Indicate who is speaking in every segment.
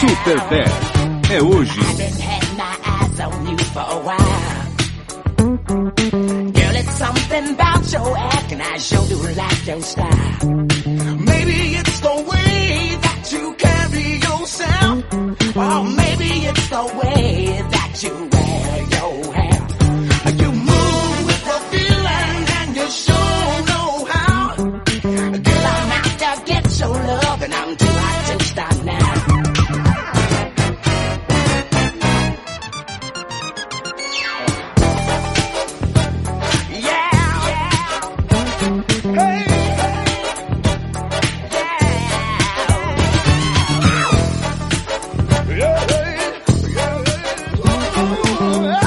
Speaker 1: Super 10 é hoje.
Speaker 2: I've been had my eyes on you for a while. Girl, it's something about your acting. I sure do like your style. Maybe it's the way that you carry yourself. Or maybe it's the way that you wear your hair. You move with a feeling and you sure know how. Girl, I'm out to get your love and I'm too hot to stop now. Yeah, yeah. Hey, hey. Yeah. Yeah, hey, yeah, hey. Ooh, yeah.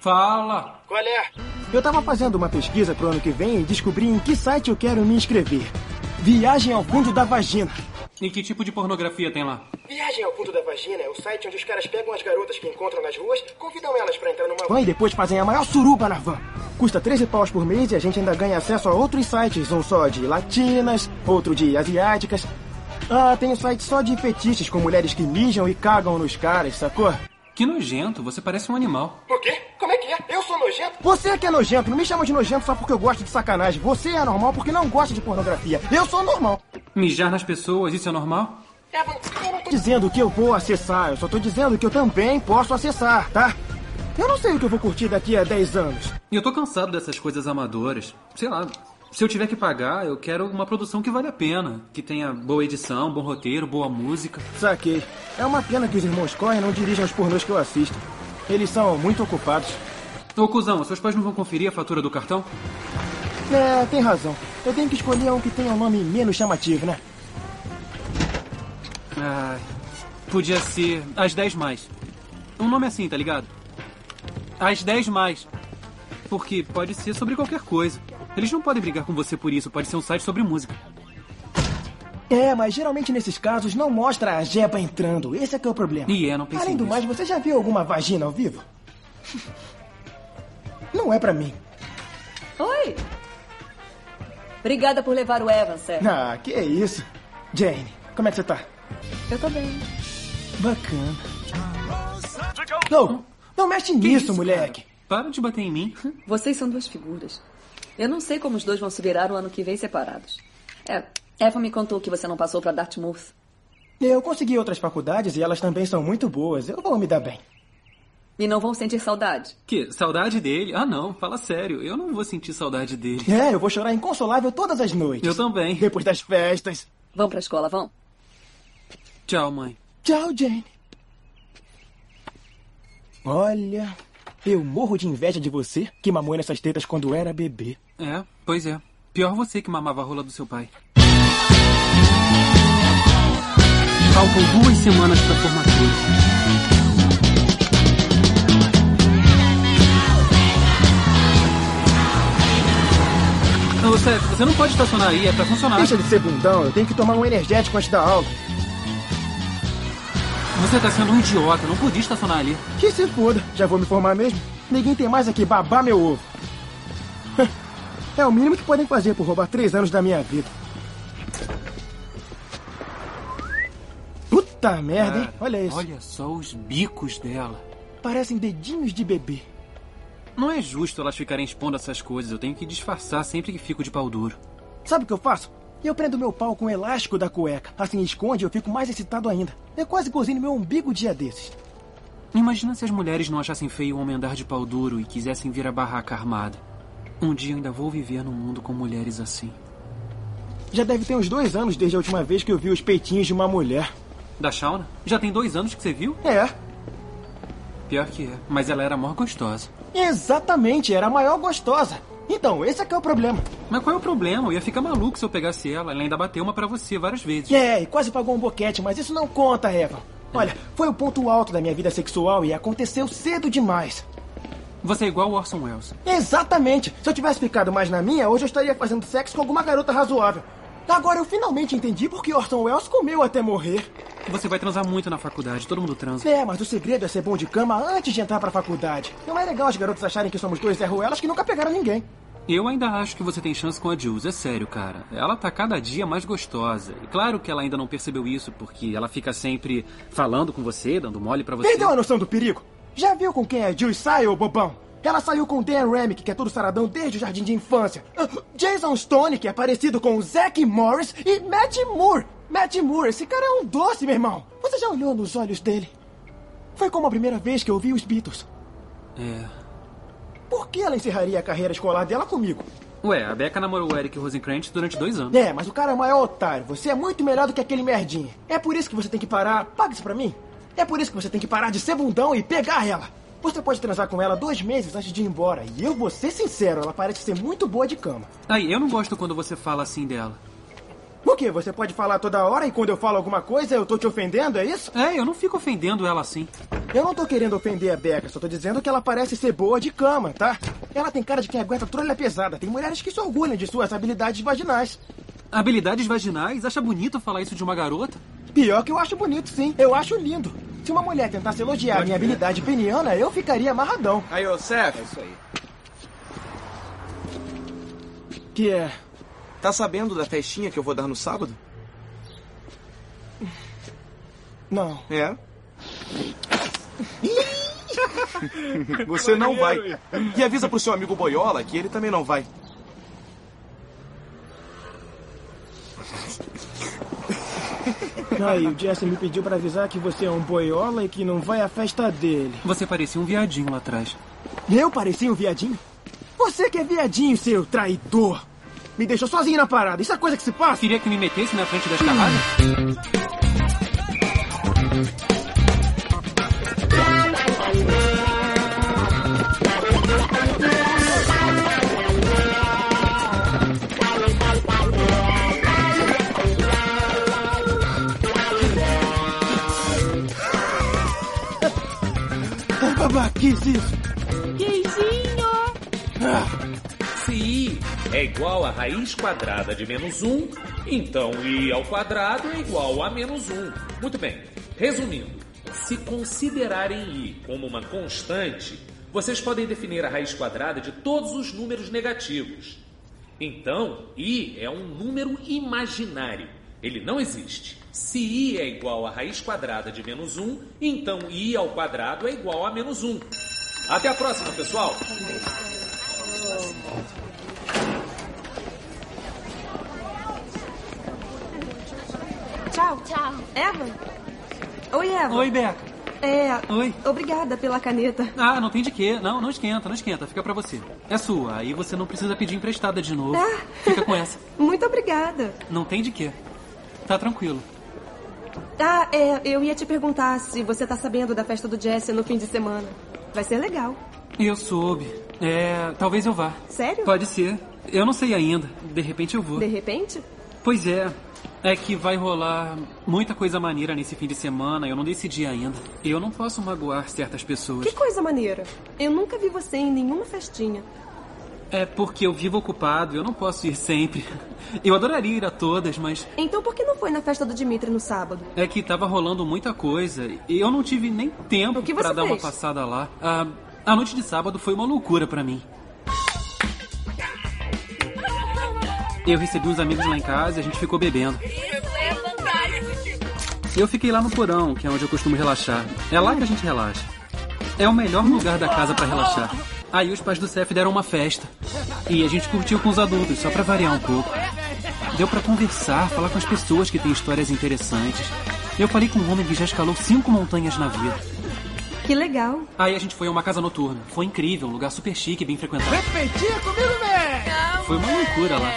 Speaker 3: Fala.
Speaker 4: Qual é?
Speaker 5: Eu tava fazendo uma pesquisa pro ano que vem e descobri em que site eu quero me inscrever. Viagem ao fundo da vagina.
Speaker 3: E que tipo de pornografia tem lá?
Speaker 4: Viagem ao Fundo da Vagina é o site onde os caras pegam as garotas que encontram nas ruas, convidam elas pra entrar numa
Speaker 5: Vão e depois fazem a maior suruba na van. Custa 13 paus por mês e a gente ainda ganha acesso a outros sites, um só de latinas, outro de asiáticas. Ah, tem um site só de fetiches com mulheres que mijam e cagam nos caras, sacou?
Speaker 3: Que nojento, você parece um animal.
Speaker 4: O quê? Como é que é? Eu sou nojento?
Speaker 5: Você é que é nojento, não me chama de nojento só porque eu gosto de sacanagem. Você é normal porque não gosta de pornografia. Eu sou normal.
Speaker 3: Mijar nas pessoas, isso é normal?
Speaker 4: Evan, eu não tô...
Speaker 5: dizendo que eu vou acessar, eu só tô dizendo que eu também posso acessar, tá? Eu não sei o que eu vou curtir daqui a 10 anos.
Speaker 3: E eu tô cansado dessas coisas amadoras. Sei lá, se eu tiver que pagar, eu quero uma produção que vale a pena. Que tenha boa edição, bom roteiro, boa música.
Speaker 5: Saquei. É uma pena que os irmãos Cohen não dirigem os pornôs que eu assisto. Eles são muito ocupados.
Speaker 3: Ô, cuzão, seus pais não vão conferir a fatura do cartão?
Speaker 5: É, tem razão. Eu tenho que escolher um que tenha um nome menos chamativo, né?
Speaker 3: Ai, Ah, podia ser As 10 Mais. Um nome assim, tá ligado? As 10 Mais. Porque pode ser sobre qualquer coisa. Eles não podem brigar com você por isso, pode ser um site sobre música.
Speaker 5: É, mas geralmente nesses casos não mostra a jeba entrando. Esse é que é o problema.
Speaker 3: E é, não pensei
Speaker 5: Além do
Speaker 3: nisso.
Speaker 5: mais, você já viu alguma vagina ao vivo? Não é pra mim.
Speaker 6: Oi! Obrigada por levar o Evan,
Speaker 3: É.
Speaker 6: Sérgio.
Speaker 5: Ah, que isso. Jane, como é que você tá?
Speaker 6: Eu tô bem.
Speaker 5: Bacana. Não, não mexe nisso,
Speaker 3: isso,
Speaker 5: moleque.
Speaker 3: Para de bater em mim.
Speaker 6: Vocês são duas figuras. Eu não sei como os dois vão se virar o ano que vem separados. É, Evan me contou que você não passou pra Dartmouth.
Speaker 5: Eu consegui outras faculdades e elas também são muito boas. Eu vou me dar bem.
Speaker 6: E não vão sentir saudade.
Speaker 3: Que? Saudade dele? Ah, não, fala sério. Eu não vou sentir saudade dele.
Speaker 5: É, eu vou chorar inconsolável todas as noites.
Speaker 3: Eu também.
Speaker 5: Depois das festas.
Speaker 6: Vão pra escola, vão?
Speaker 3: Tchau, mãe.
Speaker 5: Tchau, Jane. Olha, eu morro de inveja de você que mamou nessas tetas quando era bebê.
Speaker 3: É, pois é. Pior você que mamava a rola do seu pai. Faltam duas semanas pra formatura. Ô, Sérgio, você não pode estacionar aí, é pra funcionar.
Speaker 5: Deixa de ser bundão, eu tenho que tomar um energético antes da aula.
Speaker 3: Você tá sendo um idiota, não podia estacionar ali.
Speaker 5: Que se foda, já vou me formar mesmo. Ninguém tem mais aqui babar meu ovo. É o mínimo que podem fazer por roubar três anos da minha vida. Puta merda, hein?
Speaker 3: Cara,
Speaker 5: Olha isso.
Speaker 3: É, Olha só os bicos dela.
Speaker 5: Parecem dedinhos de bebê.
Speaker 3: Não é justo elas ficarem expondo essas coisas. Eu tenho que disfarçar sempre que fico de pau duro.
Speaker 5: Sabe o que eu faço? Eu prendo meu pau É com o elástico da cueca. Assim esconde, eu fico mais excitado ainda. Eu quase gozei no meu umbigo dia desses.
Speaker 3: Imagina se as mulheres não achassem feio o homem andar de pau duro e quisessem vir a barraca armada. Um dia eu ainda vou viver num mundo com mulheres assim.
Speaker 5: Já deve ter uns dois anos desde a última vez que eu vi os peitinhos de uma mulher.
Speaker 3: Da Shauna? Já tem dois anos que você viu?
Speaker 5: É,
Speaker 3: Pior que é, mas ela era mó gostosa.
Speaker 5: exatamente, era a maior gostosa. Então, esse é que é o problema.
Speaker 3: Mas qual é o problema? Eu ia ficar maluco se eu pegasse ela. Ela ainda bateu uma pra você várias vezes.
Speaker 5: É, e quase pagou um boquete, mas isso não conta, Eva. Olha, foi o ponto alto da minha vida sexual e aconteceu cedo demais.
Speaker 3: Você é igual o Orson Welles.
Speaker 5: Exatamente. Se eu tivesse ficado mais na minha, hoje eu estaria fazendo sexo com alguma garota razoável. Agora eu finalmente entendi por que Orson Welles comeu até morrer.
Speaker 3: Você vai transar muito na faculdade, todo mundo transa.
Speaker 5: É, mas o segredo é ser bom de cama antes de entrar pra faculdade. Não é legal os garotos acharem que somos dois Zerruelas que nunca pegaram ninguém.
Speaker 3: Eu ainda acho que você tem chance com a Jules, é sério, cara. Ela tá cada dia mais gostosa. E claro que ela ainda não percebeu isso, porque ela fica sempre falando com você, dando mole pra você.
Speaker 5: Perdeu a noção do perigo? Já viu com quem a Jill sai, ô bobão? Ela saiu com Dan Remick, que é todo saradão desde o jardim de infância. Ah, Jason Stone, que é parecido com o Zack Morris. E Matt Moore. Matt Moore, esse cara é um doce, meu irmão. Você já olhou nos olhos dele? Foi como a primeira vez que eu vi os Beatles.
Speaker 3: É.
Speaker 5: Por que ela encerraria a carreira escolar dela comigo?
Speaker 3: Ué, a Becca namorou o Eric Rosenkrantz durante dois anos.
Speaker 5: É, mas o cara é o maior otário. Você é muito melhor do que aquele merdinha. É por isso que você tem que parar. Paga isso pra mim. É por isso que você tem que parar de ser bundão e pegar ela. Você pode transar com ela dois meses antes de ir embora. E eu vou ser sincero, ela parece ser muito boa de cama.
Speaker 3: Aí, eu não gosto quando você fala assim dela.
Speaker 5: Por quê? Você pode falar toda hora e quando eu falo alguma coisa eu tô te ofendendo, é isso?
Speaker 3: É, eu não fico ofendendo ela assim.
Speaker 5: Eu não tô querendo ofender a Becca, só tô dizendo que ela parece ser boa de cama, tá? Ela tem cara de quem aguenta trolha pesada. Tem mulheres que se orgulham de suas habilidades vaginais.
Speaker 3: Habilidades vaginais? Acha bonito falar isso de uma garota?
Speaker 5: Pior que eu acho bonito, sim. Eu acho lindo. Se uma mulher tentasse elogiar minha habilidade peniana, eu ficaria amarradão.
Speaker 7: Aí, ô,
Speaker 5: É
Speaker 7: Seth,
Speaker 5: Que é.
Speaker 7: tá sabendo da festinha que eu vou dar no sábado?
Speaker 5: Não.
Speaker 7: É. Você não vai. E avisa pro seu amigo Boiola que ele também não vai.
Speaker 5: Ah, e o Jesse me pediu pra avisar que você é um boiola e que não vai à festa dele.
Speaker 3: Você parecia um viadinho lá atrás.
Speaker 5: Eu parecia um viadinho? Você que é viadinho, seu traidor! Me deixou sozinho na parada, isso é coisa que se passa!
Speaker 3: Queria que me metesse na frente das carradas?
Speaker 5: Ah, babá, que isso?
Speaker 8: Se i é igual a raiz quadrada de menos 1, então i ao quadrado é igual a menos 1. Muito bem, resumindo, se considerarem i como uma constante, vocês podem definir a raiz quadrada de todos os números negativos. Então, i é um número imaginário. Ele não existe. Se i é igual a raiz quadrada de menos 1, então i ao quadrado é igual a menos 1. Até a próxima, pessoal!
Speaker 2: Tchau, tchau.
Speaker 9: Eva? Oi, Eva.
Speaker 3: Oi, Beca.
Speaker 9: É.
Speaker 3: Oi.
Speaker 9: Obrigada pela caneta.
Speaker 3: Ah, não tem de quê. Não, não esquenta, não esquenta. Fica pra você. É sua. Aí você não precisa pedir emprestada de novo. Fica com essa.
Speaker 9: Muito obrigada.
Speaker 3: Não tem de quê. Tá tranquilo.
Speaker 9: Ah, é, eu ia te perguntar se você tá sabendo da festa do Jesse no fim de semana. Vai ser legal.
Speaker 3: Eu soube. É, talvez eu vá.
Speaker 9: Sério?
Speaker 3: Pode ser. Eu não sei ainda. De repente eu vou.
Speaker 9: De repente?
Speaker 3: Pois é. É que vai rolar muita coisa maneira nesse fim de semana. Eu não decidi ainda. Eu não posso magoar certas pessoas.
Speaker 9: Que coisa maneira. Eu nunca vi você em nenhuma festinha.
Speaker 3: É porque eu vivo ocupado. Eu não posso ir sempre. Eu adoraria ir a todas, mas
Speaker 9: Então por que não foi na festa do Dimitri no sábado?
Speaker 3: É que tava rolando muita coisa e eu não tive nem tempo
Speaker 9: O que
Speaker 3: pra
Speaker 9: você
Speaker 3: dar
Speaker 9: fez?
Speaker 3: uma passada lá. Ah, a noite de sábado foi uma loucura pra mim. Eu recebi uns amigos lá em casa e a gente ficou bebendo. Eu fiquei lá no porão, que é onde eu costumo relaxar. É lá que a gente relaxa. É o melhor lugar da casa pra relaxar. Aí os pais do Cef deram uma festa. E a gente curtiu com os adultos, só pra variar um pouco. Deu pra conversar, falar com as pessoas que têm histórias interessantes. Eu falei com um homem que já escalou cinco montanhas na vida.
Speaker 6: Que legal.
Speaker 3: Aí a gente foi a uma casa noturna. Foi incrível, um lugar super chique, bem frequentado.
Speaker 6: Repetir comigo, velho!
Speaker 3: Foi uma loucura lá.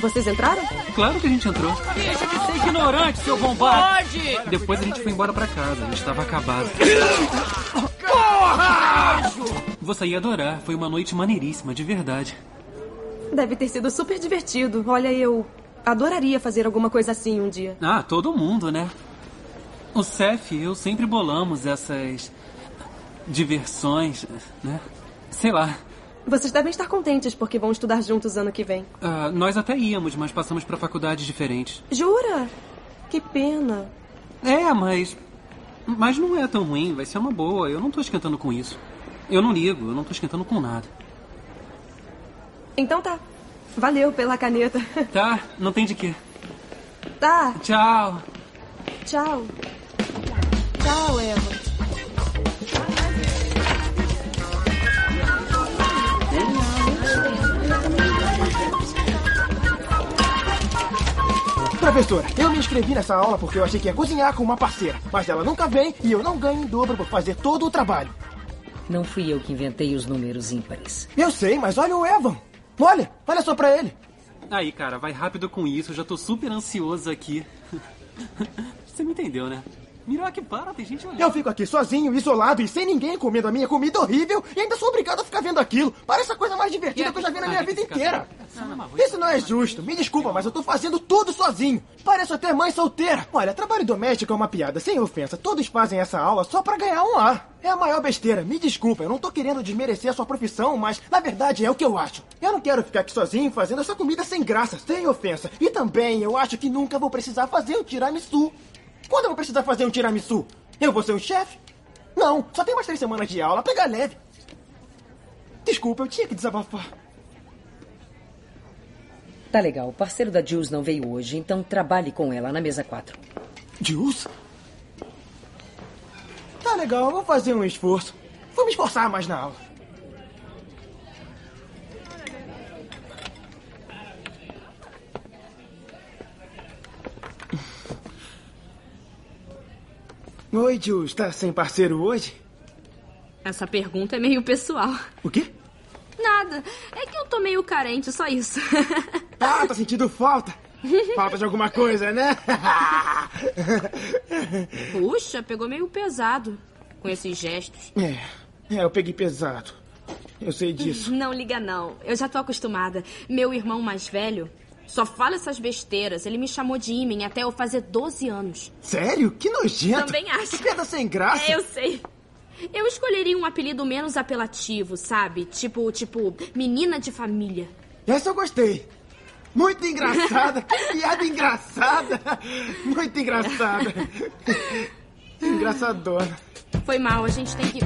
Speaker 6: Vocês entraram?
Speaker 3: Claro que a gente entrou.
Speaker 10: Deixa de ser ignorante, seu bombado! Pode!
Speaker 3: Depois a gente foi embora pra casa, a gente tava acabado.
Speaker 10: Porra!
Speaker 3: Você ia adorar, foi uma noite maneiríssima, de verdade.
Speaker 6: Deve ter sido super divertido. Olha, eu adoraria fazer alguma coisa assim um dia.
Speaker 3: Ah, todo mundo, né? O Cef e eu sempre bolamos essas diversões, né? Sei lá.
Speaker 6: Vocês devem estar contentes porque vão estudar juntos ano que vem.
Speaker 3: Ah, nós até íamos, mas passamos pra faculdades diferentes.
Speaker 6: Jura? Que pena.
Speaker 3: É, mas. Mas não é tão ruim, vai ser uma boa. Eu não tô esquentando com isso. Eu não ligo, eu não tô esquentando com nada.
Speaker 6: Então tá. Valeu pela caneta.
Speaker 3: Tá, não tem de quê.
Speaker 6: Tá.
Speaker 3: Tchau.
Speaker 6: Tchau. Tchau, Eva.
Speaker 5: Professora, eu me inscrevi nessa aula porque eu achei que ia cozinhar com uma parceira, mas ela nunca vem e eu não ganho em dobro por fazer todo o trabalho.
Speaker 11: Não fui eu que inventei os números ímpares.
Speaker 5: Eu sei, mas olha o Evan. Olha, olha só pra ele.
Speaker 3: Aí, cara, vai rápido com isso, eu já tô super ansioso aqui. Você me entendeu, né? Mirou aqui, para, tem gente olhando.
Speaker 5: Eu fico aqui sozinho, isolado e sem ninguém comendo a minha comida horrível e ainda sou obrigado a ficar vendo aquilo. Parece a coisa mais divertida que eu já vi na
Speaker 3: Ah,
Speaker 5: minha vida inteira. Isso não é justo. Me desculpa, mas eu tô fazendo tudo sozinho. Pareço até mãe solteira. Olha, trabalho doméstico é uma piada, sem ofensa. Todos fazem essa aula só pra ganhar um ar. É a maior besteira. Me desculpa, eu não tô querendo desmerecer a sua profissão, mas na verdade é o que eu acho. Eu não quero ficar aqui sozinho fazendo essa comida sem graça, sem ofensa. E também eu acho que nunca vou precisar fazer o tiramisu. Quando eu vou precisar fazer um tiramisu? Eu vou ser o chefe? Não, só tem mais três semanas de aula, pega leve. Desculpa, eu tinha que desabafar.
Speaker 11: Tá legal, o parceiro da Jules não veio hoje, então trabalhe com ela na mesa 4.
Speaker 5: Jules? Tá legal, vou fazer um esforço. Vou me esforçar mais na aula. Oi, Jules, tá sem parceiro hoje?
Speaker 12: Essa pergunta é meio pessoal.
Speaker 5: O quê?
Speaker 12: Nada. É que eu tô meio carente, só isso.
Speaker 5: Ah, tá sentindo falta? Falta de alguma coisa, né?
Speaker 12: Puxa, pegou meio pesado com esses gestos.
Speaker 5: É, é, eu peguei pesado. Eu sei disso.
Speaker 12: Não liga, não. Eu já tô acostumada. Meu irmão mais velho só fala essas besteiras. Ele me chamou de Imen até eu fazer 12 anos.
Speaker 5: Sério? Que nojento.
Speaker 12: Também acho.
Speaker 5: Que piada sem graça.
Speaker 12: É, eu sei. Eu escolheria um apelido menos apelativo, sabe? Tipo, tipo, menina de família.
Speaker 5: Essa eu gostei. Muito engraçada. que piada engraçada. Muito engraçada. Engraçadona.
Speaker 12: Foi mal, a gente tem que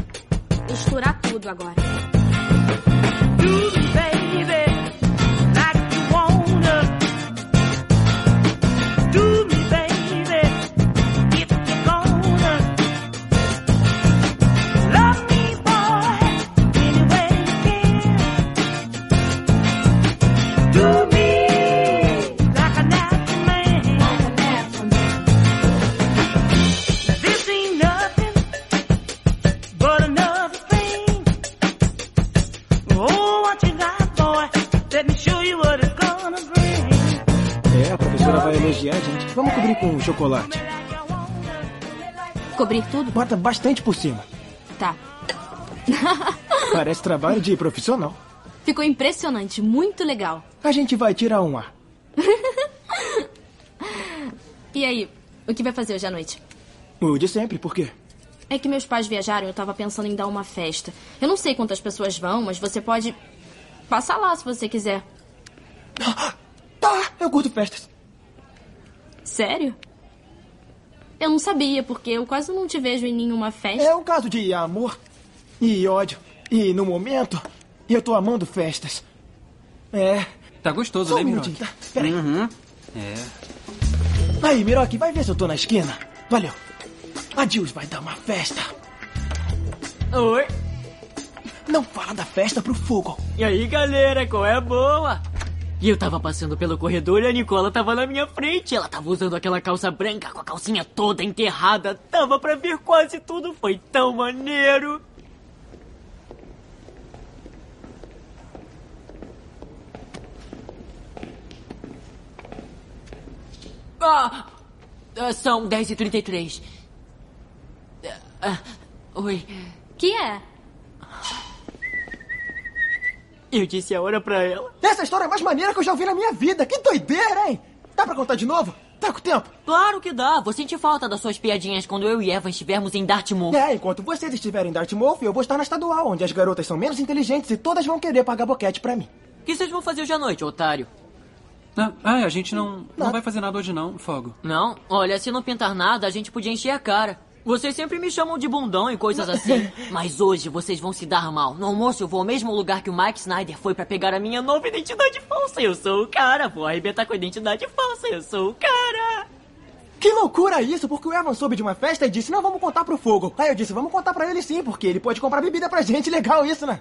Speaker 12: misturar tudo agora.
Speaker 13: Oh,
Speaker 5: Tá É, Vamos cobrir com chocolate.
Speaker 12: Cobrir tudo?
Speaker 5: Bota bastante por cima.
Speaker 12: Tá.
Speaker 5: Parece trabalho de profissional.
Speaker 12: Ficou impressionante, muito legal.
Speaker 5: A gente vai tirar um ar.
Speaker 12: e aí, o que vai fazer hoje à noite?
Speaker 5: O de sempre, por quê?
Speaker 12: É que meus pais viajaram e eu tava pensando em dar uma festa. Eu não sei quantas pessoas vão, mas você pode passar lá se você quiser.
Speaker 5: Tá, eu curto festas.
Speaker 12: Sério? Eu não sabia, porque eu quase não te vejo em nenhuma festa.
Speaker 5: É um caso de amor e ódio. E no momento, eu tô amando festas. É.
Speaker 3: Tá gostoso, Só né, um Miroque? Tá?
Speaker 5: Peraí.
Speaker 3: Uhum. É.
Speaker 5: Aí, Miroque, vai ver se eu tô na esquina. Valeu. A Jules vai dar uma festa.
Speaker 14: Oi.
Speaker 5: Não fala da festa pro fogo.
Speaker 14: E aí, galera, qual é a boa? E eu tava passando pelo corredor e a Nicola tava na minha frente. Ela tava usando aquela calça branca com a calcinha toda enterrada. Tava pra ver quase tudo. Foi tão maneiro. Ah, ah, são 10h33. Ah, ah, Oi.
Speaker 12: Que é?
Speaker 14: Eu disse a hora pra ela.
Speaker 5: Essa é a história mais maneira que eu já ouvi na minha vida. Que doideira, hein? Dá pra contar de novo? Tá com tempo?
Speaker 14: Claro que dá. Vou sentir falta das suas piadinhas quando eu e Eva estivermos em Dartmoor.
Speaker 5: É, enquanto vocês estiverem em Dartmouth, eu vou estar na estadual, onde as garotas são menos inteligentes e todas vão querer pagar boquete pra mim.
Speaker 14: O que vocês vão fazer hoje à noite, otário?
Speaker 3: Ah, ah, a gente não, não vai fazer nada hoje não, Fogo.
Speaker 14: Não? Olha, se não pintar nada, a gente podia encher a cara. Vocês sempre me chamam de bundão e coisas assim. Mas hoje vocês vão se dar mal. No almoço eu vou ao mesmo lugar que o Mike Snyder foi pra pegar a minha nova identidade falsa. Eu sou o cara. Vou arrebentar com a identidade falsa. Eu sou o cara.
Speaker 5: Que loucura isso, porque o Evan soube de uma festa e disse, não, vamos contar pro Fogo. Aí eu disse, vamos contar pra ele sim, porque ele pode comprar bebida pra gente. Legal isso, né?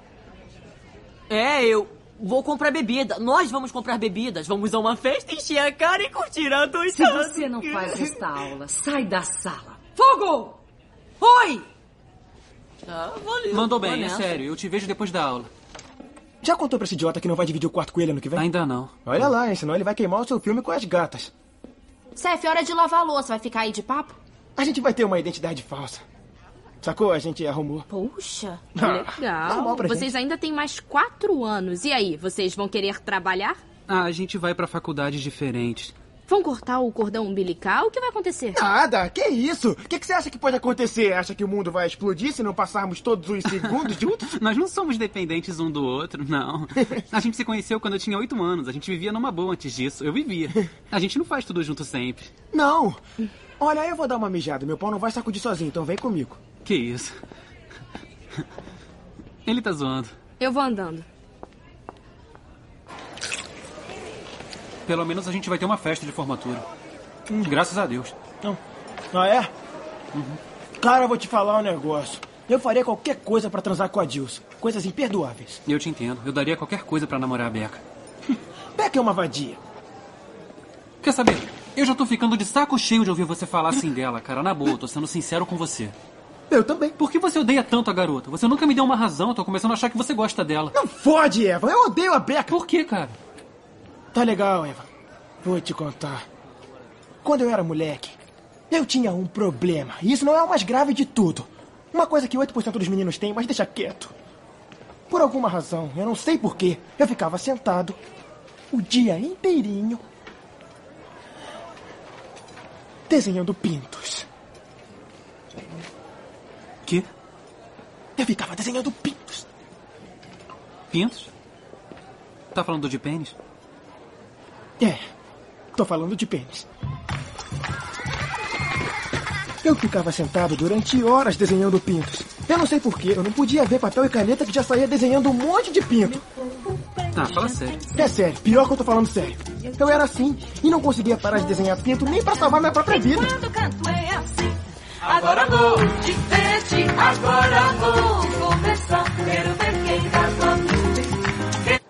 Speaker 14: É, eu vou comprar bebida. Nós vamos comprar bebidas. Vamos a uma festa, encher a cara e curtir a dois
Speaker 15: Se você não faz esta aula, sai da sala. Fogo! Oi!
Speaker 14: Ah, valeu.
Speaker 3: Mandou
Speaker 14: Vou
Speaker 3: bem, é
Speaker 14: nessa.
Speaker 3: sério. Eu te vejo depois da aula.
Speaker 5: Já contou pra esse idiota que não vai dividir o quarto com ele ano que vem?
Speaker 3: Ainda não.
Speaker 5: Olha lá, hein? Senão ele vai queimar o seu filme com as gatas.
Speaker 12: Seth, é hora de lavar a louça. Vai ficar aí de papo?
Speaker 5: A gente vai ter uma identidade falsa. Sacou? A gente arrumou.
Speaker 12: Puxa,
Speaker 5: Ah,
Speaker 12: legal.
Speaker 5: normal pra
Speaker 12: Vocês ainda têm mais quatro anos. E aí, vocês vão querer trabalhar?
Speaker 3: Ah, a gente vai pra faculdades diferentes.
Speaker 12: Vão cortar o cordão umbilical? O que vai acontecer?
Speaker 5: Nada, que isso? O que, que você acha que pode acontecer? Acha que o mundo vai explodir se não passarmos todos os segundos juntos?
Speaker 3: Nós não somos dependentes um do outro, não. A gente se conheceu quando eu tinha oito anos. A gente vivia numa boa antes disso. Eu vivia. A gente não faz tudo junto sempre.
Speaker 5: Não! Olha, eu vou dar uma mijada. Meu pau não vai sacudir sozinho, então vem comigo.
Speaker 3: Que isso? Ele tá zoando.
Speaker 12: Eu vou andando.
Speaker 3: Pelo menos a gente vai ter uma festa de formatura. Hum, Graças a Deus.
Speaker 5: Não. Ah, é? Cara, eu vou te falar um negócio. Eu faria qualquer coisa pra transar com a Dilson. Coisas imperdoáveis.
Speaker 3: Eu te entendo. Eu daria qualquer coisa pra namorar a Beca.
Speaker 5: Beca é uma vadia.
Speaker 3: Quer saber? Eu já tô ficando de saco cheio de ouvir você falar assim dela, cara. Na boa, eu tô sendo sincero com você.
Speaker 5: Eu também.
Speaker 3: Por que você odeia tanto a garota? Você nunca me deu uma razão. Eu tô começando a achar que você gosta dela.
Speaker 5: Não fode, Eva. Eu odeio a Beca.
Speaker 3: Por que, cara?
Speaker 5: Tá legal, Eva. Vou te contar. Quando eu era moleque, eu tinha um problema. E isso não é o mais grave de tudo. Uma coisa que 8% dos meninos têm, mas deixa quieto. Por alguma razão, eu não sei porquê, eu ficava sentado o dia inteirinho desenhando pintos.
Speaker 3: Que?
Speaker 5: Eu ficava desenhando pintos.
Speaker 3: Pintos? Tá falando de pênis?
Speaker 5: É, tô falando de pênis. Eu ficava sentado durante horas desenhando pintos. Eu não sei porquê, eu não podia ver papel e caneta que já saía desenhando um monte de pinto.
Speaker 3: Ah, fala sério.
Speaker 5: É sério, pior que eu tô falando sério. Eu era assim e não conseguia parar de desenhar pinto nem pra salvar minha própria vida.
Speaker 13: é assim, Agora vou de frente, agora vou começar. Quero ver quem tá dá sua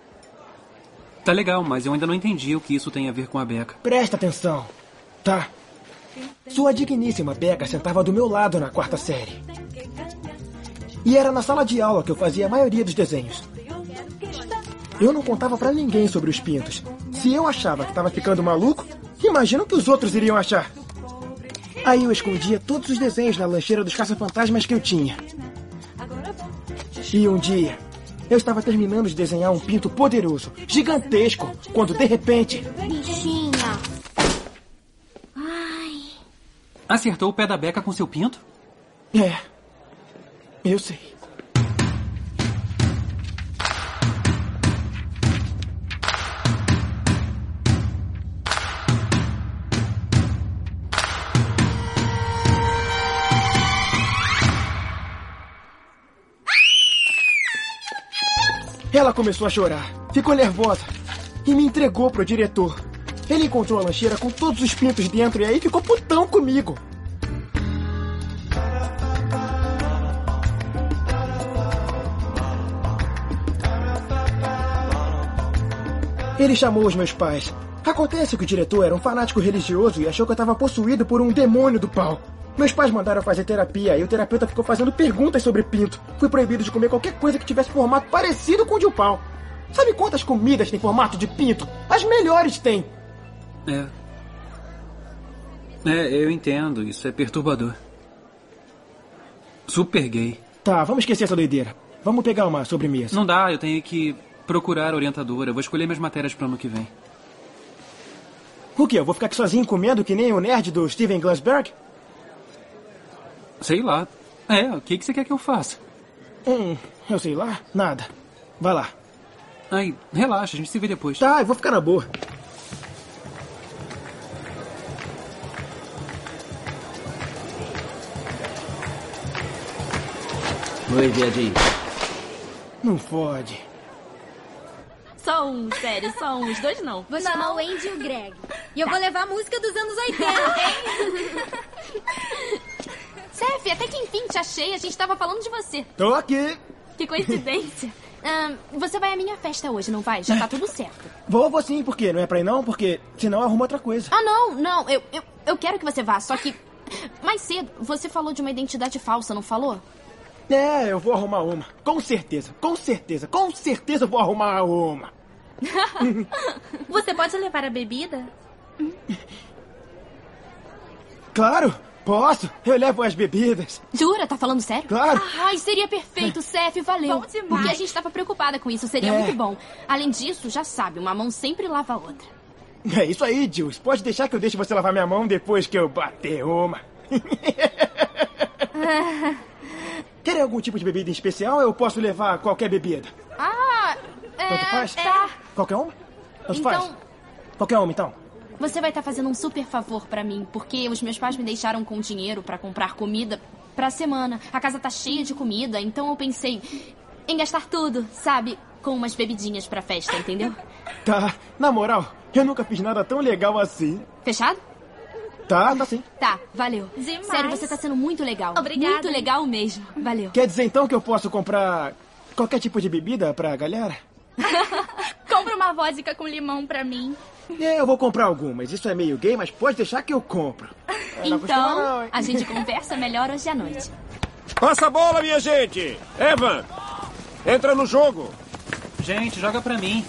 Speaker 3: Tá legal, mas eu ainda não entendi o que isso tem a ver com a Beca.
Speaker 5: Presta atenção, tá? Sua digníssima Becca sentava do meu lado na quarta série. E era na sala de aula que eu fazia a maioria dos desenhos. Eu não contava pra ninguém sobre os pintos. Se eu achava que tava ficando maluco, imagina o que os outros iriam achar. Aí eu escondia todos os desenhos na lancheira dos caça-fantasmas que eu tinha. E um dia, eu estava terminando de desenhar um pinto poderoso, gigantesco, quando de repente.
Speaker 16: Bichinha.
Speaker 3: Acertou o pé da Beca com seu pinto?
Speaker 5: É. Eu sei. Ela começou a chorar, ficou nervosa e me entregou pro diretor. Ele encontrou a lancheira com todos os pintos dentro e aí ficou putão comigo. Ele chamou os meus pais. Acontece que o diretor era um fanático religioso e achou que eu estava possuído por um demônio do pau. Meus pais mandaram fazer terapia e o terapeuta ficou fazendo perguntas sobre pinto. Fui proibido de comer qualquer coisa que tivesse formato parecido com o de um pau. Sabe quantas comidas tem formato de pinto? As melhores tem.
Speaker 3: É. É, eu entendo. Isso é perturbador. Super gay.
Speaker 5: Tá, vamos esquecer essa doideira. Vamos pegar uma sobremesa.
Speaker 3: Não dá, eu tenho que procurar a orientadora. Eu vou escolher minhas matérias para ano que vem.
Speaker 5: O quê? Eu vou ficar aqui sozinho comendo que nem o nerd do Steven Glassberg?
Speaker 3: Sei lá. É, o que, que você quer que eu faça?
Speaker 5: Hum, eu sei lá, nada. Vai lá.
Speaker 3: Ai, relaxa, a gente se vê depois.
Speaker 5: Tá, eu vou ficar na boa.
Speaker 17: Oi,
Speaker 18: é
Speaker 17: viadinho.
Speaker 5: Não fode.
Speaker 12: Só um, sério, só um. Os dois não.
Speaker 16: Vou
Speaker 12: não.
Speaker 16: chamar o Andy e o Greg. E eu vou levar a música dos anos 80, hein?
Speaker 12: Sef, até que enfim te achei. A gente tava falando de você.
Speaker 5: Tô aqui.
Speaker 12: Que coincidência. Ahn, você vai à minha festa hoje, não vai? Já tá tudo certo.
Speaker 5: Vou, vou sim, por quê? Não é pra ir não? Porque senão arruma outra coisa.
Speaker 12: Ah, não, não. Eu, eu, eu quero que você vá, só que... Mais cedo, você falou de uma identidade falsa, não falou?
Speaker 5: É, eu vou arrumar uma. Com certeza, com certeza, com certeza eu vou arrumar uma.
Speaker 12: Você pode levar a bebida?
Speaker 5: Claro, posso. Eu levo as bebidas.
Speaker 12: Jura? Tá falando sério?
Speaker 5: Claro.
Speaker 12: Ai, seria perfeito, Seth, valeu.
Speaker 16: Bom demais.
Speaker 12: Porque a gente tava preocupada com isso, seria
Speaker 5: É.
Speaker 12: muito bom. Além disso, já sabe, uma mão sempre lava a outra.
Speaker 5: É isso aí, Jules. Pode deixar que eu deixe você lavar minha mão depois que eu bater uma. Querem algum tipo de bebida em especial? Eu posso levar qualquer bebida.
Speaker 12: Ah, é...
Speaker 5: Tanto faz?
Speaker 12: Tá.
Speaker 5: Qualquer uma? Tanto faz?
Speaker 12: Então,
Speaker 5: Qualquer uma, então.
Speaker 12: você vai estar fazendo um super favor pra mim, porque os meus pais me deixaram com dinheiro pra comprar comida pra semana. A casa tá cheia de comida, então eu pensei em gastar tudo, sabe? Com umas bebidinhas pra festa, entendeu?
Speaker 5: Tá, na moral, eu nunca fiz nada tão legal assim.
Speaker 12: Fechado?
Speaker 5: Tá, tá sim.
Speaker 12: Tá, valeu.
Speaker 16: Demais.
Speaker 12: Sério, você tá sendo muito legal.
Speaker 16: Obrigada.
Speaker 12: Muito legal mesmo. Valeu.
Speaker 5: Quer dizer então que eu posso comprar qualquer tipo de bebida pra galera?
Speaker 16: Compra uma vodka com limão pra mim.
Speaker 5: É, eu vou comprar algumas. Isso é meio gay, mas pode deixar que eu compro. não custa não,
Speaker 12: Então,
Speaker 5: hein?
Speaker 12: a gente conversa melhor hoje à noite.
Speaker 19: Passa a bola, minha gente! Evan, entra no jogo.
Speaker 3: Gente, joga pra mim.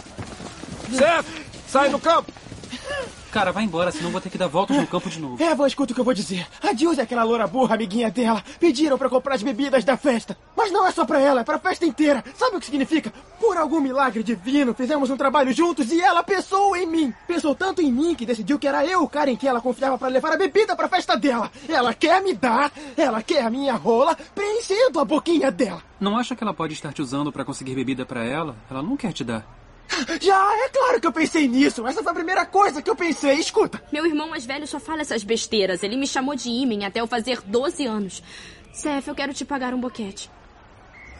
Speaker 19: Seth, sai do campo.
Speaker 3: Cara, vai embora, senão vou ter que dar voltas no campo de novo.
Speaker 5: Eva, escuta o que eu vou dizer. A Jules é aquela loura burra, amiguinha dela. Pediram pra comprar as bebidas da festa. Mas não é só pra ela, é pra festa inteira. Sabe o que significa? Por algum milagre divino, fizemos um trabalho juntos e ela pensou em mim. Pensou tanto em mim que decidiu que era eu o cara em que ela confiava pra levar a bebida pra festa dela. Ela quer me dar, ela quer a minha rola, preenchendo a boquinha dela.
Speaker 3: Não acha que ela pode estar te usando pra conseguir bebida pra ela? Ela não quer te dar.
Speaker 5: Já, é claro que eu pensei nisso. Essa foi a primeira coisa que eu pensei. Escuta.
Speaker 12: Meu irmão mais velho só fala essas besteiras. Ele me chamou de Imen até eu fazer 12 anos. Seth, eu quero te pagar um boquete.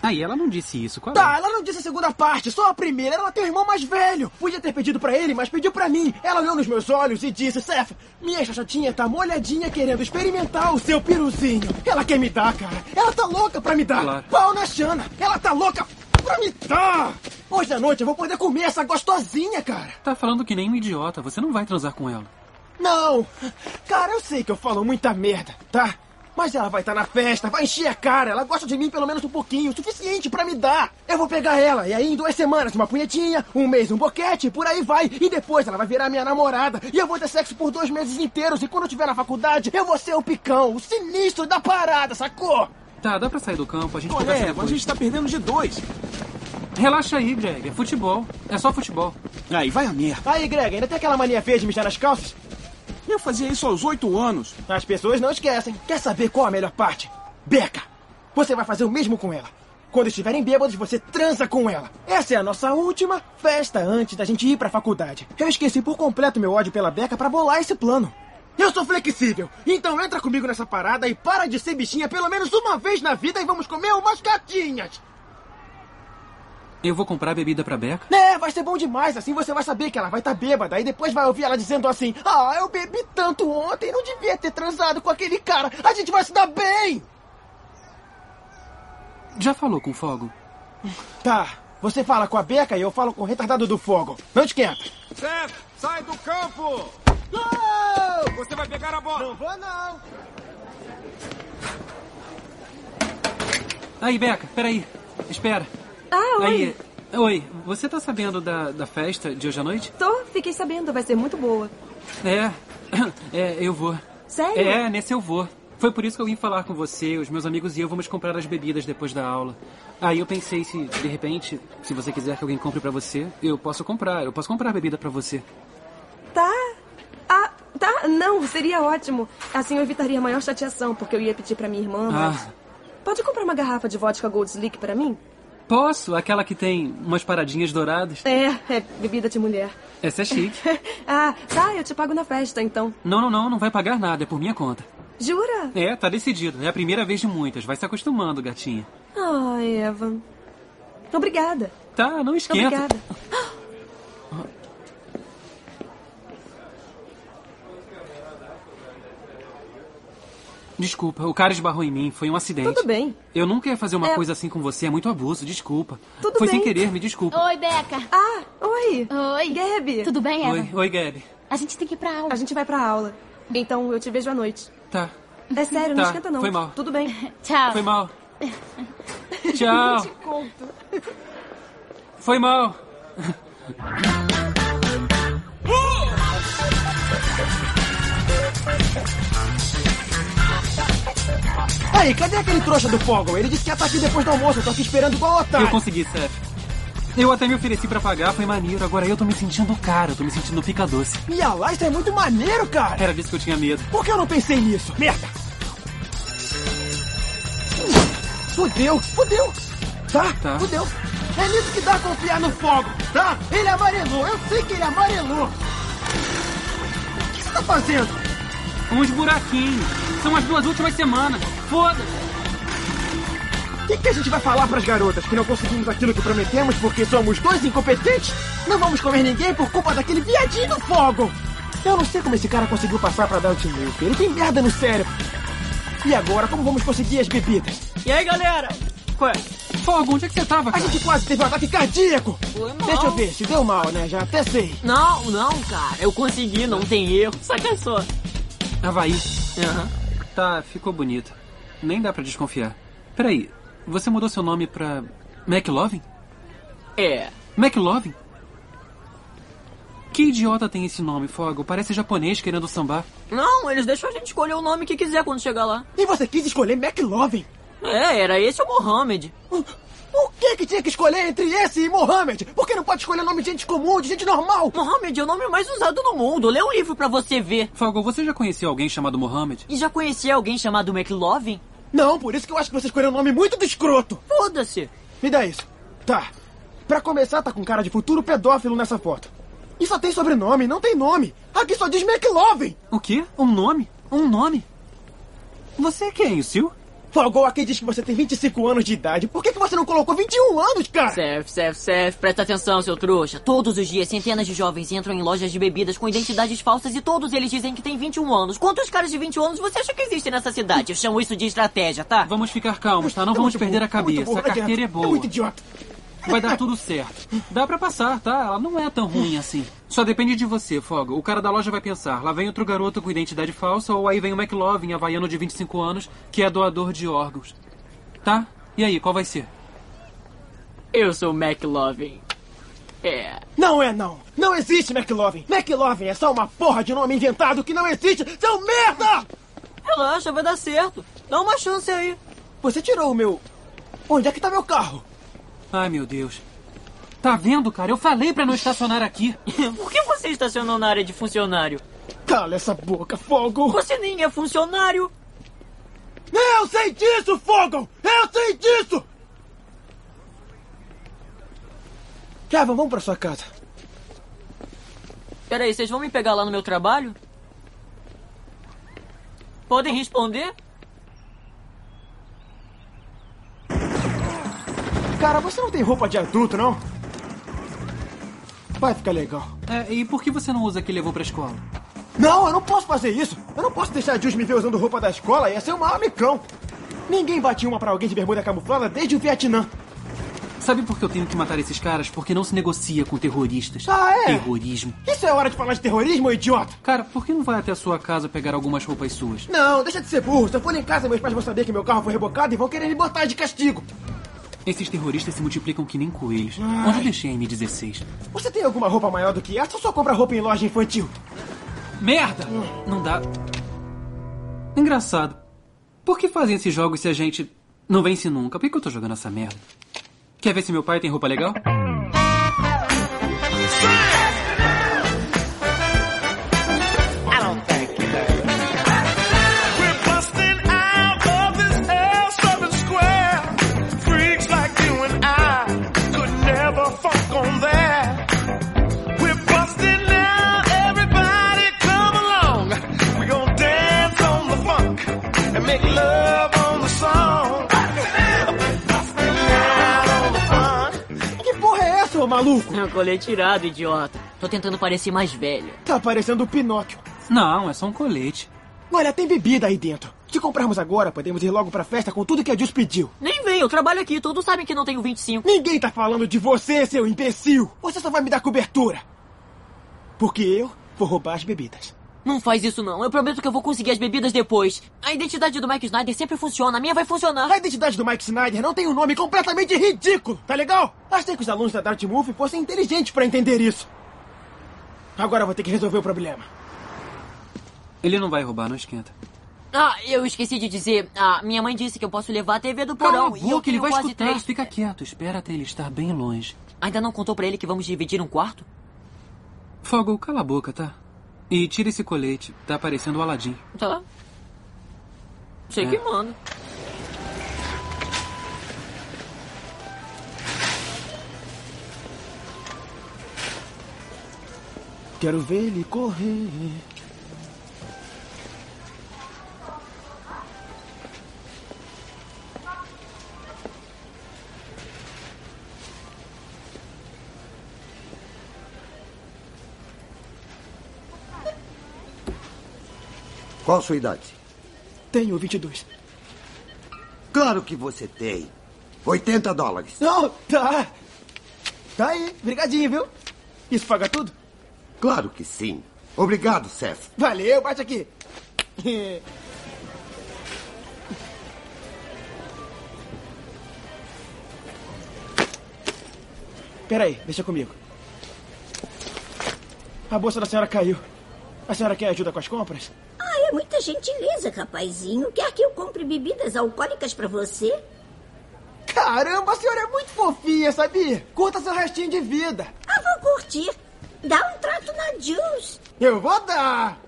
Speaker 3: Aí Ah, ela não disse isso, qual é?
Speaker 5: Tá, ela não disse a segunda parte, só a primeira. Ela tem um irmão mais velho. Podia ter pedido pra ele, mas pediu pra mim. Ela olhou nos meus olhos e disse: Seth, minha chachatinha tá molhadinha querendo experimentar o seu piruzinho. Ela quer me dar, cara. Ela tá louca pra me dar.
Speaker 3: Claro.
Speaker 5: Pau na chana. Ela tá louca pra me dar. Hoje à noite eu vou poder comer essa gostosinha, cara.
Speaker 3: Tá falando que nem um idiota, você não vai transar com ela.
Speaker 5: Não! Cara, eu sei que eu falo muita merda, tá? Mas ela vai estar na festa, vai encher a cara, ela gosta de mim pelo menos um pouquinho, o suficiente pra me dar. Eu vou pegar ela, e aí em duas semanas uma punhetinha, um mês um boquete, por aí vai. E depois ela vai virar minha namorada, e eu vou ter sexo por dois meses inteiros, e quando eu estiver na faculdade, eu vou ser o picão, o sinistro da parada, sacou?
Speaker 3: Tá, dá pra sair do campo, a gente
Speaker 5: Olha,
Speaker 3: conversa
Speaker 5: Eva,
Speaker 3: depois.
Speaker 5: a gente
Speaker 2: tá perdendo de dois.
Speaker 3: Relaxa aí, Greg, é futebol. É só futebol.
Speaker 2: Aí, vai a merda.
Speaker 5: Aí, Greg, ainda tem aquela mania feia de mijar nas calças?
Speaker 2: Eu fazia isso aos oito anos.
Speaker 5: As pessoas não esquecem. Quer saber qual a melhor parte? Beca! Você vai fazer o mesmo com ela. Quando estiverem bêbados, você transa com ela. Essa é a nossa última festa antes da gente ir pra faculdade. Eu esqueci por completo meu ódio pela Beca pra bolar esse plano. Eu sou flexível, então entra comigo nessa parada e para de ser bichinha pelo menos uma vez na vida e vamos comer umas gatinhas.
Speaker 3: Eu vou comprar bebida pra Beca.
Speaker 5: É, vai ser bom demais, assim você vai saber que ela vai estar tá bêbada e depois vai ouvir ela dizendo assim: Ah, eu bebi tanto ontem, não devia ter transado com aquele cara, a gente vai se dar bem!
Speaker 3: Já falou com o Fogo?
Speaker 5: Tá. Você fala com a Beca e eu falo com o retardado do fogo. Não te quero.
Speaker 13: é.
Speaker 19: Seth, sai do campo! Você vai pegar a bola! Não vou, não!
Speaker 3: Aí, Beca, peraí. Espera.
Speaker 6: Ah, oi.
Speaker 3: Aí, oi, você tá sabendo da, da festa de hoje à noite?
Speaker 6: Tô, fiquei sabendo, vai ser muito boa.
Speaker 3: É, é, eu vou.
Speaker 6: Sério?
Speaker 3: É, nesse eu vou. Foi por isso que eu vim falar com você, os meus amigos e eu vamos comprar as bebidas depois da aula. Aí eu pensei se, de repente, se você quiser que alguém compre pra você, eu posso comprar, eu posso comprar bebida pra você.
Speaker 6: Tá. Ah, tá, não, seria ótimo. Assim eu evitaria a maior chateação, porque eu ia pedir pra minha irmã, mas...
Speaker 3: Ah,
Speaker 6: Pode comprar uma garrafa de vodka Gold Slick pra mim?
Speaker 3: posso? Aquela que tem umas paradinhas douradas?
Speaker 6: É, é bebida de mulher.
Speaker 3: Essa é chique.
Speaker 6: ah, tá, eu te pago na festa, então.
Speaker 3: Não, não, não, não vai pagar nada, é por minha conta.
Speaker 6: Jura?
Speaker 3: É, tá decidido. É a primeira vez de muitas. Vai se acostumando, gatinha.
Speaker 6: Ai, Eva. Obrigada.
Speaker 3: Tá, não esquenta.
Speaker 6: Obrigada.
Speaker 3: Desculpa, o cara esbarrou em mim. Foi um acidente.
Speaker 6: Tudo bem.
Speaker 3: Eu nunca ia fazer uma
Speaker 6: É.
Speaker 3: coisa assim com você. É muito abuso. Desculpa.
Speaker 6: Tudo
Speaker 3: Foi sem
Speaker 6: bem.
Speaker 3: querer, me desculpa.
Speaker 12: Oi, Beca.
Speaker 6: Ah, oi.
Speaker 12: Oi.
Speaker 6: Gabi.
Speaker 12: Tudo bem, Eva?
Speaker 3: Oi, oi, Gabi.
Speaker 12: A gente tem que ir pra aula.
Speaker 6: A gente vai pra aula. Então eu te vejo à noite.
Speaker 3: Tá.
Speaker 6: É sério, não
Speaker 3: Tá,
Speaker 6: esquenta não.
Speaker 3: foi mal.
Speaker 6: Tudo bem.
Speaker 9: Ah.
Speaker 12: Tchau.
Speaker 3: Foi mal. Tchau.
Speaker 6: Te conto.
Speaker 3: Foi mal.
Speaker 5: Aí, cadê aquele trouxa do fogo? Ele disse que ia estar aqui depois do almoço. Eu tô aqui esperando igual otário.
Speaker 3: Eu consegui, Seth. Eu até me ofereci pra pagar, foi maneiro. Agora eu tô me sentindo o cara, eu tô me sentindo pica doce.
Speaker 5: E a lá, isso é muito maneiro, cara.
Speaker 3: Era disso que eu tinha medo.
Speaker 5: Por que eu não pensei nisso? Merda! Fudeu, fudeu! Tá?
Speaker 3: Tá.
Speaker 5: Fudeu! É nisso que dá confiar no fogo, tá? Ele amarelou, eu sei que ele é amarelou! O que você tá fazendo?
Speaker 3: Uns buraquinhos. São as duas últimas semanas. Foda-se.
Speaker 5: O que, que a gente vai falar pras garotas? Que não conseguimos aquilo que prometemos porque somos dois incompetentes? Não vamos comer ninguém por culpa daquele viadinho do fogo! Eu não sei como esse cara conseguiu passar pra Dalt Milk. Ele tem merda no cérebro. E agora, como vamos conseguir as bebidas?
Speaker 10: E aí, galera? Qual é?
Speaker 3: Fogo, onde é que você tava,
Speaker 5: A
Speaker 3: cara?
Speaker 5: gente quase teve um ataque cardíaco!
Speaker 14: Foi mal.
Speaker 5: Deixa eu ver, se deu mal, né? Já até sei.
Speaker 14: Não, não, cara. Eu consegui, não tem erro. Saca só.
Speaker 3: Havaí. Tá, ficou bonito. Nem dá pra desconfiar. Peraí, você mudou seu nome pra. McLovin?
Speaker 14: É.
Speaker 3: McLovin? Que idiota tem esse nome, Fogo? Parece japonês querendo sambar.
Speaker 14: Não, eles deixam a gente escolher o nome que quiser quando chegar lá.
Speaker 5: E você quis escolher McLovin?
Speaker 14: É, era esse o Mohamed.
Speaker 5: O que que tinha que escolher entre esse e Mohamed? Por que não pode escolher nome de gente comum, de gente normal?
Speaker 14: Mohamed é o nome mais usado no mundo. Lê um livro pra você ver.
Speaker 3: Fogo, você já conheceu alguém chamado Mohammed?
Speaker 14: E já conhecia alguém chamado McLovin?
Speaker 5: Não, por isso que eu acho que você escolheu um nome muito do escroto.
Speaker 14: Foda-se.
Speaker 5: Me dá isso. Tá. Pra começar, tá com cara de futuro pedófilo nessa foto. E só tem sobrenome, não tem nome. Aqui só diz McLovin.
Speaker 3: O quê? Um nome? Um nome? Você é quem, o Sil?
Speaker 5: Fogol aqui diz que você tem 25 anos de idade. Por que, que você não colocou 21 anos, cara?
Speaker 14: Serve, serve, serve. Presta atenção, seu trouxa. Todos os dias, centenas de jovens entram em lojas de bebidas com identidades falsas e todos eles dizem que têm 21 anos. Quantos caras de 21 anos você acha que existem nessa cidade? Eu chamo isso de estratégia, tá?
Speaker 3: Vamos ficar calmos, tá? Não
Speaker 5: É
Speaker 3: vamos
Speaker 5: muito
Speaker 3: perder
Speaker 5: burro,
Speaker 3: a cabeça.
Speaker 5: é muito burro,
Speaker 3: a
Speaker 5: não adianta.
Speaker 3: carteira é boa.
Speaker 5: É muito idiota.
Speaker 3: Vai dar tudo certo. Dá pra passar, tá? Ela não é tão ruim assim. Só depende de você, Fogo. O cara da loja vai pensar, lá vem outro garoto com identidade falsa, ou aí vem o McLovin, havaiano de 25 anos, que é doador de órgãos. Tá? E aí, qual vai ser?
Speaker 14: Eu sou o McLovin. É.
Speaker 5: Não é não. Não existe McLovin. McLovin é só uma porra de nome inventado que não existe. Seu merda!
Speaker 14: Relaxa, vai dar certo. Dá uma chance aí.
Speaker 5: Você tirou o meu... Onde é que tá meu carro?
Speaker 3: Ai, meu Deus. Tá vendo, cara? Eu falei pra não estacionar aqui.
Speaker 14: Por que você estacionou na área de funcionário?
Speaker 5: Cala essa boca, Fogo!
Speaker 14: Você nem é funcionário.
Speaker 5: Eu sei disso, Fogo! Eu sei disso! Java, vamos pra sua casa.
Speaker 14: Peraí, vocês vão me pegar lá no meu trabalho? Podem responder?
Speaker 5: Cara, você não tem roupa de adulto, não? Vai ficar legal.
Speaker 3: É, e por que você não usa a que levou pra escola?
Speaker 5: Não, eu não posso fazer isso. Eu não posso deixar a Jules me ver usando roupa da escola. Ia ser o maior micão. Ninguém batia uma pra alguém de bermuda camuflada desde o Vietnã.
Speaker 3: Sabe por que eu tenho que matar esses caras? Porque não se negocia com terroristas.
Speaker 5: Ah, é?
Speaker 3: Terrorismo.
Speaker 5: Isso é hora de falar de terrorismo, idiota?
Speaker 3: Cara, por que não vai até a sua casa pegar algumas roupas suas?
Speaker 5: Não, deixa de ser burro. Se eu for lá em casa, meus pais vão saber que meu carro foi rebocado e vão querer me botar de castigo.
Speaker 3: Esses terroristas se multiplicam que nem coelhos. Onde eu deixei a M16?
Speaker 5: Você tem alguma roupa maior do que essa ou só compra roupa em loja infantil?
Speaker 3: Merda! Não dá. Engraçado. Por que fazem esses jogos se a gente não vence nunca? Por que eu tô jogando essa merda? Quer ver se meu pai tem roupa legal?
Speaker 20: I don't think you do.
Speaker 2: We're busting out of this L seven square. Freaks like you and I could never funk on that. We're busting out, everybody come along. We're gonna dance on the funk and make love on the song. Busting out on the funk.
Speaker 5: Que porra é essa, ô maluco?
Speaker 14: É um colete irado, idiota. Tô tentando parecer mais velho.
Speaker 5: Tá parecendo o Pinóquio.
Speaker 3: Não, é só um colete.
Speaker 5: Olha, tem bebida aí dentro. Se comprarmos agora, podemos ir logo pra festa com tudo que a Jules pediu.
Speaker 14: Nem vem, eu trabalho aqui, todos sabem que não tenho 25.
Speaker 5: Ninguém tá falando de você, seu imbecil. Você só vai me dar cobertura. Porque eu vou roubar as bebidas.
Speaker 14: Não faz isso não, eu prometo que eu vou conseguir as bebidas depois. A identidade do Mike Snyder sempre funciona, a minha vai funcionar.
Speaker 5: A identidade do Mike Snyder não tem um nome completamente ridículo, tá legal? Achei que os alunos da Dartmouth fossem inteligentes pra entender isso. Agora eu vou ter que resolver o problema.
Speaker 3: Ele não vai roubar, não esquenta.
Speaker 14: Ah, eu esqueci de dizer, ah, minha mãe disse que eu posso levar a TV do porão
Speaker 3: Cala a
Speaker 14: e eu
Speaker 3: boca, ele
Speaker 14: tenho
Speaker 3: vai
Speaker 14: quase
Speaker 3: escutar.
Speaker 14: três.
Speaker 3: Fica quieto, espera até ele estar bem longe.
Speaker 14: Ainda não contou pra ele que vamos dividir um quarto?
Speaker 3: Fogo, cala a boca, tá? E tira esse colete, tá parecendo o Aladim.
Speaker 14: Tá. Sei
Speaker 3: É.
Speaker 14: que manda.
Speaker 5: Quero ver ele correr.
Speaker 21: Qual a sua idade?
Speaker 5: Tenho 22.
Speaker 21: Claro que você tem. 80 dólares.
Speaker 5: Não, tá. Tá aí, brigadinho, viu? Isso paga tudo?
Speaker 21: Claro que sim. Obrigado, Seth.
Speaker 5: Valeu, bate aqui. Peraí, deixa comigo. A bolsa da senhora caiu. A senhora quer ajuda com as compras?
Speaker 12: Ah, é muita gentileza, rapazinho. Quer que eu compre bebidas alcoólicas pra você?
Speaker 5: Caramba, a senhora é muito fofinha, sabia? Curta seu restinho de vida.
Speaker 12: Ah, vou curtir. Dá um trato na Jules.
Speaker 5: Eu vou dar!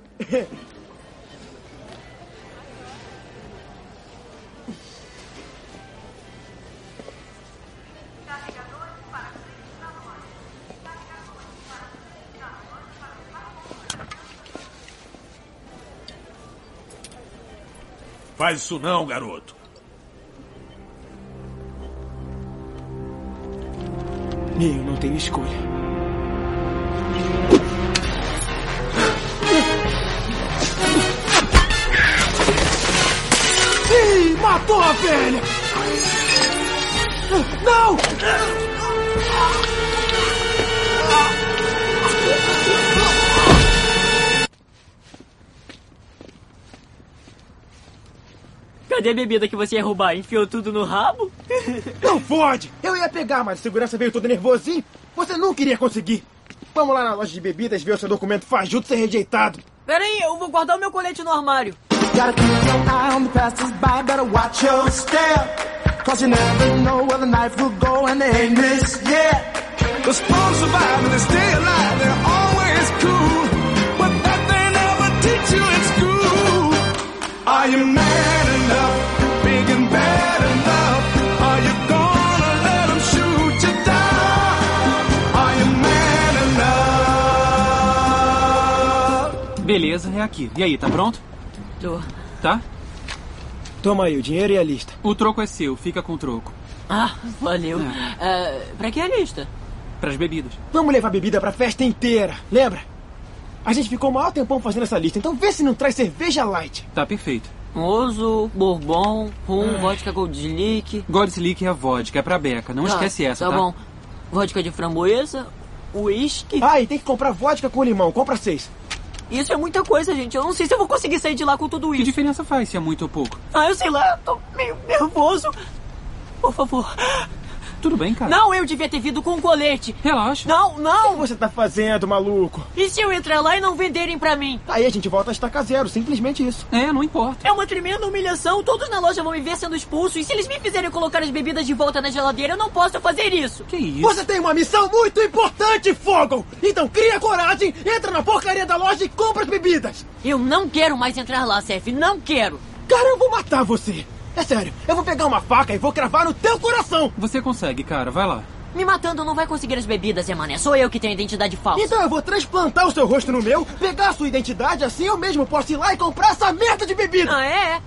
Speaker 1: Faz isso não, garoto.
Speaker 5: Eu não tenho escolha. Ih, matou a velha! Não!
Speaker 14: Cadê a bebida que você ia roubar? Enfiou tudo no rabo?
Speaker 5: Não fode! Eu ia pegar, mas o segurança veio todo nervosinho. Você nunca iria conseguir. Vamos lá na loja de bebidas ver o seu documento fajuto ser rejeitado.
Speaker 14: Peraí, eu vou guardar o meu colete no armário.
Speaker 20: Gotta keep your eye on the passers by, better watch your step. Cause you never know where the knife will go and they ain't missed yet.
Speaker 2: The strong survive and they stay alive. They're always cool. But that they never teach you in school. Are you man enough? Big and bad enough? Are you gonna let 'em shoot you down? Are you man enough?
Speaker 3: Beleza, é aqui. E aí, tá pronto?
Speaker 14: Tô.
Speaker 3: Tá?
Speaker 5: Toma aí o dinheiro e a lista.
Speaker 3: O troco é seu, fica com o troco.
Speaker 14: Ah,
Speaker 5: É.
Speaker 14: valeu. Ah, pra que a lista?
Speaker 3: Pras bebidas.
Speaker 5: Vamos levar bebida pra festa inteira, lembra? A gente ficou o maior tempão fazendo essa lista, então vê se não traz cerveja light.
Speaker 3: Tá perfeito. Ah.
Speaker 14: Mozo, Bourbon, Rum, Vodka Gold Leak.
Speaker 3: Godslick é a vodka, é pra beca. Não
Speaker 14: Tá,
Speaker 3: esquece essa, tá?
Speaker 14: Tá bom. Vodka de framboesa, uísque.
Speaker 5: Ai, tem que comprar vodka com limão. Compra seis.
Speaker 14: Isso é muita coisa, gente. Eu não sei se eu vou conseguir sair de lá com tudo
Speaker 3: Que
Speaker 14: isso.
Speaker 3: diferença faz se é muito ou pouco?
Speaker 14: Ah, eu sei lá, eu tô meio nervoso. Por favor.
Speaker 3: Tudo bem, cara.
Speaker 14: Não, eu devia ter vindo com um colete.
Speaker 3: Relaxa.
Speaker 14: Não, não.
Speaker 5: O que você tá fazendo, maluco?
Speaker 14: E se eu entrar lá e não venderem pra mim?
Speaker 5: Aí a gente volta a estaca zero, simplesmente isso.
Speaker 3: É, não importa.
Speaker 14: É uma tremenda humilhação. Todos na loja vão me ver sendo expulso. E se eles me fizerem colocar as bebidas de volta na geladeira, eu não posso fazer isso.
Speaker 3: Que isso?
Speaker 5: Você tem uma missão muito importante, Fogel! Então cria coragem, entra na porcaria da loja e compra as bebidas!
Speaker 14: Eu não quero mais entrar lá, Seth. Não quero.
Speaker 5: Cara, eu vou matar você! É sério, eu vou pegar uma faca e vou cravar no teu coração!
Speaker 3: Você consegue, cara. Vai lá.
Speaker 14: Me matando não vai conseguir as bebidas, Emané. Sou eu que tenho identidade falsa.
Speaker 5: Então eu vou transplantar o seu rosto no meu, pegar a sua identidade, assim eu mesmo posso ir lá e comprar essa merda de bebida!
Speaker 14: Ah, é?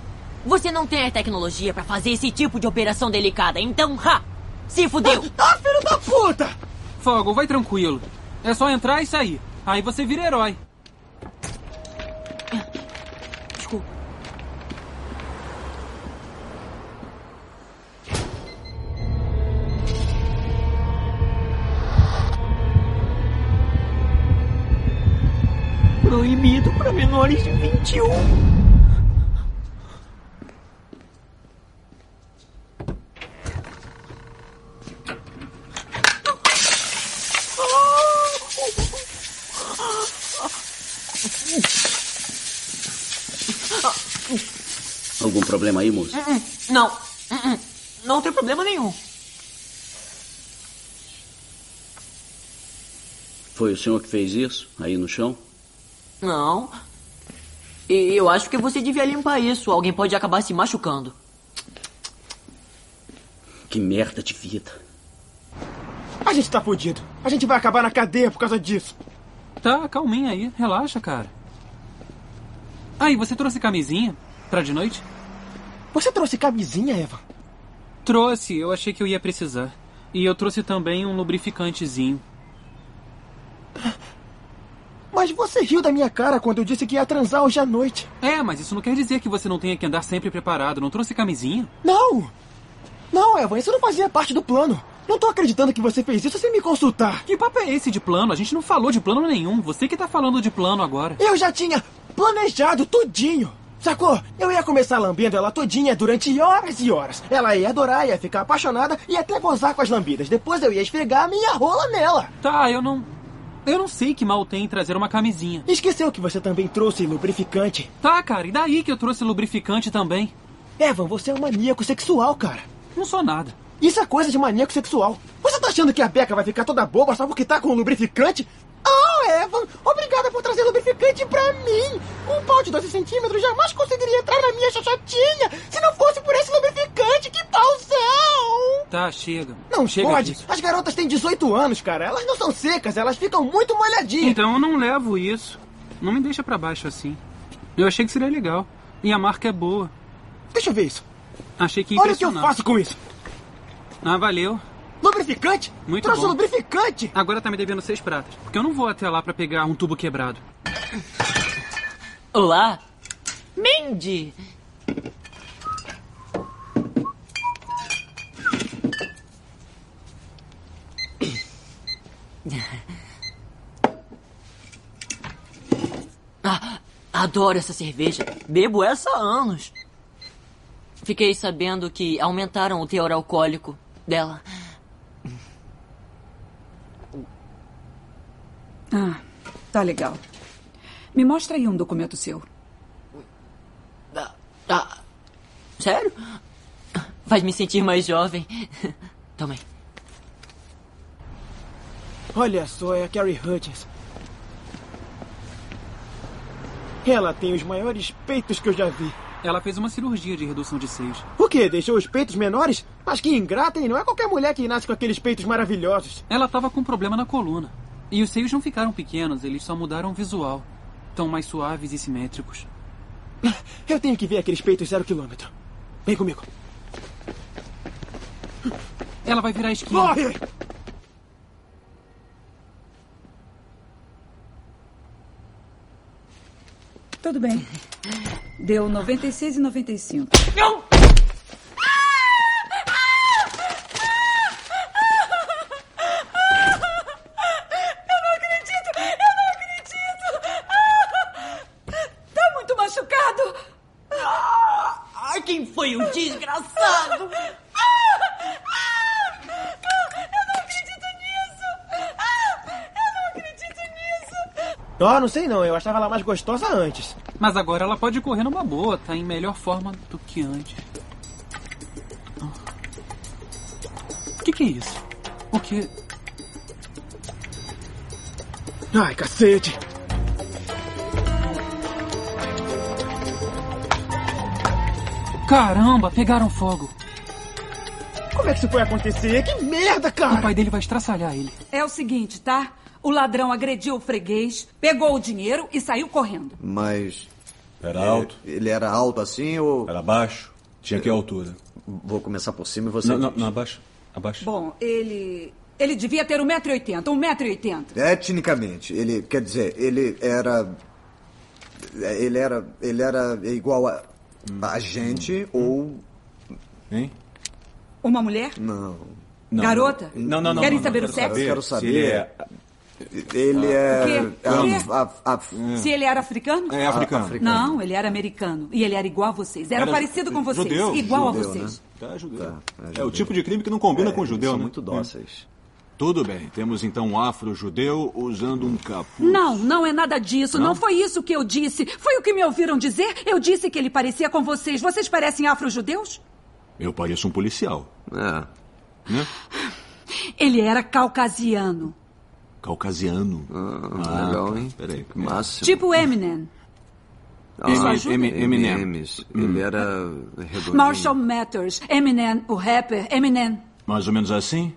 Speaker 14: Você não tem a tecnologia pra fazer esse tipo de operação delicada, então, ha! Se fudeu!
Speaker 5: Ah, filho da puta!
Speaker 3: Fogo, vai tranquilo. É só entrar e sair. Aí você vira herói.
Speaker 14: Desculpa. Proibido para menores de 21.
Speaker 22: Algum problema aí, moço?
Speaker 14: Hum, Não. Hum, hum. Não tem problema nenhum.
Speaker 22: Foi o senhor que fez isso? Aí no chão?
Speaker 14: Não. E eu acho que você devia limpar isso. Alguém pode acabar se machucando.
Speaker 22: Que merda de vida.
Speaker 5: A gente tá fudido. A gente vai acabar na cadeia por causa disso.
Speaker 3: Tá, calminha aí. Relaxa, cara. Aí, você trouxe camisinha? Pra de noite?
Speaker 5: Você trouxe camisinha, Eva?
Speaker 3: Trouxe. Eu achei que eu ia precisar. E eu trouxe também um lubrificantezinho.
Speaker 5: Mas você riu da minha cara quando eu disse que ia transar hoje à noite.
Speaker 3: É, mas isso não quer dizer que você não tenha que andar sempre preparado. Não trouxe camisinha?
Speaker 5: Não! Não, Eva, isso não fazia parte do plano. Não tô acreditando que você fez isso sem me consultar.
Speaker 3: Que papo é esse de plano? A gente não falou de plano nenhum. Você que tá falando de plano agora.
Speaker 5: Eu já tinha planejado tudinho. Sacou? Eu ia começar lambendo ela todinha durante horas e horas. Ela ia adorar, ia ficar apaixonada e até gozar com as lambidas. Depois eu ia esfregar a minha rola nela.
Speaker 3: Tá, eu não. Eu não sei que mal tem em trazer uma camisinha.
Speaker 5: Esqueceu que você também trouxe lubrificante.
Speaker 3: Tá, cara, e daí que eu trouxe lubrificante também?
Speaker 5: Evan, você é um maníaco sexual, cara.
Speaker 3: Não sou nada.
Speaker 5: Isso é coisa de maníaco sexual. Você tá achando que a Beca vai ficar toda boba só porque tá com lubrificante? Oh, Evan, obrigada por trazer lubrificante pra mim. Um pau de 12 centímetros jamais conseguiria entrar na minha chachatinha se não fosse por esse lubrificante. Que pauzão!
Speaker 3: Tá, chega.
Speaker 5: Não
Speaker 3: chega
Speaker 5: pode.
Speaker 3: disso.
Speaker 5: As garotas têm 18 anos, cara. Elas não são secas, elas ficam muito molhadinhas.
Speaker 3: Então eu não levo isso. Não me deixa pra baixo assim. Eu achei que seria legal. E a marca é boa.
Speaker 5: Deixa eu ver isso.
Speaker 3: Achei que ia
Speaker 5: Olha o que eu
Speaker 3: impressionar.
Speaker 5: faço com isso.
Speaker 3: Ah, valeu.
Speaker 5: Lubrificante?
Speaker 3: Muito
Speaker 5: Trouxe
Speaker 3: bom.
Speaker 5: lubrificante?
Speaker 3: Agora tá me devendo seis pratas. Porque eu não vou até lá pra pegar um tubo quebrado.
Speaker 14: Olá? Mandy! Ah, adoro essa cerveja. Bebo essa há anos. Fiquei sabendo que aumentaram o teor alcoólico dela.
Speaker 23: Ah, tá legal. Me mostra aí um documento seu.
Speaker 14: Ah, ah, sério? Faz me sentir mais jovem. Toma aí.
Speaker 5: Olha só, é a Carrie Hutchins. Ela tem os maiores peitos que eu já vi.
Speaker 3: Ela fez uma cirurgia de redução de seios.
Speaker 5: O quê? Deixou os peitos menores? Mas que ingrata, hein? Não é qualquer mulher que nasce com aqueles peitos maravilhosos.
Speaker 3: Ela tava com problema na coluna. E os seios não ficaram pequenos, eles só mudaram o visual. Estão mais suaves e simétricos.
Speaker 5: Eu tenho que ver aqueles peitos zero quilômetro. Vem comigo.
Speaker 3: Ela vai virar a esquina.
Speaker 5: Corre!
Speaker 23: Tudo bem.
Speaker 2: Deu 96 e 95.
Speaker 14: Não!
Speaker 2: Eu não acredito! Eu não acredito! Ah, tá muito machucado!
Speaker 14: Ah, quem foi o desgraçado?
Speaker 2: Ah, ah, ah, eu não acredito nisso! Ah, eu não acredito nisso!
Speaker 5: Ah, não sei não, eu achava ela mais gostosa antes.
Speaker 3: Mas agora ela pode correr numa boa, tá em melhor forma do que antes. O que, que é isso? O que.
Speaker 5: Ai, cacete!
Speaker 3: Caramba, pegaram fogo!
Speaker 5: Como é que isso foi acontecer? Que merda, cara!
Speaker 3: O pai dele vai estraçalhar ele.
Speaker 2: É o seguinte, tá? O ladrão agrediu o freguês, pegou o dinheiro e saiu correndo.
Speaker 18: Mas. é,
Speaker 1: Era alto?
Speaker 18: Ele, ele era alto assim ou.
Speaker 1: Era baixo? Tinha que altura?
Speaker 18: Vou começar por cima e você.
Speaker 1: Não,
Speaker 18: diz.
Speaker 1: não, não, abaixa. Abaixa.
Speaker 2: Bom, ele. Ele devia
Speaker 6: um
Speaker 2: ter 1,80m, 1,80m.
Speaker 18: Etnicamente, ele. Quer dizer, ele era. Ele era. Ele era igual a. A gente
Speaker 1: Hum. ou. Hein?
Speaker 2: Uma mulher?
Speaker 18: Não.
Speaker 2: Não, Garota?
Speaker 1: Não, não, não.
Speaker 2: Querem
Speaker 1: não,
Speaker 2: saber
Speaker 1: não,
Speaker 2: o
Speaker 1: quero
Speaker 2: sexo?
Speaker 1: saber.
Speaker 18: Eu quero saber.
Speaker 1: Se ele é- Ah,
Speaker 18: Ele é.
Speaker 2: O quê?
Speaker 18: a-
Speaker 2: O quê?
Speaker 18: a- né? a-
Speaker 2: Se ele era africano?
Speaker 18: É, africano. africano.
Speaker 2: Não, ele era americano. E ele era igual a vocês. Era,
Speaker 18: Era
Speaker 2: parecido com vocês.
Speaker 18: judeu,
Speaker 2: igual
Speaker 18: judeu,
Speaker 2: a vocês.
Speaker 1: Tá, judeu.
Speaker 18: é
Speaker 1: É, o
Speaker 18: judeu.
Speaker 1: tipo de crime que não combina
Speaker 18: É,
Speaker 1: com o judeu,
Speaker 18: são
Speaker 1: né?
Speaker 18: muito dóceis.
Speaker 1: Tudo bem, temos então um afro-judeu usando um capuz.
Speaker 6: Não, não é nada disso. Não?
Speaker 1: Não?
Speaker 6: foi isso que eu disse. Foi o que me ouviram dizer. Eu disse que ele parecia com vocês. Vocês parecem afro-judeus?
Speaker 1: Eu pareço um policial. É. Né?
Speaker 6: Ele era caucasiano.
Speaker 1: Caucasiano. Ah,
Speaker 18: legal, hein?
Speaker 1: Peraí.
Speaker 18: Máximo.
Speaker 6: Tipo Eminem, Isso ajuda.
Speaker 1: M- Eminem.
Speaker 18: M&Ms. Ele era redondinho.
Speaker 6: Marshall Matters, Eminem, o rapper, Eminem.
Speaker 1: Mais ou menos assim?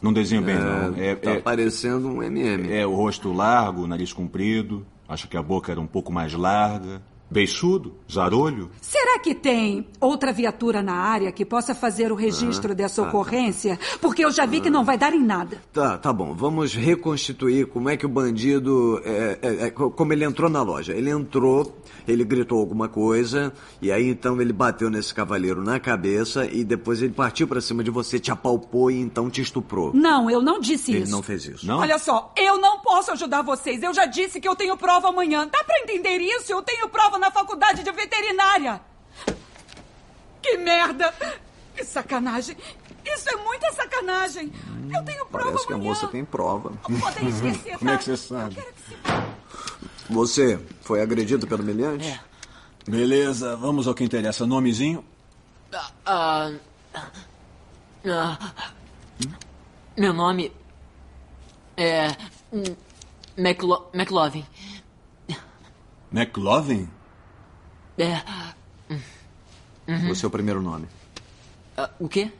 Speaker 1: Não desenho bem,
Speaker 18: É,
Speaker 1: não. É,
Speaker 18: tá parecendo um MM.
Speaker 1: É, o rosto largo, o nariz comprido. Acho que a boca era um pouco mais larga. Beiçudo, zarolho.
Speaker 6: Será que tem outra viatura na área que possa fazer o registro
Speaker 18: Ah,
Speaker 6: dessa
Speaker 18: ah,
Speaker 6: ocorrência? Porque eu já vi que não vai dar em nada.
Speaker 18: Tá, tá bom. Vamos reconstituir como é que o bandido. é, é, é, co- como ele entrou na loja. Ele entrou, ele gritou alguma coisa, e aí então ele bateu nesse cavaleiro na cabeça, e depois ele partiu pra cima de você, te apalpou e então te estuprou.
Speaker 6: Não, eu não disse
Speaker 18: ele
Speaker 6: isso.
Speaker 18: não fez isso.
Speaker 6: Olha só, eu não posso ajudar vocês. Eu já disse que eu tenho prova amanhã. Dá pra entender isso? Eu tenho prova na faculdade de veterinária. Que merda! Que sacanagem! Isso é muita sacanagem! Eu tenho prova
Speaker 18: Parece que a
Speaker 6: amanhã.
Speaker 18: moça tem prova.
Speaker 6: Podem esquecer,
Speaker 18: Como é que
Speaker 6: tá?
Speaker 18: você sabe? Você foi agredido pelo meliante?
Speaker 1: Beleza, vamos ao que interessa. Nomezinho?
Speaker 14: Ah, ah, meu nome é hum, Maclo McLovin.
Speaker 1: McLovin?
Speaker 14: É,
Speaker 6: Uhum.
Speaker 18: é O seu primeiro nome.
Speaker 14: ah, o quê?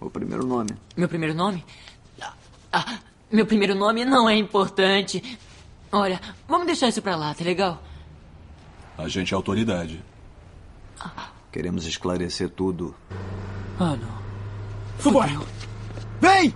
Speaker 18: O primeiro nome.
Speaker 14: Meu primeiro nome? Ah, ah, meu primeiro nome não é importante. Olha, vamos deixar isso pra lá, tá legal?
Speaker 1: A gente é autoridade.
Speaker 18: Queremos esclarecer tudo.
Speaker 3: Ah, não. Vambora!
Speaker 5: Vem!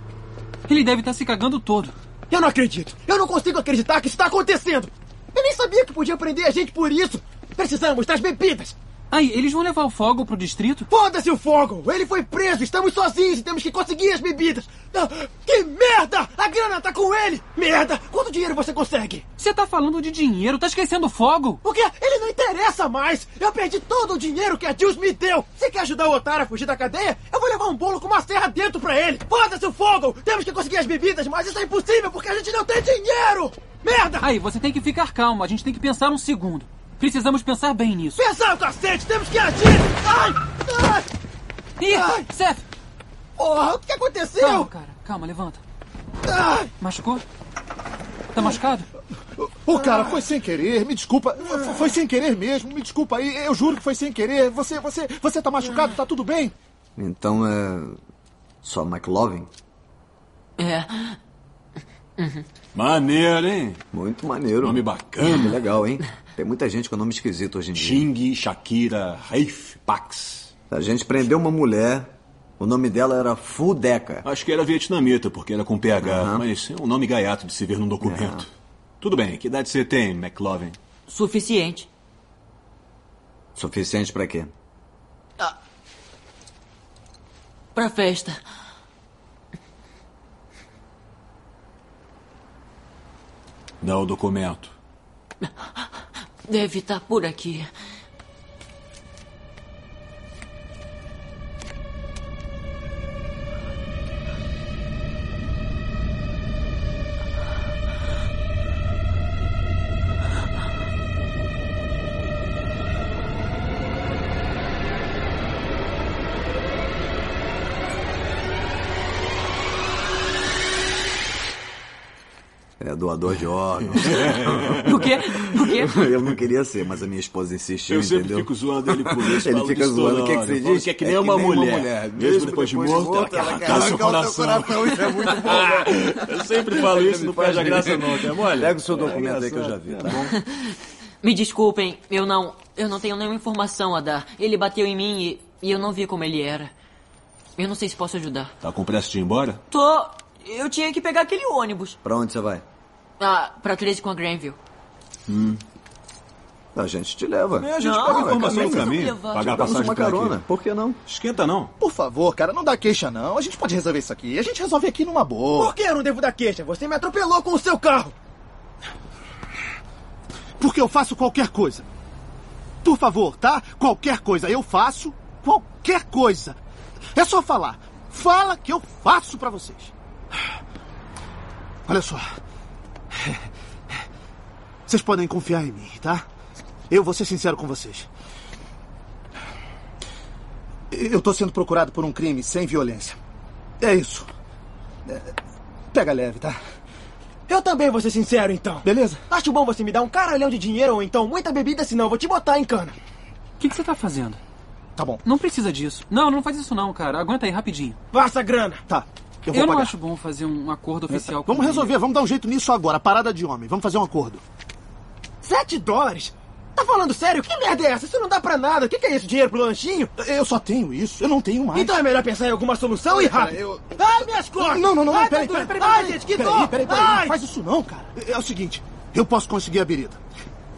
Speaker 3: Ele deve estar se cagando todo.
Speaker 5: Eu não acredito! Eu não consigo acreditar que isso está acontecendo! Eu nem sabia que podia prender a gente por isso! Precisamos das bebidas!
Speaker 3: Aí, eles vão levar o fogo pro distrito?
Speaker 5: Foda-se o fogo! Ele foi preso! Estamos sozinhos e temos que conseguir as bebidas! Ah, Que merda! A grana tá com ele! Merda! Quanto dinheiro você consegue?
Speaker 3: Você tá falando de dinheiro, tá esquecendo o fogo?
Speaker 5: O quê? Ele não interessa mais! Eu perdi todo o dinheiro que a Jules me deu! Você quer ajudar o otário a fugir da cadeia? Eu vou levar um bolo com uma serra dentro pra ele! Foda-se o fogo! Temos que conseguir as bebidas, mas isso é impossível porque a gente não tem dinheiro! Merda!
Speaker 3: Aí, você tem que ficar calmo, a gente tem que pensar um segundo. Precisamos pensar bem nisso.
Speaker 5: Pensar o cacete! Temos que agir! Ai! Ai!
Speaker 3: Ih, Seth!
Speaker 5: Porra, o que aconteceu?
Speaker 3: Calma, cara, calma, levanta.
Speaker 5: Ai!
Speaker 3: Machucou? Tá machucado?
Speaker 24: Ô, cara, foi sem querer, me desculpa. F- Foi sem querer mesmo, me desculpa aí. Eu juro que foi sem querer. Você, você, você tá machucado, tá tudo bem?
Speaker 18: Então é. Só McLovin?
Speaker 14: É.
Speaker 1: Maneiro, hein?
Speaker 18: Muito maneiro.
Speaker 1: Nome bacana.
Speaker 18: Que legal, hein? Tem muita gente com nome esquisito hoje em dia.
Speaker 1: Xing, Shakira, Raif, Pax.
Speaker 18: A gente prendeu uma mulher. O nome dela era Fudeca.
Speaker 1: Acho que era vietnamita, porque era com PH, mas é um nome gaiato de se
Speaker 18: É.
Speaker 1: ver num documento. Tudo bem, que idade você tem, McLovin?
Speaker 14: Suficiente.
Speaker 18: Suficiente pra quê?
Speaker 14: Pra festa.
Speaker 1: Dá o documento.
Speaker 14: Deve estar por aqui.
Speaker 18: É doador de órgãos.
Speaker 14: Por quê? Por quê?
Speaker 18: Eu não queria ser, mas a minha esposa insistiu,
Speaker 1: Eu sempre
Speaker 18: entendeu?
Speaker 1: fico zoando ele por isso.
Speaker 18: Ele
Speaker 1: falo
Speaker 18: fica
Speaker 1: disso toda
Speaker 18: zoando. O que, é que
Speaker 1: hora.
Speaker 18: você
Speaker 1: Eu falo
Speaker 18: diz?
Speaker 1: que é que nem uma mulher. Mesmo depois de morta, ela quer arrancar seu coração. Ah,
Speaker 18: Isso é muito bom. É
Speaker 1: Eu sempre falo isso, não perde a graça nunca, é mole?
Speaker 18: Pega o seu documento aí que eu já vi, tá bom?
Speaker 14: Me desculpem, eu não. Eu não tenho nenhuma informação a dar. Ele bateu em mim e, e eu não vi como ele era. Eu não sei se posso ajudar.
Speaker 1: Tá com pressa de ir embora?
Speaker 14: Tô. Eu tinha que pegar aquele ônibus.
Speaker 18: Pra onde você vai?
Speaker 14: Ah, pra 13 com a Granville.
Speaker 18: Hum. A gente te leva.
Speaker 1: É, a gente paga informação no caminho. Pagar passagem
Speaker 5: uma
Speaker 1: pra aqui.
Speaker 5: carona.
Speaker 18: Por que não?
Speaker 1: Esquenta não.
Speaker 5: Por favor, cara, não dá queixa não. A gente pode resolver isso aqui. A gente resolve aqui numa boa.
Speaker 2: Por que eu não devo dar queixa? Você me atropelou com o seu carro.
Speaker 5: Porque eu faço qualquer coisa. Por favor, tá? Qualquer coisa. Eu faço qualquer coisa. É só falar. Fala que eu faço pra vocês. Olha só. Vocês podem confiar em mim, tá? Eu vou ser sincero com vocês. Eu tô sendo procurado por um crime sem violência. É isso. É, Pega leve, tá?
Speaker 2: Eu também vou ser sincero, então.
Speaker 5: Beleza?
Speaker 2: Acho bom você me dar um caralhão de dinheiro ou então muita bebida, senão eu vou te botar em cana.
Speaker 3: O que, que você tá fazendo?
Speaker 5: Tá bom.
Speaker 3: Não precisa disso. Não, não faz isso não, cara. Aguenta aí, rapidinho.
Speaker 2: Passa a grana.
Speaker 5: Tá.
Speaker 3: Eu,
Speaker 5: Eu vou
Speaker 3: não
Speaker 5: pagar.
Speaker 3: acho bom fazer um acordo oficial com
Speaker 5: Vamos
Speaker 3: ele.
Speaker 5: resolver, vamos dar um jeito nisso agora. Parada de homem, vamos fazer um acordo.
Speaker 2: Sete dólares? Tá falando sério? Que merda é essa? Isso não dá pra nada. O que, que é isso? Dinheiro pro lanchinho?
Speaker 5: Eu só tenho isso, eu não tenho mais.
Speaker 2: Então é melhor pensar em alguma solução e
Speaker 5: Olha, cara,
Speaker 2: rápido.
Speaker 5: eu-
Speaker 2: Ai, minhas costas!
Speaker 5: Não, não, não,
Speaker 2: Ai,
Speaker 5: não peraí,
Speaker 2: tá doendo.
Speaker 5: peraí, peraí,
Speaker 2: Ai,
Speaker 5: peraí,
Speaker 2: gente, que
Speaker 5: peraí,
Speaker 2: dor!
Speaker 5: peraí, peraí,
Speaker 2: Ai!
Speaker 5: não faz isso não, cara. É o seguinte, eu posso conseguir a birita.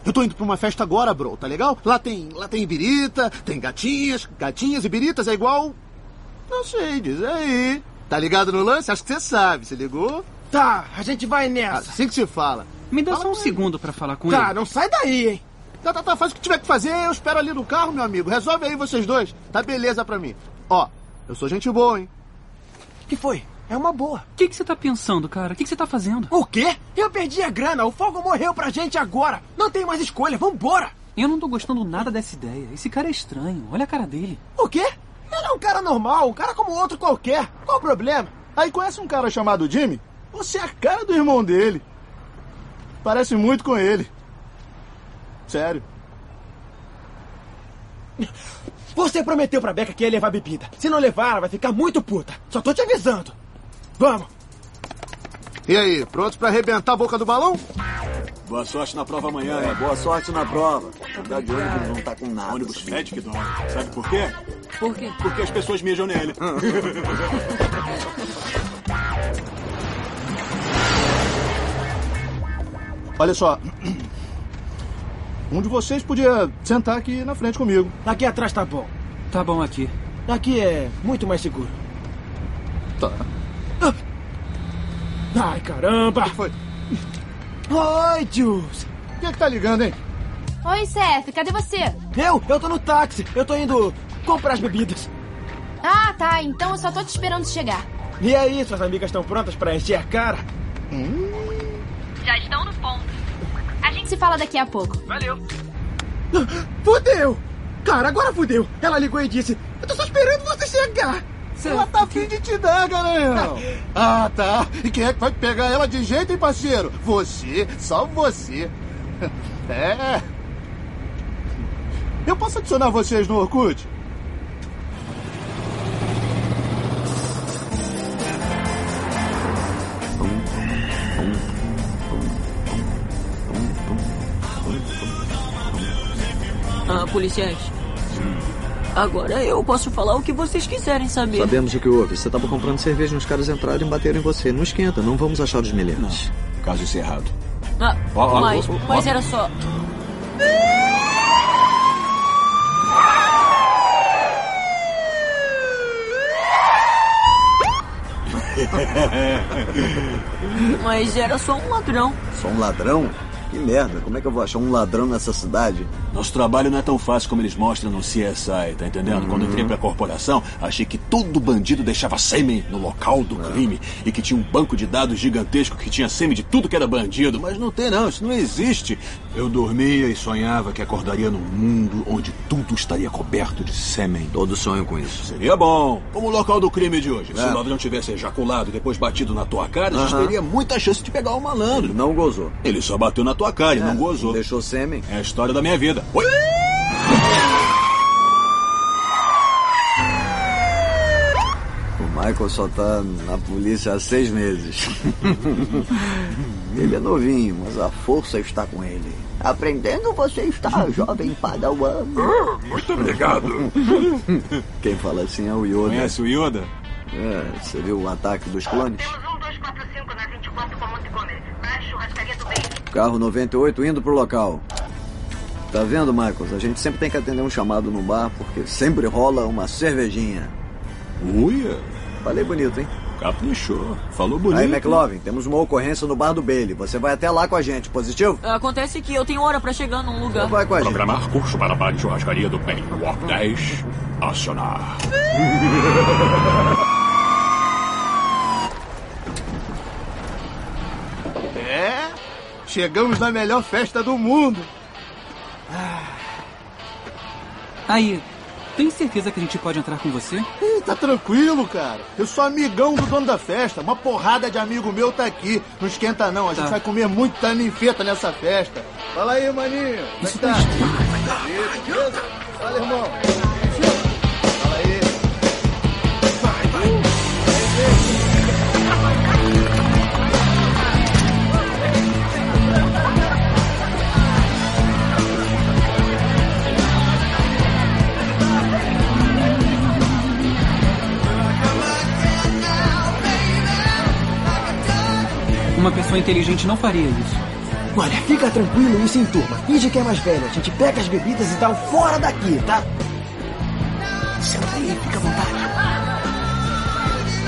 Speaker 5: Eu tô indo pra uma festa agora, bro, tá legal? Lá tem, lá tem birita, tem gatinhas, gatinhas e biritas é igual... Não sei, diz aí. Tá ligado no lance? Acho que você sabe, se ligou?
Speaker 2: Tá, a gente vai nessa.
Speaker 5: Assim que se fala.
Speaker 3: Me dá só um segundo pra falar com
Speaker 2: Tá,
Speaker 3: ele.
Speaker 2: não sai daí, hein?
Speaker 5: Ah, Tá, tá, tá, faz o que tiver que fazer, eu espero ali no carro, meu amigo. Resolve aí vocês dois, tá beleza pra mim. Ó, eu sou gente boa, hein?
Speaker 2: que foi? É uma boa.
Speaker 3: O que, que você tá pensando, cara? O que, que você tá fazendo?
Speaker 2: O quê? Eu perdi a grana. O fogo morreu pra gente agora. Não tem mais escolha. Vambora.
Speaker 3: Eu não tô gostando nada dessa ideia. Esse cara é estranho. Olha a cara dele.
Speaker 2: O quê? Ele é um cara normal, um cara como outro qualquer. Qual o problema?
Speaker 5: Aí conhece um cara chamado Jimmy? Você é a cara do irmão dele. Parece muito com ele. Sério.
Speaker 2: Você prometeu pra Beca que ia levar bebida. Se não levar, ela vai ficar muito puta. Só tô te avisando. Vamos.
Speaker 5: E aí, prontos pra arrebentar a boca do balão?
Speaker 1: Boa sorte na prova amanhã, hein?
Speaker 18: Boa sorte na prova. Andar de ônibus não tá com nada.
Speaker 1: Ônibus fede que dói. Sabe por quê?
Speaker 14: Por quê?
Speaker 1: Porque as pessoas mijam nele. Ah.
Speaker 5: Olha só. Um de vocês podia sentar aqui na frente comigo.
Speaker 2: Aqui atrás tá bom.
Speaker 3: Tá bom aqui.
Speaker 2: Aqui é muito mais seguro. Ah.
Speaker 5: Tá.
Speaker 2: Ai, caramba.
Speaker 5: foi?
Speaker 2: Oi, Jules.
Speaker 5: Quem é que tá ligando, hein?
Speaker 12: Oi, Seth, cadê você?
Speaker 2: Eu? Eu tô no táxi. Eu tô indo comprar as bebidas.
Speaker 12: Ah, tá, então eu só tô te esperando chegar.
Speaker 2: E aí, suas amigas estão prontas pra encher a cara?
Speaker 5: Hum?
Speaker 12: Já estão no ponto. A gente se fala daqui a pouco. Valeu.
Speaker 2: Fudeu! Cara, agora fudeu. Ela ligou e disse, eu tô só esperando você chegar.
Speaker 5: Ela tá afim de te dar, garanhão. Ah, tá. E quem é que vai pegar ela de jeito, hein, parceiro? Você, só você. É. Eu posso adicionar vocês no Orkut?
Speaker 14: Ah, policiais. Agora eu posso falar o que vocês quiserem saber.
Speaker 25: Sabemos o que houve. Você estava comprando cerveja, uns caras entraram e bateram em você. Não esquenta, não vamos achar os milhares.
Speaker 1: Caso é encerrado.
Speaker 14: Ah,
Speaker 1: Ó, ó,
Speaker 14: mas,
Speaker 1: ó, ó.
Speaker 14: mas era só. Mas era só um ladrão.
Speaker 18: Sou um ladrão? Que merda, como é que eu vou achar um ladrão nessa cidade?
Speaker 1: Nosso trabalho não é tão fácil como eles mostram no CSI, tá entendendo? Quando entrei pra corporação, achei que todo bandido deixava sêmen no local do crime e que tinha um banco de dados gigantesco que tinha sêmen de tudo que era bandido. Mas não tem, não, isso não existe. Eu dormia e sonhava que acordaria num mundo onde tudo estaria coberto de sêmen.
Speaker 18: Todo sonho com isso.
Speaker 1: Seria bom, como o local do crime de hoje. Se
Speaker 18: É.
Speaker 1: o ladrão tivesse ejaculado e depois batido na tua cara, a gente
Speaker 18: Aham.
Speaker 1: teria muita chance de pegar o malandro.
Speaker 18: Não gozou.
Speaker 1: Ele só bateu na tua cara e
Speaker 18: É,
Speaker 1: não gozou.
Speaker 18: Deixou sêmen.
Speaker 1: É a história da minha vida. Oi!
Speaker 18: O Michael só tá na polícia há seis meses. ele é novinho, mas a força está com ele.
Speaker 26: Aprendendo você está, jovem padawan.
Speaker 1: Ah,
Speaker 18: Muito obrigado. Quem fala assim é o Yoda.
Speaker 1: Conhece o Yoda?
Speaker 18: É, você viu o ataque dos clones? Carro 98 indo pro local. Tá vendo, Michaels? A gente sempre tem que atender um chamado no bar, porque sempre rola uma cervejinha.
Speaker 1: Uia!
Speaker 18: Falei bonito, hein?
Speaker 1: Caprichou. Falou bonito.
Speaker 18: Aí, McLovin, temos uma ocorrência no bar do Bailey. Você vai até lá com a gente, positivo?
Speaker 14: Acontece que eu tenho hora pra chegar num lugar.
Speaker 18: Vai com a gente.
Speaker 1: Programar curso para bar de churrascaria do Bem. Walk 10. Acionar.
Speaker 2: É, chegamos na melhor festa do mundo.
Speaker 3: Ah. Aí, tem certeza que a gente pode entrar com você?
Speaker 2: Ih, tá tranquilo, cara. Eu sou amigão do dono da festa. Uma porrada de amigo meu tá aqui. Não esquenta não, a gente
Speaker 3: Tá.
Speaker 2: vai comer muito tanifeta nessa festa. Fala aí, maninho. Como é que tá? Beleza, beleza? Fala, irmão. Fala aí. Vai, vai.
Speaker 3: Uma pessoa inteligente não faria isso.
Speaker 5: Olha, fica tranquilo e se enturma. Finge que é mais velho. A gente pega as bebidas e dá o fora daqui, tá? Senta aí, fica à vontade.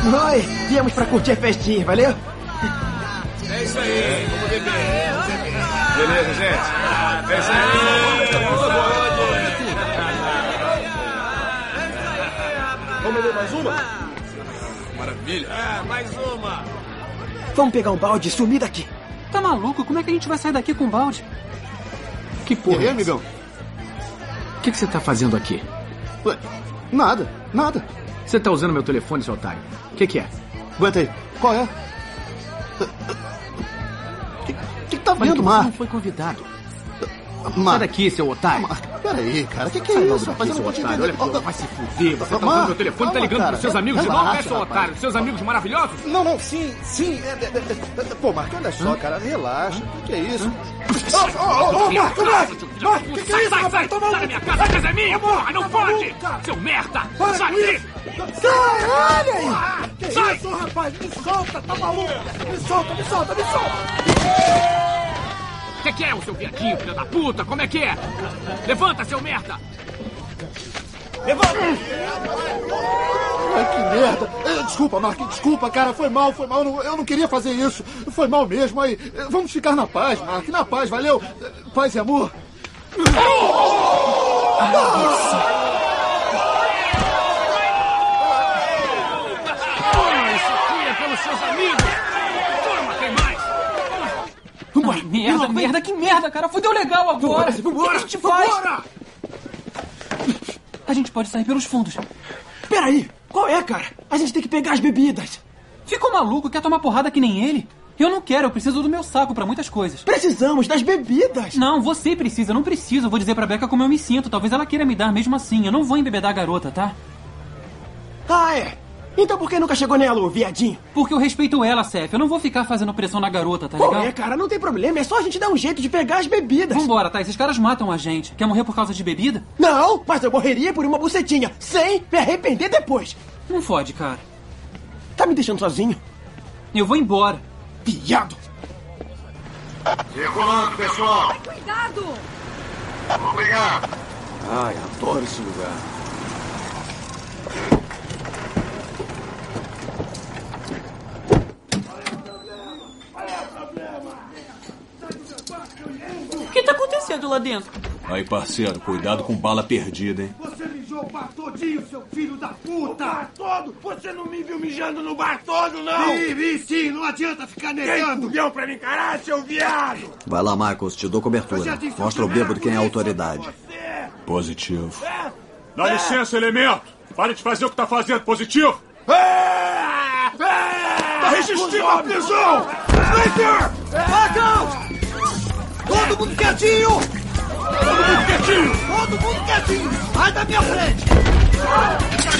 Speaker 5: Nós viemos pra curtir a festinha, valeu?
Speaker 27: É isso aí, vamos beber. Beleza, gente? É isso aí. Vamos agora. Vamos beber mais uma? Maravilha. É, mais uma.
Speaker 5: Vamos pegar um balde e sumir daqui.
Speaker 3: Tá maluco? Como é que a gente vai sair daqui com um balde? Que porra.
Speaker 2: E aí, amigão?
Speaker 21: O que, que você tá fazendo aqui?
Speaker 2: Ué, nada, nada.
Speaker 21: Você tá usando meu telefone, seu otário. O que, que é?
Speaker 2: Aguenta aí. Qual é? O que, que tá vendo, Marco? Não
Speaker 21: foi convidado.
Speaker 2: Marco,
Speaker 21: Sai daqui, seu otário.
Speaker 2: peraí, cara. O que, que
Speaker 21: Sai
Speaker 2: é
Speaker 21: logo
Speaker 2: isso,
Speaker 21: daqui,
Speaker 2: rapaz? Eu
Speaker 21: seu
Speaker 2: não tô te
Speaker 21: otário.
Speaker 2: entendendo.
Speaker 21: Olha aqui, ó, vai se fuder. Você tá usando meu telefone, tá
Speaker 2: calma,
Speaker 21: ligando
Speaker 2: cara.
Speaker 21: pros seus amigos de novo, né,
Speaker 2: Relaxa,
Speaker 21: seu
Speaker 2: rapaz.
Speaker 21: otário? Seus amigos maravilhosos?
Speaker 2: Não, não, sim, sim. é, é, é, é, Pô, Marco, olha só, cara, relaxa. O que, que é isso? Ô, ô, ô, ô, Marco, Marco! Marco, o que, que é
Speaker 21: Sai,
Speaker 2: isso?
Speaker 21: sai,
Speaker 2: rapaz?
Speaker 21: sai!
Speaker 2: Toma
Speaker 21: Sai da minha casa, a casa é minha, porra! Não pode! Seu merda! Sai daqui!
Speaker 2: Sai, olha aí!
Speaker 21: Que
Speaker 2: Sai! Isso, rapaz, me solta, tá maluco? Me solta, me solta, me solta!
Speaker 21: O que, que é, o seu viadinho, filho da puta? Como é que é? Levanta, seu merda!
Speaker 2: Levanta! Ai, que merda! Eh, Desculpa, Mark, desculpa, cara, foi mal, foi mal, não- eu não queria fazer isso. Foi mal mesmo, aí. eh, Vamos ficar na paz, Mark, na paz, valeu! Eh, Paz e amor!
Speaker 21: Toma, isso aqui é pelos seus amigos! Toma, tem mais!
Speaker 3: Ai, merda, merda, que merda, cara. Fudeu legal agora. O que a gente faz? A gente pode sair pelos fundos.
Speaker 5: Peraí, qual é, cara? A gente tem que pegar as bebidas.
Speaker 3: Ficou maluco? Quer tomar porrada que nem ele? Eu não quero, eu preciso do meu saco pra muitas coisas.
Speaker 5: Precisamos das bebidas.
Speaker 3: Não, você precisa, eu não preciso. Eu vou dizer pra Becca como eu me sinto. Talvez ela queira me dar mesmo assim. Eu não vou embebedar a garota, tá?
Speaker 5: Ah, é? Então por que nunca chegou nela, ô viadinho?
Speaker 3: Porque eu respeito ela, Seth. Eu não vou ficar fazendo pressão na garota, tá
Speaker 5: Qual
Speaker 3: legal?
Speaker 5: é, cara? Não tem problema, é só a gente dar um jeito de pegar as bebidas.
Speaker 3: Vambora, tá? Esses caras matam a gente. Quer morrer por causa de bebida?
Speaker 5: Não, mas eu morreria por uma bucetinha, sem me arrepender depois.
Speaker 3: Não fode, cara.
Speaker 5: Tá me deixando sozinho?
Speaker 3: Eu vou embora.
Speaker 5: Viado!
Speaker 28: Circulando, pessoal.
Speaker 29: Cuidado!
Speaker 28: Obrigado.
Speaker 18: Ai, adoro esse lugar.
Speaker 3: tá
Speaker 14: lá dentro.
Speaker 1: Aí, parceiro, cuidado com bala perdida, hein?
Speaker 2: Você mijou o bar todinho, seu filho da puta! O bar todo? Você não me viu mijando no bar todo, não! Sim, vi sim, não adianta ficar negando! Tem pra me encarar, seu viado!
Speaker 18: Vai lá, Marcos, te dou cobertura. Mostra ao bêbado quem é a autoridade.
Speaker 1: Positivo.
Speaker 18: É.
Speaker 16: Dá licença, elemento! Para de fazer o que tá fazendo, positivo!
Speaker 1: É.
Speaker 16: Tá resistindo à prisão!
Speaker 2: Sniper! Marcos! Todo mundo quietinho! Todo mundo quietinho! Todo mundo quietinho! Sai da minha frente!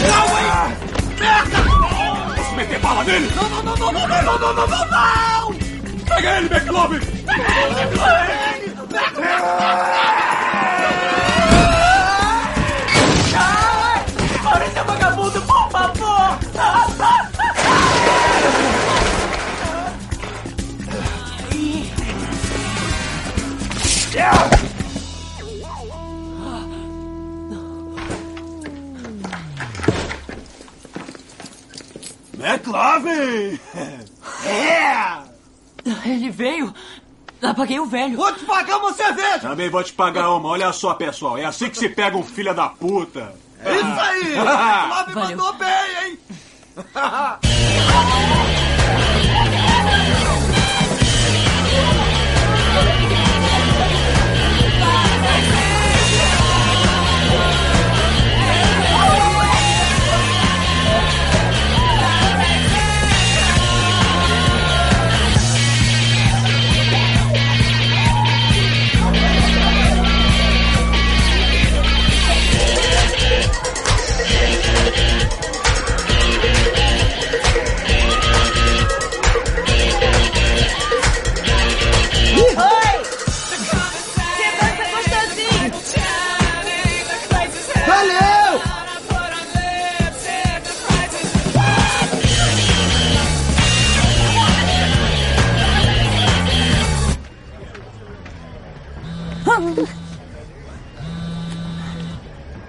Speaker 2: Calma aí! Merda!
Speaker 16: Posso meter bala nele?
Speaker 2: Não, não, não, não, não, não, não, não, não, não!
Speaker 16: Pega ele, McLovin!
Speaker 2: Pega ele, McLovin!
Speaker 23: Para esse vagabundo, por favor!
Speaker 16: McLovin!
Speaker 2: É!
Speaker 14: Ele veio. Apaguei o velho.
Speaker 2: Vou te pagar uma cerveja!
Speaker 1: Também vou te pagar uma. Olha só, pessoal. É assim que se pega um filho da puta.
Speaker 2: Isso aí! McLovin
Speaker 14: Valeu.
Speaker 2: mandou bem, hein?
Speaker 23: Oi! Que dança
Speaker 15: É,
Speaker 23: gostosinha!
Speaker 2: Valeu!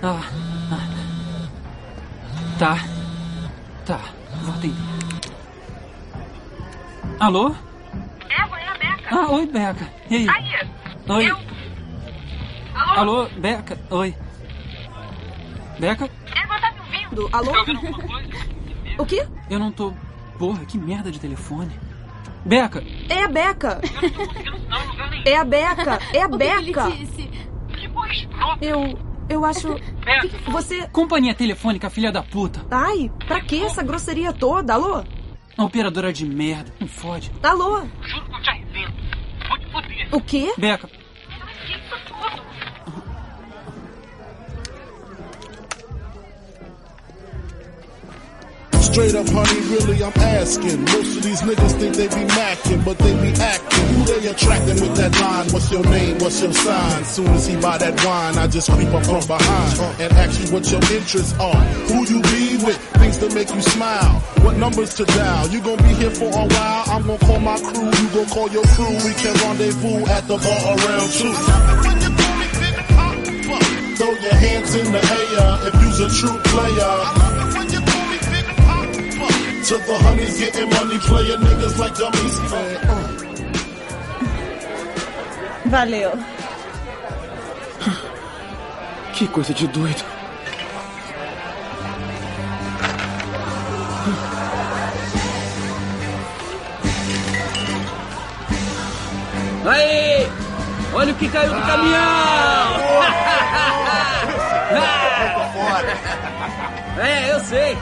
Speaker 3: Ah, ah. Tá. Tá. Voltei. Alô?
Speaker 15: É, oi, a Beca.
Speaker 3: Ah, oi, Beca. E aí?
Speaker 15: Aí.
Speaker 3: Oi.
Speaker 15: Eu. Alô?
Speaker 3: Alô, Beca. Oi. Beca?
Speaker 15: Ela tá me ouvindo?
Speaker 6: Alô?
Speaker 15: Tá ouvindo alguma coisa?
Speaker 6: O quê?
Speaker 3: Eu não tô. Porra, que merda de telefone. Beca!
Speaker 6: É a Beca! É a Beca! É a
Speaker 12: O que que ele
Speaker 6: Beca! Eu. Eu acho. Você.
Speaker 3: Companhia telefônica, filha da puta.
Speaker 6: Ai, pra que essa grosseria toda? Alô?
Speaker 3: Operadora de merda. Não fode.
Speaker 6: Alô?
Speaker 15: Juro que eu te arrependo. Vou te foder.
Speaker 6: O quê?
Speaker 3: Beca,
Speaker 15: Isso tudo.
Speaker 27: Straight up, honey, really, I'm asking. Most of these niggas think they be macking, but they be acting. Who they attracting with that line? What's your name? What's your sign? Soon as he buy that wine, I just creep up from behind and ask you what your interests are. Who you be with? Things that make you smile. What numbers to dial? You gonna be here for a while? I'm gonna call my crew. You gonna call your crew. We can rendezvous at the bar around two. Throw your hands in the air if you's a true player. To the honeys getting money, player niggas like dummies. Uh,
Speaker 10: Valeu.
Speaker 5: Que coisa de doido.
Speaker 10: Aí! Olha o que caiu do caminhão! é, eu sei.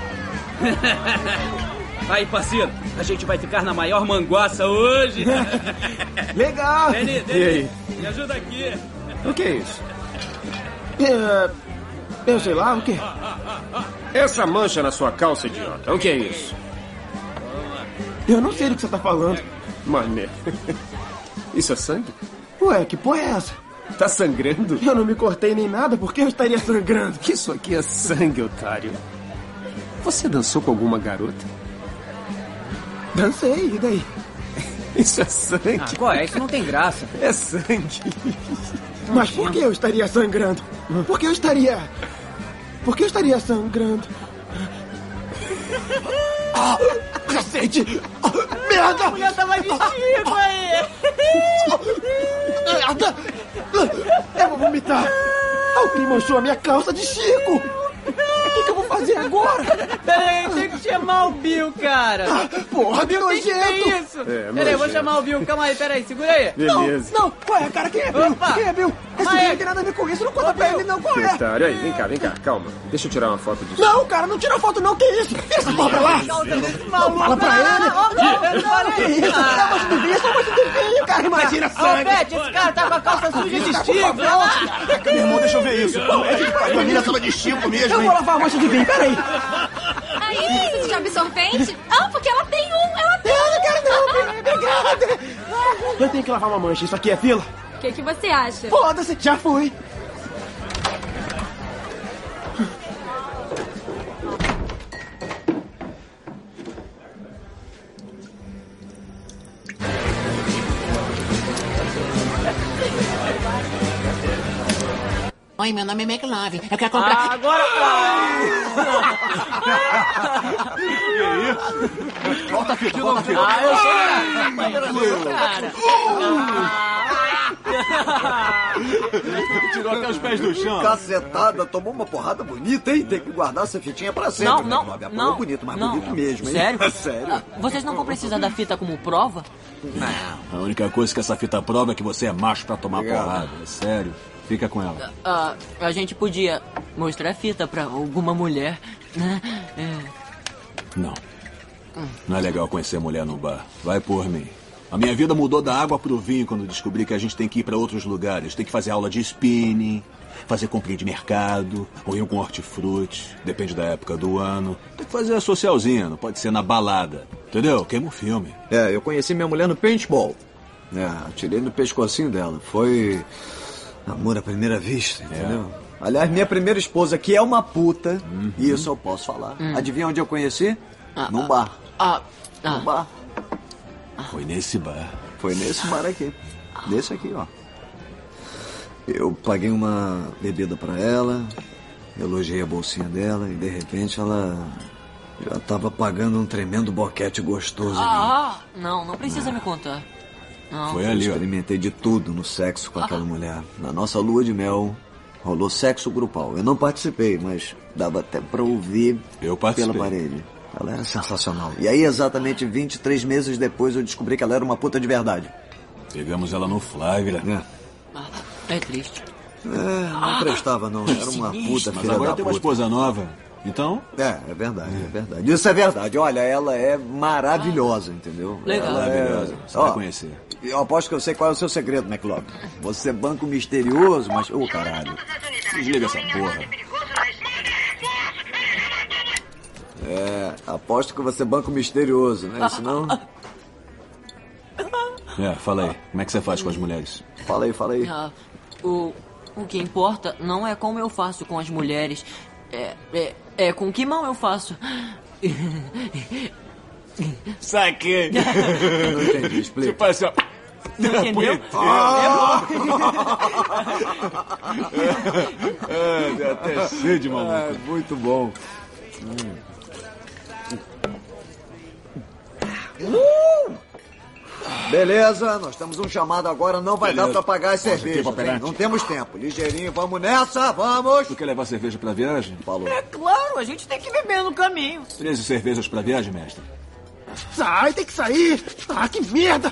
Speaker 10: Aí, parceiro, a gente vai ficar na maior manguaça hoje.
Speaker 5: Ah,
Speaker 4: Legal!
Speaker 10: Deni, Deni,
Speaker 4: E aí?
Speaker 10: me ajuda aqui.
Speaker 4: O que é isso?
Speaker 5: É, eu sei lá, o quê?
Speaker 8: Essa mancha na sua calça, idiota. O que é isso?
Speaker 5: Eu não sei do que você tá falando.
Speaker 8: Mané. Isso é sangue?
Speaker 5: Ué, que porra é essa?
Speaker 8: Tá sangrando?
Speaker 5: Eu não me cortei nem nada, por que eu estaria sangrando?
Speaker 8: Isso aqui é sangue, otário. Você dançou com alguma garota?
Speaker 5: Dancei, e daí?
Speaker 8: Isso é sangue.
Speaker 14: Ah, qual é? Isso não tem graça.
Speaker 8: É sangue.
Speaker 5: Mas por que eu estaria sangrando? Por que eu estaria. Por que eu estaria sangrando? Ah, cacete!
Speaker 23: Merda! A
Speaker 5: Ah,
Speaker 23: mulher tá lá de chico aí! Merda!
Speaker 5: Ah, Eu vou vomitar! Alguém manchou a minha calça de Chico! O que, que eu vou fazer agora?
Speaker 10: Peraí, tem que chamar o Bill, cara.
Speaker 5: Ah, porra, que
Speaker 10: Tem que ter
Speaker 5: nojento.
Speaker 10: isso.
Speaker 5: É,
Speaker 10: peraí, eu vou
Speaker 5: nojento.
Speaker 10: chamar o Bill. Calma aí, peraí, segura aí.
Speaker 8: Beleza.
Speaker 5: Não, qual é, cara? Quem é Bill?
Speaker 10: Opa.
Speaker 5: Quem é Bill? Esse
Speaker 10: Ah, é.
Speaker 5: vídeo não tem nada a ver com isso, não conta pra ele, não, qual
Speaker 8: Que
Speaker 5: é?
Speaker 8: otário. Aí, vem cá, vem cá, calma. Deixa eu tirar uma foto disso.
Speaker 5: Não, cara, não tira foto, não, que isso? Tira
Speaker 2: Tá
Speaker 5: essa porra pra lá! Não, fala pra ele!
Speaker 10: Não, não, não,
Speaker 5: Que isso?
Speaker 10: não.
Speaker 5: É uma subvinha, só uma subvinha, cara, imagina sangue!
Speaker 10: Albete, esse cara tá com a calça suja é. de Chico.
Speaker 2: É
Speaker 5: Meu irmão, deixa eu ver isso.
Speaker 30: A família tava de Chico mesmo,
Speaker 5: Eu vou lavar a mancha de vinho, peraí.
Speaker 12: Aí, precisa de absorvente? Ah, porque ela tem um, ela tem
Speaker 5: Eu não né? quero não, obrigado. Eu tenho que lavar uma mancha, isso aqui é fila?
Speaker 12: O que, que você acha?
Speaker 5: Foda-se, já fui.
Speaker 8: Oi, meu nome é McLove. Eu
Speaker 10: Ah,
Speaker 8: quero comprar.
Speaker 10: agora
Speaker 8: Volta a fita, volta a fita.
Speaker 10: Ah, eu
Speaker 8: sou.
Speaker 10: Cara.
Speaker 18: Tirou até os pés do chão. Cacetada, tomou uma porrada bonita, hein? Tem que guardar essa fitinha pra sempre. né,
Speaker 14: Não, não,
Speaker 8: Bob,
Speaker 14: não.
Speaker 8: é bonito, mas
Speaker 14: não.
Speaker 8: bonito mesmo, hein?
Speaker 14: Sério?
Speaker 8: É sério.
Speaker 14: Ah, Vocês não vão precisar da fita como prova?
Speaker 1: A única coisa que essa fita prova é que você é macho pra tomar
Speaker 14: Obrigado.
Speaker 1: porrada. É sério. Fica com ela.
Speaker 14: Ah, a gente podia mostrar a fita pra alguma mulher, né? É.
Speaker 1: Não. Não é legal conhecer mulher num bar. Vai por mim. A minha vida mudou da água pro vinho quando descobri que a gente tem que ir pra outros lugares. Tem que fazer aula de spinning, fazer comprinha de mercado, ou ir com hortifruti. Depende da época do ano. Tem que fazer a socialzinha, não pode ser na balada. Entendeu? Queima o filme.
Speaker 18: É, eu conheci minha mulher no paintball. É, tirei no pescocinho dela. Foi amor à primeira vista,
Speaker 14: É.
Speaker 18: entendeu? Aliás, minha primeira esposa, que é uma puta, e isso eu posso falar.
Speaker 14: Uhum. Hum.
Speaker 18: Adivinha onde eu conheci? Num bar.
Speaker 14: Ah,
Speaker 18: Num bar.
Speaker 1: Foi nesse bar.
Speaker 18: Foi
Speaker 14: Ah.
Speaker 18: nesse bar aqui. Nesse aqui, ó. Eu paguei uma bebida pra ela, elogiei a bolsinha dela e de repente ela já tava pagando um tremendo boquete gostoso.
Speaker 14: ah, não, não precisa me contar. Não.
Speaker 18: Eu Experimentei de tudo no sexo com aquela mulher. Na nossa lua de mel, rolou sexo grupal. Eu não participei, mas dava até pra ouvir
Speaker 1: eu participei.
Speaker 18: pela parede. Ela era sensacional. E aí, exatamente 23 meses depois, eu descobri que ela era uma puta de verdade.
Speaker 1: Pegamos ela no flagra. né?
Speaker 14: É triste.
Speaker 18: É, não prestava, não. Era uma puta
Speaker 1: Ah, Mas
Speaker 18: filha
Speaker 1: agora
Speaker 18: da
Speaker 1: tem
Speaker 18: puta.
Speaker 1: uma esposa nova. Então?
Speaker 18: É, é verdade, é. verdade. Isso é verdade. Olha, ela é maravilhosa, entendeu?
Speaker 1: Ah. Legal.
Speaker 18: Ela é-
Speaker 1: Maravilhosa. Você vai conhecer.
Speaker 18: Eu aposto que eu sei qual é o seu segredo, McLovin. Você é banco misterioso, mas... Ô, caralho.
Speaker 1: Desliga essa porra.
Speaker 18: É, aposto que você é banco misterioso, né? Senão...
Speaker 1: É, fala aí. Como é que você faz com as mulheres?
Speaker 18: Fala aí, fala aí.
Speaker 14: Ah, o, o que importa não é como eu faço com as mulheres, é, é, é com que mão eu faço.
Speaker 1: Saquei.
Speaker 18: Não entendi, explica.
Speaker 1: Tipo assim, ó.
Speaker 14: Não entendeu?
Speaker 2: Ah.
Speaker 1: É, deu até sede, maluco.
Speaker 18: É, muito bom. Hum. Beleza, nós temos um chamado agora, não vai dar
Speaker 1: Beleza.
Speaker 18: pra pagar as
Speaker 1: Posso ter
Speaker 18: cervejas.
Speaker 1: papelete?
Speaker 18: hein? Não temos tempo. Ligeirinho, vamos nessa, vamos!
Speaker 1: Tu quer levar cerveja pra viagem? Falou.
Speaker 14: É Claro, a gente tem que beber no caminho.
Speaker 1: 13 cervejas pra viagem, mestre.
Speaker 5: Sai, tem que sair. Ah, que merda.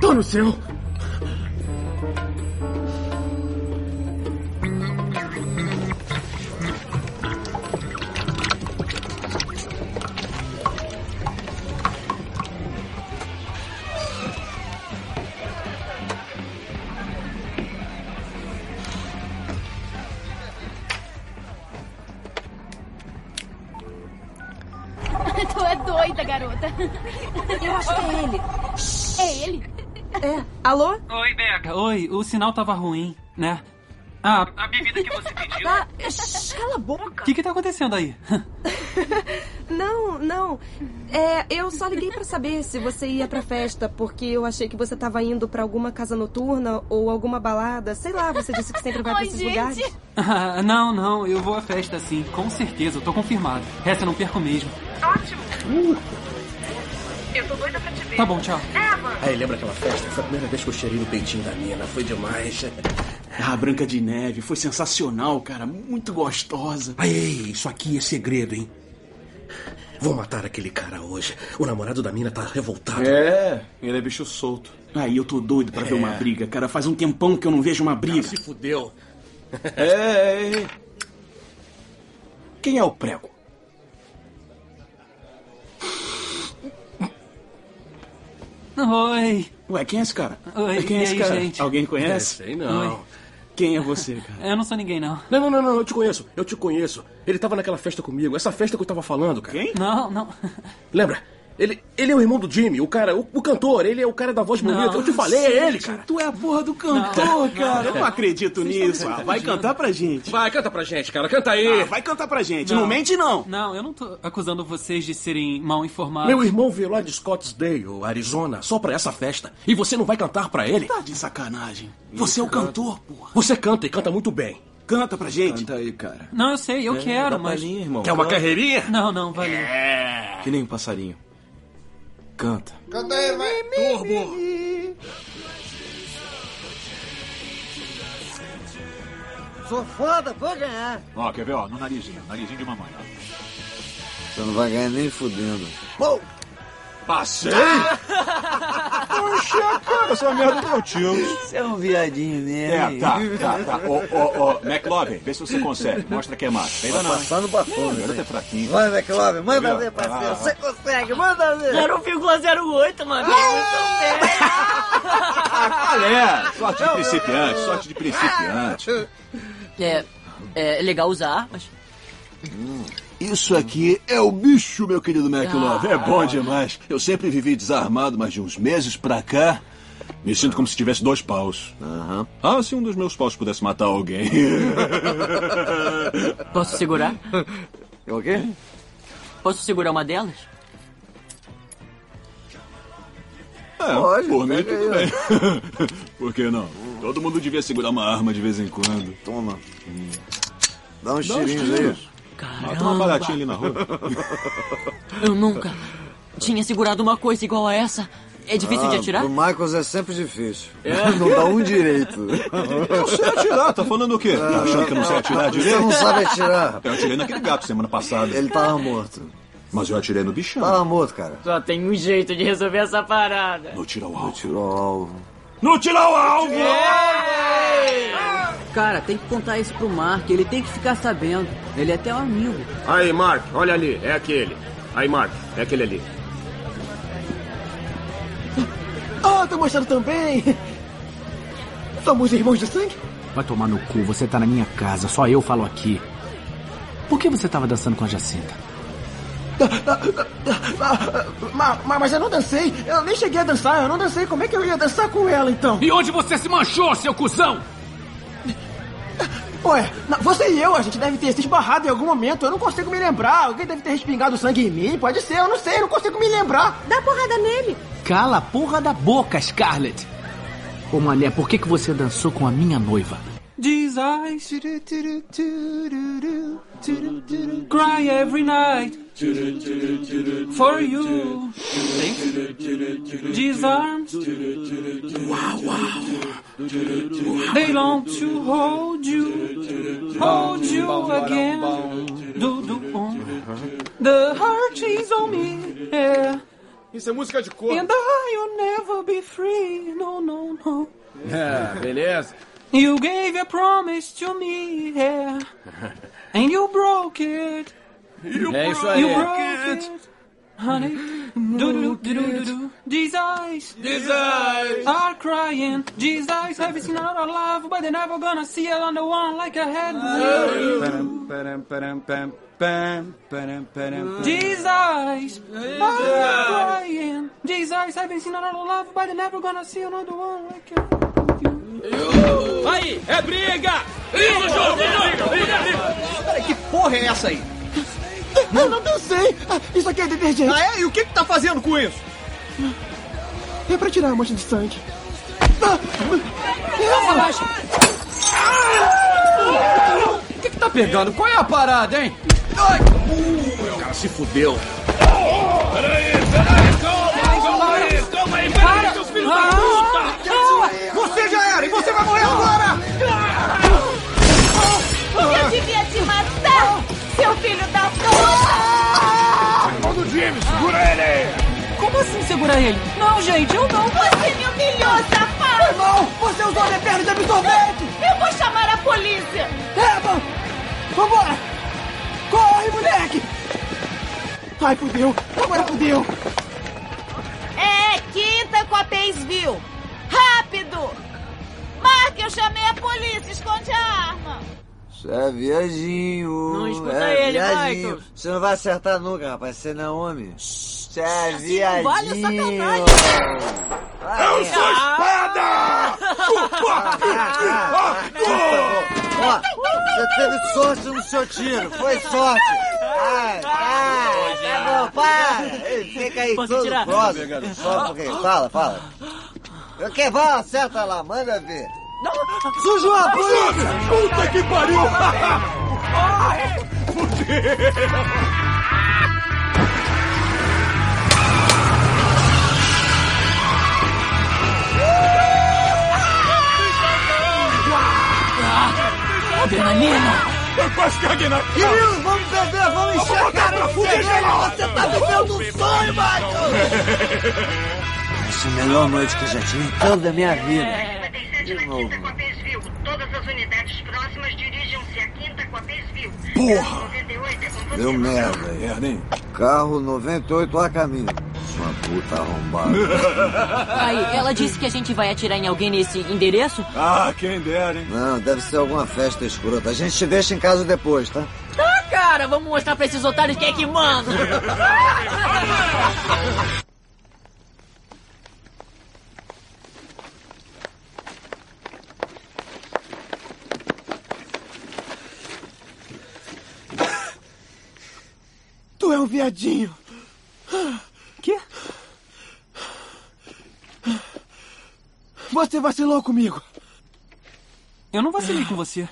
Speaker 5: Tô no seu.
Speaker 12: tu é doida, garota.
Speaker 23: Eu acho que é ele.
Speaker 12: É ele?
Speaker 23: É. Alô?
Speaker 3: Oi, Becca. Oi, o sinal tava ruim, né? Ah,
Speaker 9: Ah,
Speaker 23: Tá, shh, cala a boca.
Speaker 3: o que que tá acontecendo aí?
Speaker 9: Não, não. É, eu só liguei pra saber se você ia pra festa, porque eu achei que você tava indo pra alguma casa noturna ou alguma balada. Sei lá, você disse que sempre vai pra
Speaker 31: Oi,
Speaker 9: esses
Speaker 31: gente.
Speaker 9: lugares.
Speaker 3: Ah, não, não, eu vou à festa sim, com certeza, eu tô confirmado. Essa eu não perco mesmo.
Speaker 32: Ótimo. Eu tô doida pra te ver.
Speaker 3: Tá bom, tchau.
Speaker 32: Eva!
Speaker 5: Aí, lembra aquela festa? Foi a primeira vez que eu cheirei no peitinho da mina. Foi demais.
Speaker 1: Ah, Branca de Neve, foi sensacional, cara. Muito gostosa.
Speaker 5: Ei, isso aqui é segredo, hein? Vou matar aquele cara hoje. O namorado da mina tá revoltado.
Speaker 1: É, ele é bicho solto. Aí eu tô doido pra ver
Speaker 5: É.
Speaker 1: uma briga, cara. Faz um tempão que eu não vejo uma briga.
Speaker 5: Se fudeu.
Speaker 1: É, é, é. Quem é o prego?
Speaker 3: Oi.
Speaker 1: Ué, quem é esse cara?
Speaker 3: Oi,
Speaker 1: Quem é
Speaker 3: e
Speaker 1: esse
Speaker 3: aí,
Speaker 1: cara?
Speaker 3: gente?
Speaker 1: Alguém conhece?
Speaker 5: Sei não.
Speaker 3: Oi.
Speaker 1: Quem é você, cara?
Speaker 3: Eu não sou ninguém, não.
Speaker 5: Não, não, não, não, eu te conheço, eu te conheço. Ele tava naquela festa comigo, essa festa que eu tava falando, cara. Quem?
Speaker 3: Não, não.
Speaker 5: Lembra? Ele, ele é o irmão do Jimmy, o cara, o, o cantor, ele é o cara da voz bonita. eu te falei, é ele, cara.
Speaker 1: Tu é a porra do cantor, cara. Eu não acredito nisso. Ah, vai cantar pra gente.
Speaker 5: Vai, canta pra gente, cara, canta aí.
Speaker 1: Ah, vai cantar pra gente. Não, mente, não.
Speaker 3: Não, eu não tô acusando vocês de serem mal informados.
Speaker 5: Meu irmão veio lá de Scottsdale, Arizona, só pra essa festa. E você não vai cantar pra ele?
Speaker 1: Tá de sacanagem. Você é o cantor, porra.
Speaker 5: Você canta e canta muito bem.
Speaker 1: Canta pra gente.
Speaker 5: Canta
Speaker 1: aí, cara.
Speaker 3: Não, eu sei, eu
Speaker 1: É,
Speaker 3: quero,
Speaker 1: dá
Speaker 3: mas.
Speaker 1: palhinha, irmão.
Speaker 5: Quer uma
Speaker 1: Canta.
Speaker 5: carreirinha?
Speaker 3: Não, não, valeu.
Speaker 1: Que nem um passarinho. Canta.
Speaker 33: É. Canta aí, vai. Turbo.
Speaker 21: Sou foda, vou ganhar.
Speaker 1: Ó, quer ver, ó, no narizinho. Narizinho de mamãe, ó.
Speaker 18: Você não vai ganhar nem fudendo.
Speaker 1: Pô! Passei!
Speaker 33: Poxa, cara, você é merda do meu tio.
Speaker 18: Você é um viadinho mesmo.
Speaker 1: É, tá, tá, tá. Ô, ô, ô, McLovin, vê se você consegue. Mostra que é macho. Ainda não. hein?
Speaker 18: Passando bafão.
Speaker 1: O garoto é fraquinho.
Speaker 18: Vai, McLovin, manda ver,
Speaker 1: Vai
Speaker 2: ah.
Speaker 1: lá,
Speaker 18: parceiro.
Speaker 1: vai lá.
Speaker 18: Você consegue, manda ver.
Speaker 14: 0,08, mano.
Speaker 1: Olha, é, sorte de principiante, sorte de principiante.
Speaker 14: É, é legal usar armas.
Speaker 1: Isso aqui é o bicho, meu querido
Speaker 14: McLovin.
Speaker 1: É
Speaker 18: Ah.
Speaker 1: bom demais. Eu sempre vivi desarmado, mas de uns meses pra cá. Me sinto como se tivesse dois paus. Ah, se um dos meus paus pudesse matar alguém.
Speaker 14: Posso segurar?
Speaker 18: É O quê?
Speaker 14: Posso segurar uma delas?
Speaker 1: É,
Speaker 18: Pode,
Speaker 1: por mim,
Speaker 18: pega
Speaker 1: tudo
Speaker 18: aí,
Speaker 1: bem. por que não? Todo mundo devia segurar uma arma de vez em quando. Hum.
Speaker 18: Toma. Dá uns
Speaker 1: Dá uns
Speaker 18: tirinhos
Speaker 1: tiros.
Speaker 18: aí.
Speaker 1: Mata Ah, uma baratinha ali na rua.
Speaker 14: Eu nunca tinha segurado uma coisa igual a essa. É difícil de
Speaker 18: Ah,
Speaker 14: atirar?
Speaker 18: Pro Michaels é sempre difícil. Não dá um direito.
Speaker 1: É. Eu sei atirar, tá falando o quê? Tá achando que eu não sei atirar direito?
Speaker 18: É. Você não sabe atirar.
Speaker 1: Eu atirei naquele gato semana passada.
Speaker 18: Ele tava morto.
Speaker 1: Mas eu atirei no bichão.
Speaker 18: Tava morto, cara.
Speaker 14: Só tem um jeito de resolver essa parada.
Speaker 1: No tiro ao alvo.
Speaker 18: Tirou o alvo.
Speaker 1: No tiro ao alvo!
Speaker 34: Cara, tem que contar isso pro Mark, ele tem que ficar sabendo. Ele é até um amigo.
Speaker 27: Aí, Mark, olha ali, é aquele. Aí, Mark, é aquele ali.
Speaker 35: Ah, tô mostrando também. Somos irmãos de sangue?
Speaker 2: Vai tomar no cu, você tá na minha casa, só eu falo aqui. Por que você tava dançando com a Jacinta?
Speaker 35: Ma- ma- mas eu não dancei. Eu nem cheguei a dançar. Eu não dancei. Como é que eu ia dançar com ela, então?
Speaker 2: E onde você se manchou, seu cuzão?
Speaker 35: Ué, na- você e eu, a gente deve ter se esbarrado em algum momento. Eu não consigo me lembrar. Alguém deve ter respingado sangue em mim. Pode ser, eu não sei. Eu não consigo me lembrar.
Speaker 9: Dá porrada nele.
Speaker 2: Cala a porra da boca, Scarlett! Ô mané, por que, que você dançou com a minha noiva?
Speaker 3: Desires. Cry every night for you. Disarmed. They long to hold you, hold you again. Do, do, on. The heart is on me. Yeah.
Speaker 27: Isso é música de cor.
Speaker 3: And I'll never be free. No, no, no.
Speaker 27: É, beleza.
Speaker 3: You gave a promise to me, yeah. And you broke it. You
Speaker 27: É isso aí.
Speaker 3: You broke it. Honey. Do do do do do. These eyes.
Speaker 27: These eyes.
Speaker 3: Are crying. These eyes have seen out of love, but they're never gonna see another one like I had. These eyes are crying. These eyes have seen out of love, but they're never gonna see another one like I had.
Speaker 36: Aí, é briga! Isso, Júlio!
Speaker 21: Peraí, que porra é essa aí?
Speaker 5: Eu não dancei! Ah, Isso aqui é detergente!
Speaker 2: Ah, é? E o que que tá fazendo com isso?
Speaker 5: É pra tirar a mancha de sangue.
Speaker 2: O que que tá pegando? Qual é a parada, hein? Ai!
Speaker 13: O cara se fudeu.
Speaker 2: Calma aí, calma aí, peraí, seus filhos da puta! ah, Você já era e você vai morrer agora!
Speaker 23: Ah, Eu devia te matar, seu filho da puta!
Speaker 19: Mão do Jimmy, segura ele!
Speaker 16: Como assim segurar ele? Não, gente, eu não.
Speaker 23: Você me humilhou, safado!
Speaker 2: Irmão, você usou a perna de absorvente!
Speaker 23: Eu vou chamar a polícia!
Speaker 5: Eva! Vambora! Corre, moleque! Ai, fudeu! Agora fudeu!
Speaker 23: É quinta com a Paysville! Rápido! Mark, eu chamei a polícia, esconde a arma!
Speaker 18: Isso é viadinho.
Speaker 14: Não escuta
Speaker 18: é
Speaker 14: ele,
Speaker 18: viadinho.
Speaker 14: Michael.
Speaker 18: Você não vai acertar nunca, rapaz. Você não é homem. Você é
Speaker 14: não
Speaker 18: viadinho.
Speaker 14: vale, é
Speaker 18: Eu sou espada!
Speaker 2: Ah,
Speaker 18: Ó, você teve sorte no seu tiro. Foi sorte. Ai, ai, tá bom, para. Ei, Fica aí
Speaker 14: Posso
Speaker 18: todo
Speaker 14: tirar?
Speaker 18: próximo. Só porque... Fala, fala. Eu que vá, acerta lá. Manda ver. Sujou a polícia!
Speaker 19: Puta que pariu! Fudeu!
Speaker 14: Adrenalina!
Speaker 19: Eu quase caguei na cama!
Speaker 18: Querido, vamos beber, vamos
Speaker 19: encher a cara pra fuder geral!
Speaker 18: Você tá vivendo um sonho,
Speaker 19: Michael!
Speaker 18: Essa é a melhor noite que eu já tive em toda a minha vida. De novo.
Speaker 15: Todas as unidades próximas dirigem-se à quinta com a Pesville.
Speaker 18: Porra!
Speaker 15: 98 é com você.
Speaker 18: Deu merda, aí. Carro 98 a caminho. Sua puta arrombada.
Speaker 14: Aí, ela disse que a gente vai atirar em alguém nesse endereço?
Speaker 18: Ah, quem dera, hein? Não, deve ser alguma festa escrota. A gente te deixa em casa depois, tá?
Speaker 14: Tá, cara, vamos mostrar pra esses otários quem é que manda.
Speaker 5: Tu é um viadinho! Quê? Você vacilou comigo!
Speaker 3: Eu não vacilei com você.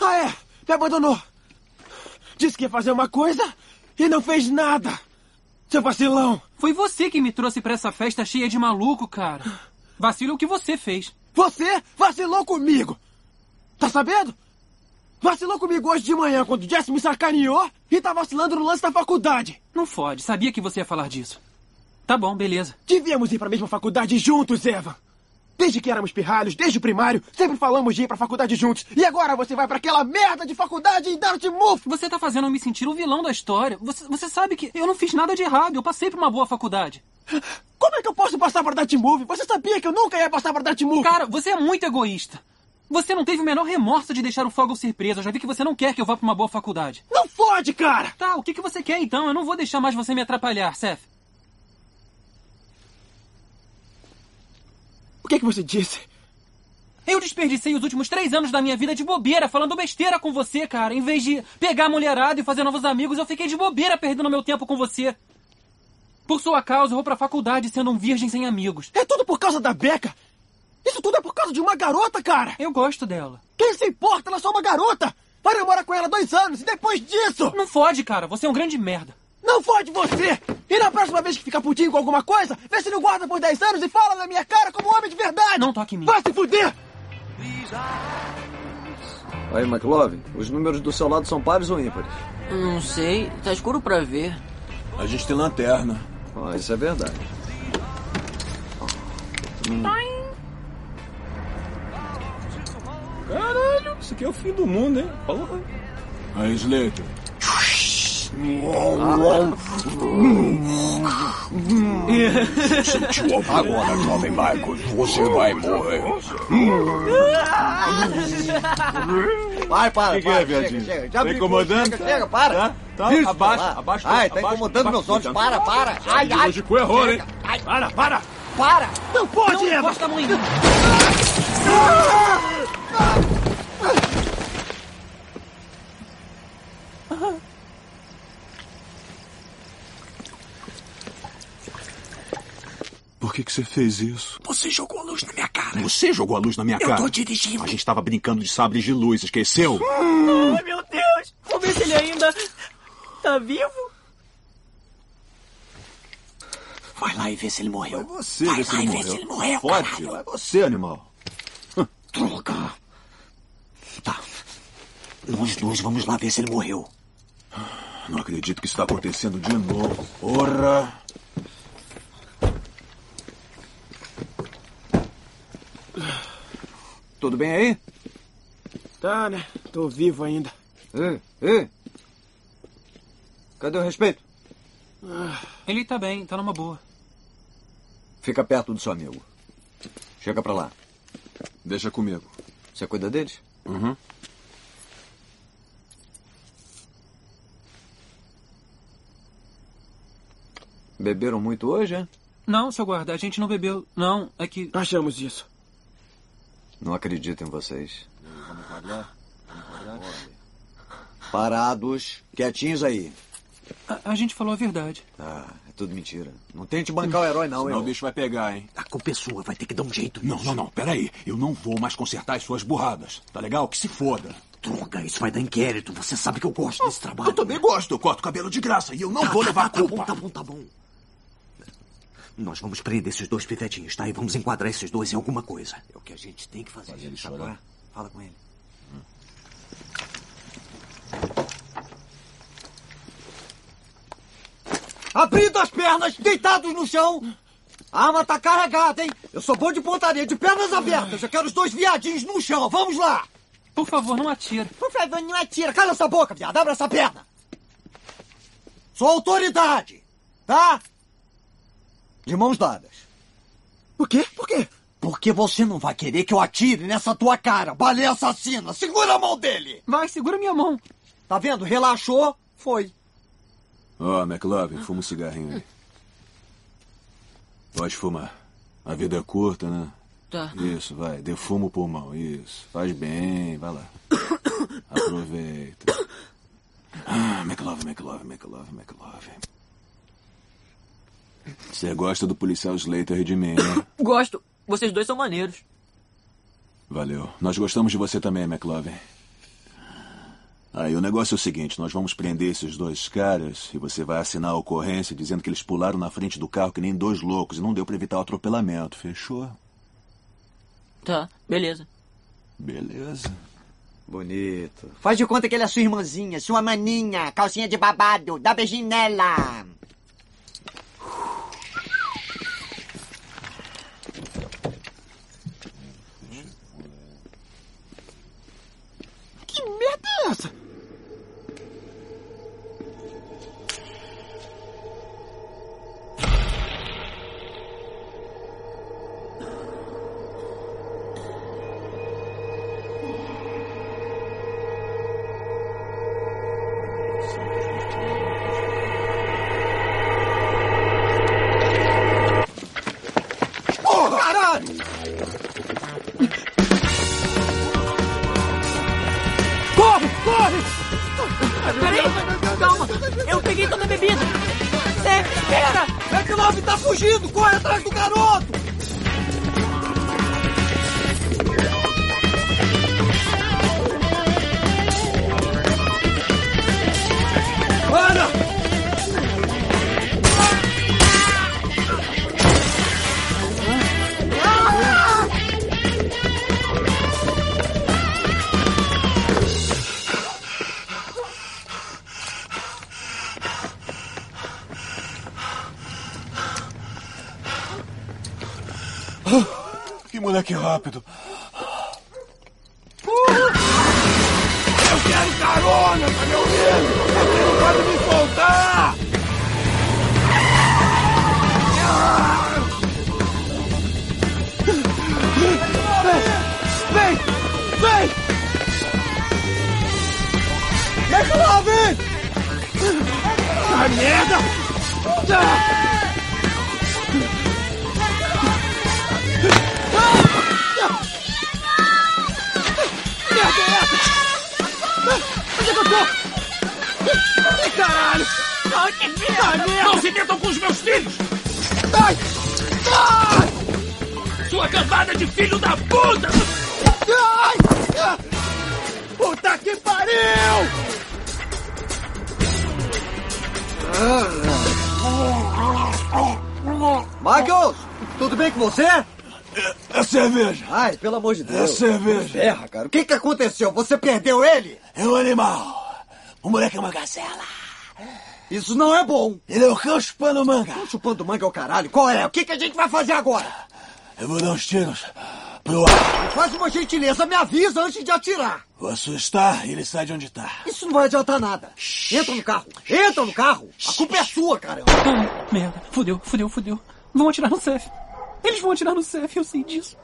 Speaker 5: Ah, é? Me abandonou! Disse que ia fazer uma coisa e não fez nada! Seu vacilão!
Speaker 3: Foi você que me trouxe pra essa festa cheia de maluco, cara. Vacilo é o que você fez.
Speaker 5: Você vacilou comigo! Tá sabendo? Vacilou comigo hoje de manhã quando o Jess me sacaneou e tá vacilando no lance da faculdade!
Speaker 3: Não fode, sabia que você ia falar disso. Tá bom, beleza.
Speaker 5: Devíamos ir pra mesma faculdade juntos, Eva! Desde que éramos pirralhos, desde o primário, sempre falamos de ir pra faculdade juntos. E agora você vai pra aquela merda de faculdade em Dartmouth!
Speaker 3: Você tá fazendo eu me sentir o vilão da história. Você, você sabe que eu não fiz nada de errado, eu passei por uma boa faculdade.
Speaker 5: Como é que eu posso passar pra Dartmouth? Você sabia que eu nunca ia passar pra Dartmouth!
Speaker 3: Cara, você é muito egoísta. Você não teve o menor remorso de deixar o Fogel surpresa. Eu já vi que você não quer que eu vá pra uma boa faculdade.
Speaker 5: Não fode, cara!
Speaker 3: Tá, o que, que você quer então? Eu não vou deixar mais você me atrapalhar, Seth.
Speaker 5: O que é que você disse?
Speaker 3: Eu desperdicei os últimos três anos da minha vida de bobeira, falando besteira com você, cara. Em vez de pegar a mulherada e fazer novos amigos, eu fiquei de bobeira perdendo meu tempo com você. Por sua causa, eu vou pra faculdade sendo um virgem sem amigos.
Speaker 5: É tudo por causa da Beca! Isso tudo é por causa de uma garota, cara!
Speaker 3: Eu gosto dela.
Speaker 5: Quem se importa? Ela é só uma garota! Vai namorar com ela dois anos e depois disso!
Speaker 3: Não fode, cara. Você é um grande merda.
Speaker 5: Não fode você! E na próxima vez que ficar putinho com alguma coisa, vê se não guarda por 10 anos e fala na minha cara como homem de verdade!
Speaker 3: Não toque em mim.
Speaker 5: Vai se fuder!
Speaker 4: Aí, McLovin, os números do seu lado são pares ou ímpares?
Speaker 14: Não sei, tá escuro pra ver.
Speaker 1: A gente tem lanterna.
Speaker 4: Ah, isso é verdade.
Speaker 1: Hum.
Speaker 19: Caralho, isso aqui é o fim do mundo, hein? Porra.
Speaker 1: Aí, Slater. Ah.
Speaker 19: Sentiu agora, jovem Michael. Você vai morrer. Hum.
Speaker 18: Vai, para,
Speaker 19: Que que
Speaker 18: para,
Speaker 19: é, viadinho?
Speaker 18: chega, chega.
Speaker 19: Tá
Speaker 18: brigou,
Speaker 19: incomodando?
Speaker 18: Chega, chega, para.
Speaker 19: Tá? Tá,
Speaker 18: Isso,
Speaker 19: abaixa,
Speaker 18: vai lá.
Speaker 19: abaixa,
Speaker 18: Ai, tá
Speaker 19: abaixa,
Speaker 18: incomodando
Speaker 19: abaixa,
Speaker 18: meus olhos.
Speaker 19: já.
Speaker 18: Para, para.
Speaker 19: Já
Speaker 18: Ai,
Speaker 19: digo
Speaker 18: ai.
Speaker 19: hoje com erro,
Speaker 18: Chega.
Speaker 19: hein? Para, para.
Speaker 18: Para.
Speaker 5: Não pode,
Speaker 3: não
Speaker 5: Eva!
Speaker 3: encosta a mão em mim.
Speaker 37: que, que você fez isso?
Speaker 1: Você jogou a luz na minha cara. Você jogou a luz na minha Eu cara. tô dirigindo. A gente tava brincando de sabres de luz, esqueceu?
Speaker 14: Ai, meu Deus! Vamos ver se ele ainda tá vivo.
Speaker 1: Vai lá e vê se ele morreu. Vai você
Speaker 2: Vai
Speaker 1: ver se
Speaker 2: lá
Speaker 1: ele
Speaker 2: e vê
Speaker 1: morreu.
Speaker 2: se ele morreu,
Speaker 1: Fode.
Speaker 2: caralho.
Speaker 1: Vai você, animal. Hum. Droga. Tá. Luz, luz, vamos lá ver se ele morreu. Não acredito que isso tá acontecendo de novo. Porra.
Speaker 18: Tudo bem aí?
Speaker 1: Ah,
Speaker 5: Tá, né? Tô vivo ainda.
Speaker 18: Ei, ei. Cadê o respeito?
Speaker 3: Ele tá bem, tá numa boa.
Speaker 18: Fica perto do seu amigo. Chega pra lá. Deixa comigo. Você cuida deles? Uhum. Beberam muito hoje, é?
Speaker 3: Não, seu guarda, a gente não bebeu. Não, é que.
Speaker 5: Achamos isso.
Speaker 18: Não acredito em vocês. Parados, quietinhos aí.
Speaker 3: A, a gente falou a verdade.
Speaker 18: Ah, é tudo mentira. Não tente bancar o herói, não, hein?
Speaker 1: Senão o bicho vai pegar, hein? A culpa é sua, vai ter que dar um jeito Não, não, não, peraí. Eu não vou mais consertar as suas burradas, tá legal? Que se foda. Droga, isso vai dar inquérito. Você sabe que eu gosto desse trabalho. Eu também gosto, eu corto cabelo de graça e eu não vou levar a culpa. Tá bom, tá bom,
Speaker 6: Nós vamos prender esses dois pivetinhos, tá? E vamos enquadrar esses dois em alguma coisa. É o que a gente tem que fazer.
Speaker 18: ele chorar.
Speaker 6: Fala com ele.
Speaker 18: Abrindo as pernas, deitados no chão. A arma tá carregada, hein? Eu sou bom de pontaria, de pernas abertas. Eu quero os dois viadinhos no chão. Vamos lá!
Speaker 3: Por favor, não atira.
Speaker 18: Por favor, não atira. Cala essa boca, viado. Abra essa perna. Sou autoridade, tá? De mãos dadas. Por quê? Por quê? Porque você não vai querer que eu atire nessa tua cara, baleia assassina. Segura a mão dele.
Speaker 3: Vai, segura minha mão.
Speaker 18: Tá vendo? Relaxou, foi.
Speaker 1: Ó, McLovin, fuma um cigarrinho aí. Pode fumar. A vida é curta, né?
Speaker 14: Tá.
Speaker 1: Isso, vai. Defuma o pulmão. Isso. Faz bem. Vai lá. Aproveita. Ah, McLove, McLove, McLove, McLove. Você gosta do policial Slater de mim, né?
Speaker 14: Gosto. Vocês dois são maneiros.
Speaker 1: Valeu. Nós gostamos de você também, McLovin. Aí o negócio é o seguinte, nós vamos prender esses dois caras e você vai assinar a ocorrência dizendo que eles pularam na frente do carro que nem dois loucos e não deu pra evitar o atropelamento, fechou?
Speaker 14: Tá, beleza.
Speaker 1: Beleza.
Speaker 18: Bonito.
Speaker 21: Faz de conta que ele é sua irmãzinha, sua maninha, calcinha de babado, dá beijinho nela.
Speaker 5: Que merda é essa?
Speaker 18: Oh, caralho!
Speaker 14: Corre, corre! Peraí, calma. Eu peguei toda a bebida. Segue, espera!
Speaker 18: McLove tá fugindo! Corre atrás do garoto! Para!
Speaker 14: Ah!
Speaker 1: Ah, Que moleque rápido.
Speaker 2: Eu quero carona, tá me ouvindo? Você não pode me soltar! Ah!
Speaker 18: Vem! Vem! McLove!
Speaker 2: Ah, merda! Ah! Merda é essa? Onde é que eu tô? Ih, caralho! Ai, que merda! Não se metam com os meus filhos! Ai! Sua cambada de filho da puta!
Speaker 1: Puta que pariu!
Speaker 21: Michaels, tudo bem com você?
Speaker 1: É cerveja.
Speaker 21: Ai, pelo amor de Deus.
Speaker 1: É cerveja.
Speaker 21: Ferra, cara. O que que aconteceu? Você perdeu ele?
Speaker 1: É um animal. O moleque é uma gazela.
Speaker 21: Isso não é bom.
Speaker 1: Ele é o cão chupando manga.
Speaker 21: Cão chupando manga é o caralho. Qual é? O que que a gente vai fazer agora?
Speaker 1: Eu vou dar uns tiros pro ar.
Speaker 21: Faz uma gentileza, me avisa antes de atirar.
Speaker 1: Vou assustar e ele sai de onde tá.
Speaker 21: Isso não vai adiantar nada. Entra no carro. Entra no carro. A culpa é sua, caramba.
Speaker 3: Ah, merda. Fudeu, fudeu, fudeu. Vão atirar no Seth. Eles vão atirar no Seth, eu sei disso.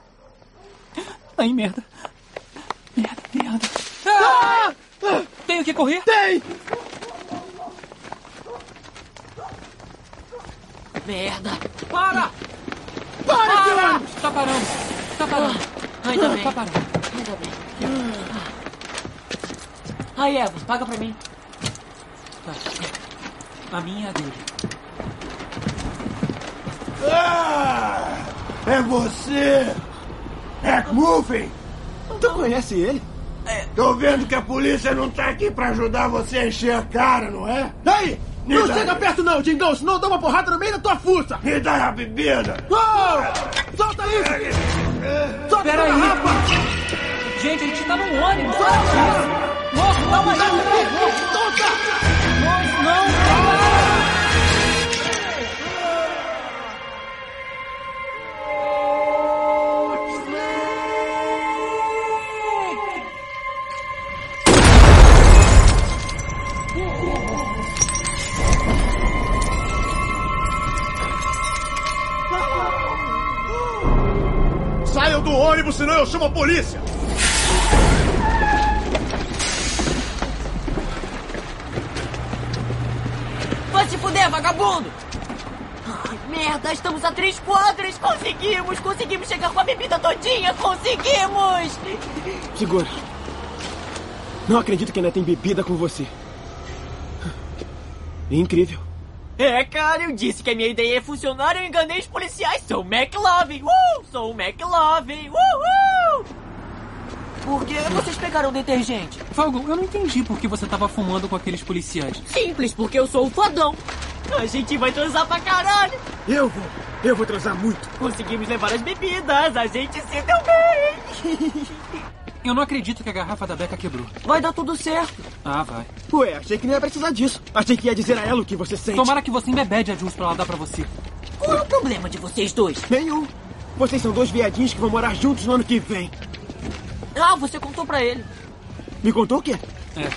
Speaker 3: Aí, merda. Merda, merda. Ah! Tenho que correr?
Speaker 1: Tem!
Speaker 14: Merda.
Speaker 38: Para!
Speaker 1: Para,
Speaker 38: Para!
Speaker 1: seu
Speaker 3: Tá parando. Tá parando.
Speaker 14: Ainda bem.
Speaker 3: Tá parando.
Speaker 14: Ainda bem. Aí, Eva, paga pra mim.
Speaker 3: A minha é a dele.
Speaker 1: Ah, é você! É Muffin!
Speaker 5: Tu conhece ele?
Speaker 3: É.
Speaker 1: Tô vendo que a polícia não tá aqui pra ajudar você a encher a cara, não é?
Speaker 5: Daí!
Speaker 1: Me
Speaker 5: não
Speaker 1: dá.
Speaker 5: chega perto não, Dingão, senão eu dou uma porrada no meio da tua fuça!
Speaker 1: Me dá a bebida!
Speaker 2: Ah.
Speaker 5: Oh! Solta
Speaker 21: Tá
Speaker 5: isso! Solta
Speaker 1: Pera
Speaker 5: essa
Speaker 1: aí.
Speaker 5: garrafa!
Speaker 3: Tá Gente, a gente tá num ônibus.
Speaker 5: Solta!
Speaker 3: Moço, calma aí. Moço, não.
Speaker 2: Saiam do ônibus, senão eu chamo a polícia!
Speaker 14: Vai se fuder, vagabundo! Ai, merda, estamos a três quadras! Conseguimos! Conseguimos chegar com a bebida todinha! Conseguimos!
Speaker 5: Segura. Não acredito que ainda tem bebida com você. Incrível.
Speaker 14: É, cara, eu disse que a minha ideia é funcionar e eu enganei os policiais! Sou o McLovin! Uh! Sou o McLovin! Uhul! Por que vocês pegaram detergente?
Speaker 3: Falcon, eu não entendi por que você tava fumando com aqueles policiais.
Speaker 14: Simples, porque eu sou o fodão! A gente vai transar pra caralho!
Speaker 5: Eu vou. Eu vou transar muito.
Speaker 14: Conseguimos levar as bebidas, a gente se deu bem!
Speaker 3: Eu não acredito que a garrafa da Beca quebrou.
Speaker 14: Vai dar tudo certo!
Speaker 3: Ah, vai.
Speaker 5: Ué, achei que não ia precisar disso. Achei que ia dizer a ela o que você sente.
Speaker 3: Tomara que você embebede a Jules pra ela dar pra você.
Speaker 14: Qual é o problema de vocês dois?
Speaker 5: Nenhum. Vocês são dois viadinhos que vão morar juntos no ano que vem.
Speaker 14: Ah, você contou pra ele.
Speaker 5: Me contou o quê?
Speaker 3: É.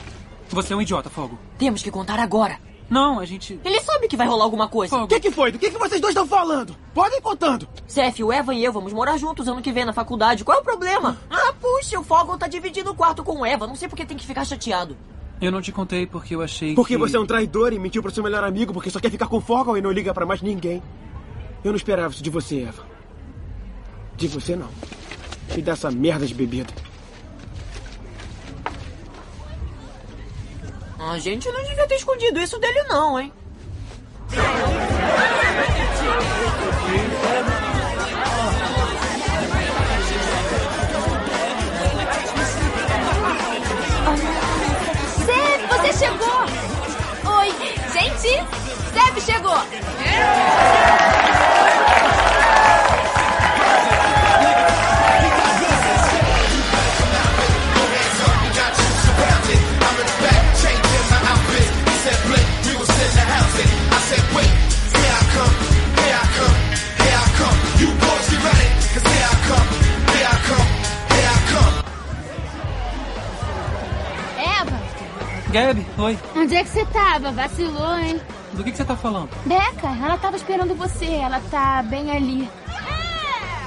Speaker 3: Você é um idiota, Fogo.
Speaker 14: Temos que contar agora.
Speaker 3: Não, a gente.
Speaker 14: Ele sabe que vai rolar alguma coisa.
Speaker 5: O que, que foi? Do que, que vocês dois estão falando? Podem contando.
Speaker 14: Seth, o Evan e eu vamos morar juntos ano que vem na faculdade. Qual é o problema? Ah, puxa, o Fogel tá dividindo o quarto com o Evan. Não sei por que tem que ficar chateado.
Speaker 3: Eu não te contei porque eu achei
Speaker 5: Porque
Speaker 3: que...
Speaker 5: você é um traidor e mentiu pro seu melhor amigo porque só quer ficar com Fogel e não liga pra mais ninguém. Eu não esperava isso de você, Eva. De você, não. E dessa merda de bebida.
Speaker 14: A gente não devia ter escondido isso dele não, hein?
Speaker 39: Seb, você chegou! Oi, gente! Seb chegou!
Speaker 12: É? Eva,
Speaker 3: Gabi, oi.
Speaker 12: onde é que você tava? Vacilou, hein?
Speaker 3: Do que, que você tá falando?
Speaker 12: Beca, ela tava esperando você. Ela tá bem ali.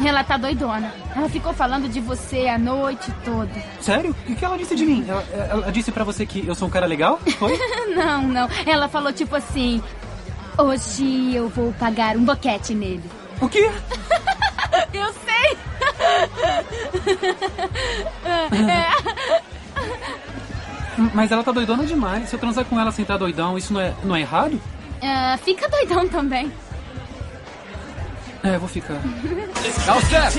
Speaker 12: Ela tá doidona. Ela ficou falando de você a noite toda.
Speaker 3: Sério? O que que ela disse de mim? Ela, ela- ela disse pra você que eu sou um cara legal? Foi?
Speaker 12: não, não. Ela falou tipo assim: Hoje eu vou pagar um boquete nele.
Speaker 3: O quê?
Speaker 12: eu sei!
Speaker 3: Mas ela tá doidona demais. Se eu transar com ela assim, tá sem estar doidão, isso não é, não é errado?
Speaker 12: Ah, fica doidão também.
Speaker 3: É, vou ficar.
Speaker 11: Dá o step!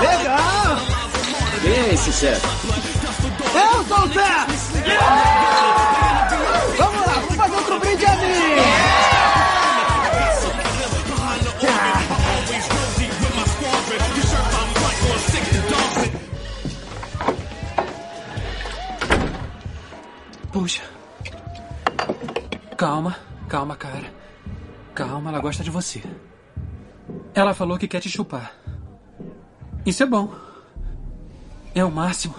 Speaker 2: Legal!
Speaker 14: é
Speaker 11: Bem, sincero.
Speaker 2: Eu sou o Zé! Vamos lá, vamos fazer outro brinde a
Speaker 3: É.
Speaker 2: mim!
Speaker 3: Puxa. Calma, calma, cara. Calma, ela gosta de você. Ela falou que quer te chupar. Isso é bom. É o máximo.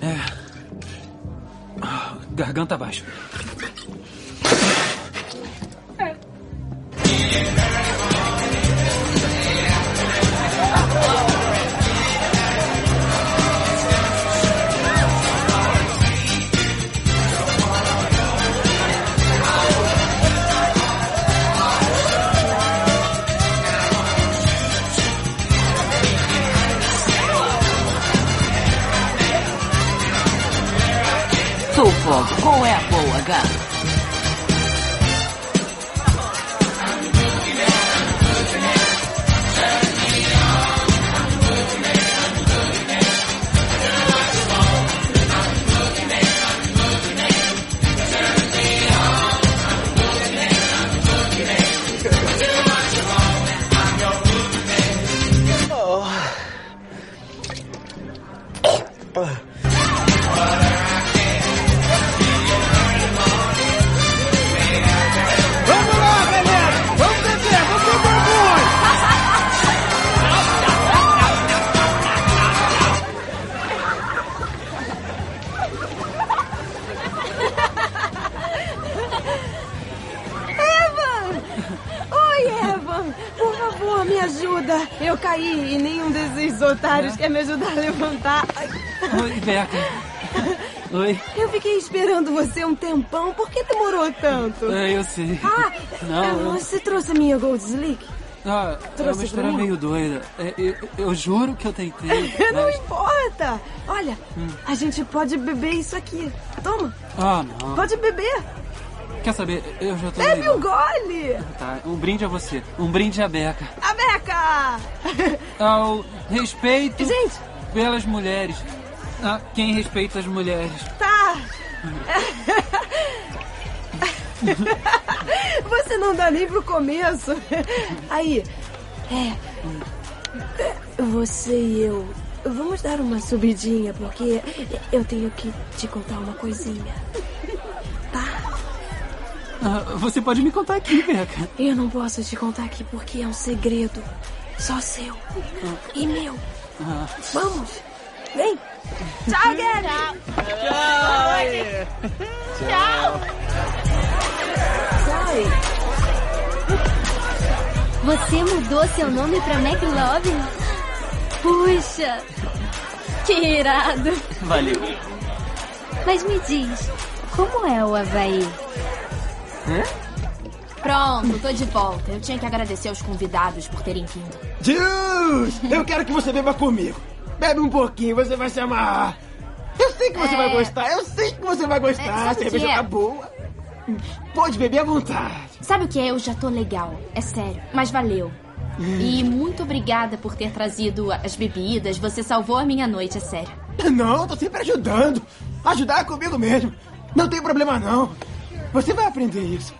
Speaker 3: É. Ah, Garganta abaixo.
Speaker 14: Sou fogo. Qual é a boa, gato?
Speaker 2: Vamos lá, galera! Vamos beber, vamos ter vergonha!
Speaker 9: Evan! Oi, Evan! Por favor, me ajuda! Eu caí e nenhum desses otários quer me ajudar a levantar. Ai,
Speaker 3: Oi, Beca. Oi.
Speaker 9: Eu fiquei esperando você um tempão. Por que demorou tanto?
Speaker 3: É, eu sei.
Speaker 9: Ah,
Speaker 3: Não, eu-
Speaker 9: você trouxe a minha Gold Slick?
Speaker 3: Ah, é uma
Speaker 9: Trouxe
Speaker 3: história
Speaker 9: pra mim?
Speaker 3: meio doida. É, eu, eu juro que eu tentei. né?
Speaker 9: Não
Speaker 3: mas-
Speaker 9: importa! Olha,
Speaker 3: Hum.
Speaker 9: a gente pode beber isso aqui. Toma,
Speaker 3: Ah, não.
Speaker 9: pode beber.
Speaker 3: Quer saber? Eu já tô.
Speaker 9: Bebe
Speaker 3: melhor.
Speaker 9: um gole!
Speaker 3: Tá, um brinde a você. Um brinde à Beca.
Speaker 9: A Beca!
Speaker 3: Ao respeito. Pelas mulheres. Ah, quem respeita as mulheres?
Speaker 9: Tá! Você não dá nem pro começo. Aí, é. Você e eu. Vamos dar uma subidinha, porque eu tenho que te contar uma coisinha.
Speaker 3: Ah, você pode me contar aqui, Beca.
Speaker 9: Eu não posso te contar aqui porque é um segredo. Só seu e meu.
Speaker 3: Ah,
Speaker 9: Vamos! Vem! Tchau, Gary!
Speaker 2: Tchau!
Speaker 12: Sai! Você mudou seu nome pra McLovin? Puxa! Que irado!
Speaker 2: Valeu.
Speaker 12: Mas me diz, como é o Havaí?
Speaker 22: Pronto, tô de volta. Eu tinha que agradecer aos convidados por terem vindo.
Speaker 5: Deus! Eu quero que você beba comigo. Bebe um pouquinho, você vai se amar. Eu sei que você
Speaker 22: É.
Speaker 5: vai gostar, eu sei que você vai
Speaker 22: É,
Speaker 5: gostar.
Speaker 22: sabe
Speaker 5: a
Speaker 22: o que
Speaker 5: cerveja
Speaker 22: é?
Speaker 5: tá boa. Pode beber à vontade.
Speaker 22: Sabe o que é? Eu já tô legal. É sério. Mas valeu.
Speaker 5: Hum.
Speaker 22: E muito obrigada por ter trazido as bebidas. Você salvou a minha noite, é sério.
Speaker 5: Não, tô sempre ajudando. Ajudar é comigo mesmo. Não tem problema não. Você vai aprender isso.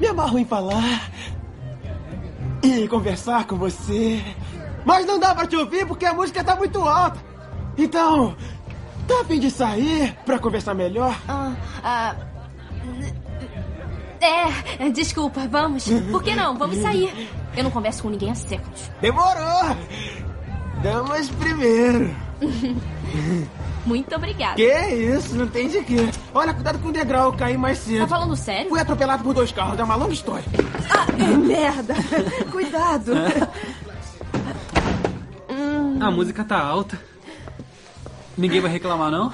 Speaker 5: Me amarro em falar e conversar com você. Mas não dá pra te ouvir porque a música tá muito alta. Então, tá a fim de sair pra conversar melhor?
Speaker 22: Ah, é, desculpa, vamos. Por que não? Vamos sair. Eu não converso com ninguém há séculos.
Speaker 5: Demorou! Damas primeiro.
Speaker 22: Muito obrigada.
Speaker 5: Que isso, não tem de quê. Olha, cuidado com o degrau, eu caí mais cedo. Tá
Speaker 22: falando sério?
Speaker 5: Fui atropelado por dois carros, é uma longa história.
Speaker 9: Merda! Cuidado! Hum.
Speaker 3: A música tá alta. Ninguém vai reclamar, não?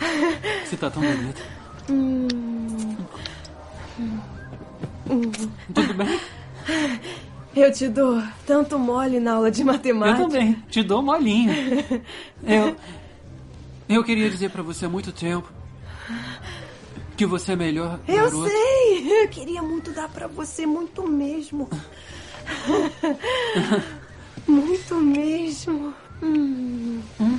Speaker 3: Você tá tão bonita.
Speaker 9: Hum.
Speaker 3: Tudo bem?
Speaker 9: Eu te dou tanto mole na aula de matemática.
Speaker 3: Eu também. Te dou molinho. Eu. Eu queria dizer pra você há muito tempo. que você é melhor.
Speaker 9: Eu
Speaker 3: garoto.
Speaker 9: sei! Eu queria muito dar pra você, muito mesmo. muito mesmo. Hum. Hum.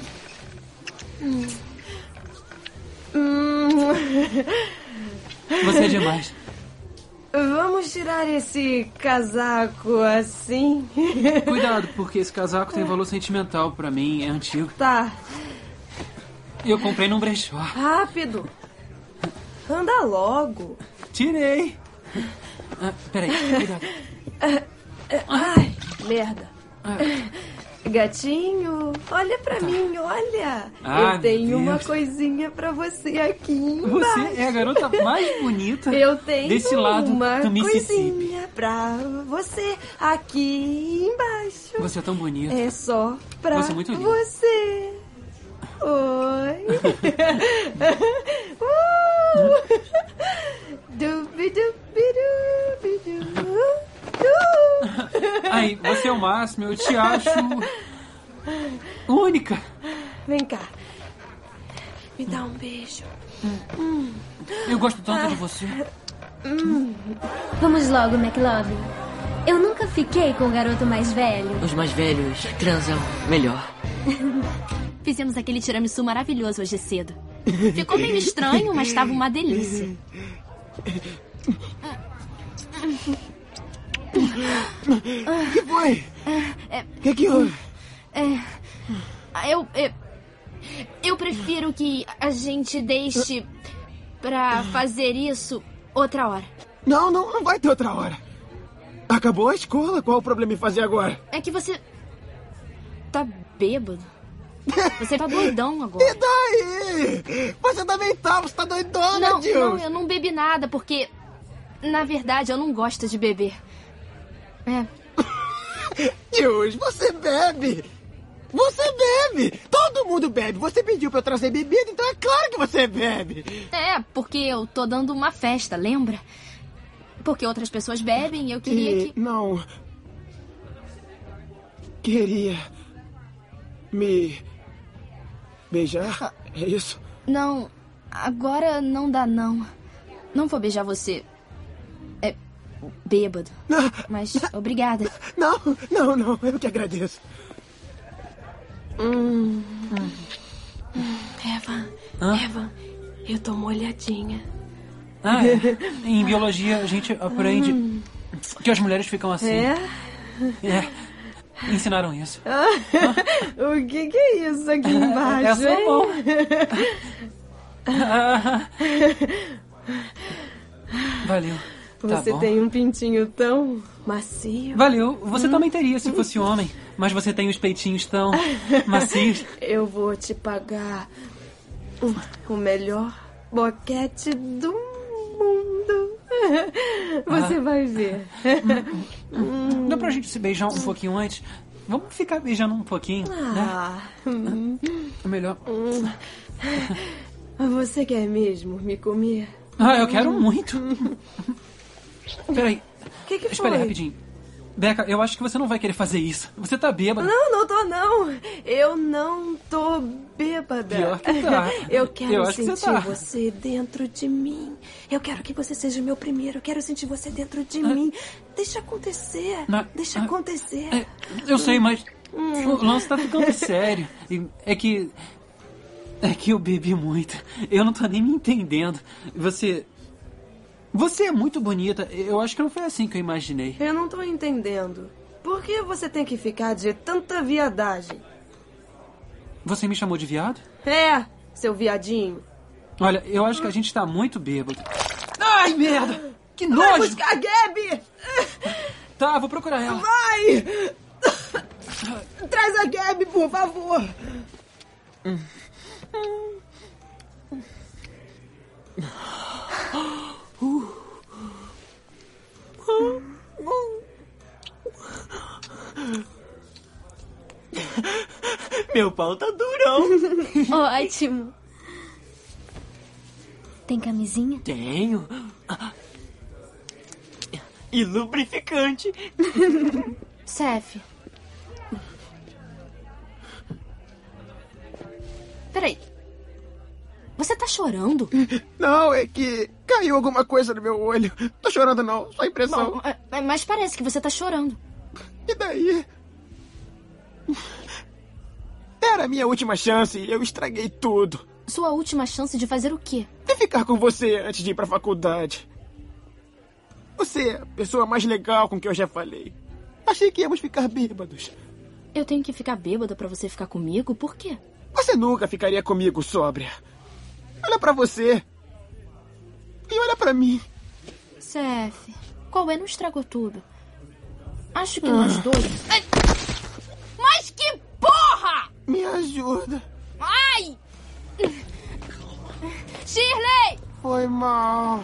Speaker 9: Hum.
Speaker 3: Você é demais.
Speaker 9: Vamos tirar esse casaco assim?
Speaker 3: Cuidado, porque esse casaco tem valor sentimental pra mim, é antigo.
Speaker 9: Tá,
Speaker 3: Eu comprei num brechó.
Speaker 9: rápido. Anda logo.
Speaker 3: Tirei. Ah, peraí, cuidado.
Speaker 9: Ai, merda.
Speaker 3: Ah.
Speaker 9: Gatinho, olha pra mim, olha.
Speaker 3: Tá. Ah,
Speaker 9: Eu tenho
Speaker 3: meu
Speaker 9: uma
Speaker 3: Deus.
Speaker 9: coisinha pra você aqui
Speaker 3: Você
Speaker 9: embaixo.
Speaker 3: é a garota mais bonita
Speaker 9: Eu tenho
Speaker 3: desse lado
Speaker 9: uma
Speaker 3: do Mississippi.
Speaker 9: coisinha pra você aqui embaixo.
Speaker 3: Você é tão bonita.
Speaker 9: É só pra
Speaker 3: Você é muito linda.
Speaker 9: você. Oi. uh! Dubi, dubi, dubi, du. Du.
Speaker 3: Aí, você é o máximo, eu te acho única.
Speaker 9: Vem cá. Me dá um beijo. Hum.
Speaker 3: Eu gosto tanto de você.
Speaker 22: Hum.
Speaker 12: Vamos logo, McLovin. Eu nunca fiquei com o garoto mais velho.
Speaker 14: Os mais velhos transam melhor.
Speaker 22: Fizemos aquele tiramisu maravilhoso hoje cedo. Ficou meio estranho, mas estava uma delícia.
Speaker 5: que foi? O que, que houve?
Speaker 22: É, eu, eu. Eu prefiro que a gente deixe pra fazer isso outra hora.
Speaker 5: Não, não, não vai ter outra hora. Acabou a escola, qual o problema em fazer agora?
Speaker 22: É que você. tá bêbado. Você tá doidão agora. E
Speaker 5: daí? Você também tá, você tá doidona,
Speaker 22: Não,
Speaker 5: Jill.
Speaker 22: não, eu não bebi nada, porque. Na verdade, eu não gosto de beber. É.
Speaker 5: Deus, você bebe! Você bebe! Todo mundo bebe! Você pediu pra eu trazer bebida, então é claro que você bebe!
Speaker 22: É, porque eu tô dando uma festa, lembra? Porque outras pessoas bebem e eu queria que.
Speaker 5: Não. Queria. me. beijar? É isso?
Speaker 22: Não, agora não dá, não. Não vou beijar você. É. bêbado. Mas obrigada.
Speaker 5: Não, não, não, eu que agradeço.
Speaker 9: Hum. Evan, Evan, eu tô molhadinha.
Speaker 3: Ah, é. Em biologia a gente aprende que as mulheres ficam assim.
Speaker 9: Hum. É?
Speaker 3: É. Ensinaram isso.
Speaker 9: Ah, o que, que é isso aqui embaixo?
Speaker 3: É a sua
Speaker 9: hein?
Speaker 3: mão. Valeu. Tá
Speaker 9: Você
Speaker 3: bom.
Speaker 9: tem Hum? um pintinho tão macio.
Speaker 3: Valeu. Você também teria se fosse homem, mas você tem os peitinhos tão macios.
Speaker 9: Eu vou te pagar o melhor boquete do mundo. Você
Speaker 3: Ah.
Speaker 9: vai ver. Hum.
Speaker 3: Dá pra gente se beijar um pouquinho antes? Vamos ficar beijando um pouquinho, né?
Speaker 9: Ah, hum.
Speaker 3: Melhor.
Speaker 9: Você quer mesmo me comer?
Speaker 3: Ah, eu quero muito. Peraí,
Speaker 9: O que, que foi?
Speaker 3: espera aí rapidinho. Beca, eu acho que você não vai querer fazer isso. Você tá bêbada.
Speaker 9: Não, não tô não. Eu não tô bêbada.
Speaker 3: Pior que tá.
Speaker 9: Eu quero
Speaker 3: Eu acho que
Speaker 9: sentir
Speaker 3: você
Speaker 9: você,
Speaker 3: tá.
Speaker 9: dentro de mim. Eu quero que você seja o meu primeiro. Eu quero sentir você dentro
Speaker 3: Ah.
Speaker 9: de mim. Deixa acontecer.
Speaker 3: Não.
Speaker 9: Deixa acontecer.
Speaker 3: Eu sei, mas
Speaker 9: Hum.
Speaker 3: Ah. É. o lance tá ficando sério. E É que. É que eu bebi muito. Eu não tô nem me entendendo. Você. Você é muito bonita. Eu acho que não foi assim que eu imaginei.
Speaker 9: Eu não tô entendendo. Por que você tem que ficar de tanta viadagem?
Speaker 3: Você me chamou de viado?
Speaker 9: É, seu viadinho.
Speaker 3: Olha, eu acho que a gente tá muito bêbado. Ai, merda! Que nojo!
Speaker 9: Vai buscar a Gabi!
Speaker 3: Tá, vou procurar ela.
Speaker 9: Vai! Traz a Gabi, por favor!
Speaker 2: Meu pau tá durão.
Speaker 12: Ótimo. Tem camisinha?
Speaker 14: Tenho.
Speaker 2: E lubrificante.
Speaker 22: Sef. Peraí. Você tá chorando?
Speaker 5: Não, é que caiu alguma coisa no meu olho. Tô chorando não, só impressão.
Speaker 22: Bom, é, mas parece que você tá chorando.
Speaker 5: E daí? Era a minha última chance e eu estraguei tudo.
Speaker 22: Sua última chance de fazer o quê?
Speaker 5: De ficar com você antes de ir pra faculdade. Você é a pessoa mais legal com que eu já falei. Achei que íamos ficar bêbados.
Speaker 22: Eu tenho que ficar bêbada pra você ficar comigo? Por quê?
Speaker 5: Você nunca ficaria comigo sóbria. Olha pra você. E olha pra mim.
Speaker 22: CF, qual é? Não estragou tudo. Acho
Speaker 5: Ah.
Speaker 22: que nós dois.
Speaker 23: Mas que porra!
Speaker 5: Me ajuda.
Speaker 23: Ai! Shirley!
Speaker 5: Foi mal.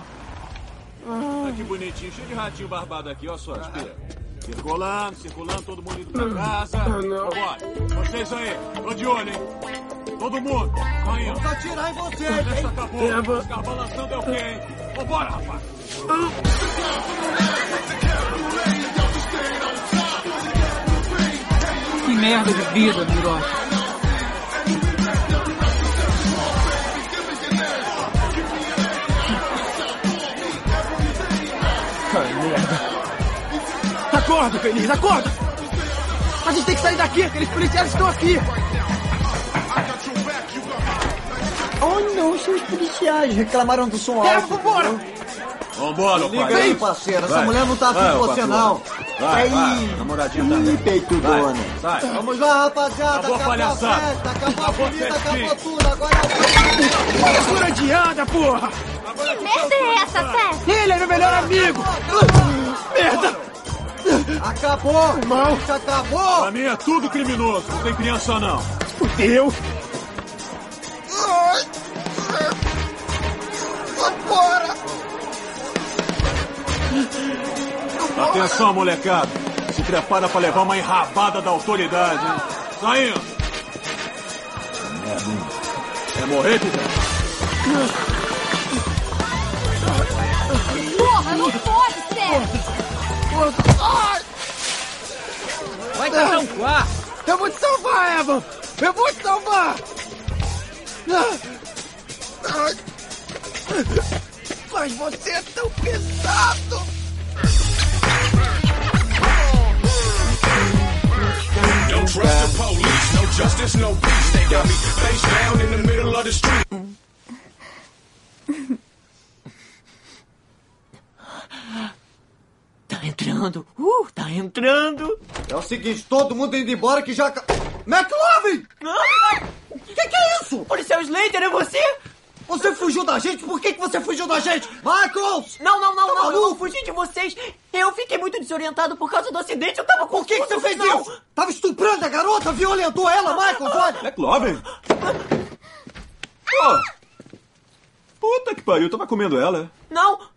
Speaker 1: Olha Ah, que bonitinho, cheio de ratinho barbado aqui, ó só, espera. Circulando, circulando, todo mundo indo pra
Speaker 5: Ah,
Speaker 1: casa. Vambora. Vocês aí, tô de olho, hein? Todo mundo, tô indo.
Speaker 2: Vou atirar em você,
Speaker 1: Deixa
Speaker 2: hein?
Speaker 1: acabou. Os caras lançando é o quê, hein? Vambora, rapaz.
Speaker 3: Que merda de vida, Mirocha.
Speaker 5: Ai, merda. Acorda, Feliz, acorda! A gente tem que sair daqui, aqueles policiais estão aqui!
Speaker 21: Oh não, são os policiais. Reclamaram do som alto.
Speaker 5: Vambora!
Speaker 1: Vambora,
Speaker 21: Liga
Speaker 1: pai.
Speaker 21: aí, parceira, essa
Speaker 1: Vai.
Speaker 21: mulher não tá afim
Speaker 1: Vai,
Speaker 21: de
Speaker 1: ô,
Speaker 21: você,
Speaker 1: patroa.
Speaker 21: não.
Speaker 1: Vai,
Speaker 21: Ei.
Speaker 1: vai. Namoradinha
Speaker 21: Ih,
Speaker 1: também.
Speaker 21: peitudona.
Speaker 1: Vai, vai.
Speaker 21: Vamos lá, Tá. rapaziada.
Speaker 1: Acabou
Speaker 21: Acabou
Speaker 1: a
Speaker 21: a
Speaker 1: palhaçada.
Speaker 21: festa, acabou a bonita, acabou tudo. é
Speaker 5: Para furadiada, porra!
Speaker 23: Que merda é essa, Seth?
Speaker 5: Ele é meu melhor amigo! Merda!
Speaker 21: Acabou!
Speaker 5: Irmão!
Speaker 21: Acabou!
Speaker 1: Pra mim é tudo criminoso, não tem criança não.
Speaker 5: Fudeu!
Speaker 2: Vambora!
Speaker 1: Atenção, molecada. Se prepara pra levar uma enrabada da autoridade, hein? Saindo. Merda, hein? Quer morrer, Peter?
Speaker 23: Porra, não pode, Seth!
Speaker 2: Ai!
Speaker 5: Vai dar um quarto! Eu vou te salvar, Evan! Eu vou te salvar!
Speaker 2: Ai! Mas você é tão pesado!
Speaker 17: Don't trust the police, no justice, no peace. They got me face down in the middle of the street.
Speaker 14: Tá entrando. Uh, tá entrando.
Speaker 21: É o seguinte, todo mundo indo embora que já... aca- McLovin! Que que é isso?
Speaker 14: Ah! Policial Slater, é você?
Speaker 21: Você fugiu da gente? Por que, que você fugiu da gente? Michaels!
Speaker 14: Não, não, não,
Speaker 21: Tá
Speaker 14: não, eu não
Speaker 21: maluco?
Speaker 14: fugi de vocês. Eu fiquei muito desorientado por causa do acidente. Eu tava com
Speaker 21: Por que, que você fez isso? Tava estuprando a garota, violentou ela, Michaels, olha!
Speaker 1: É McLovin? Pô! Puta que pariu, tava comendo ela.
Speaker 14: Não.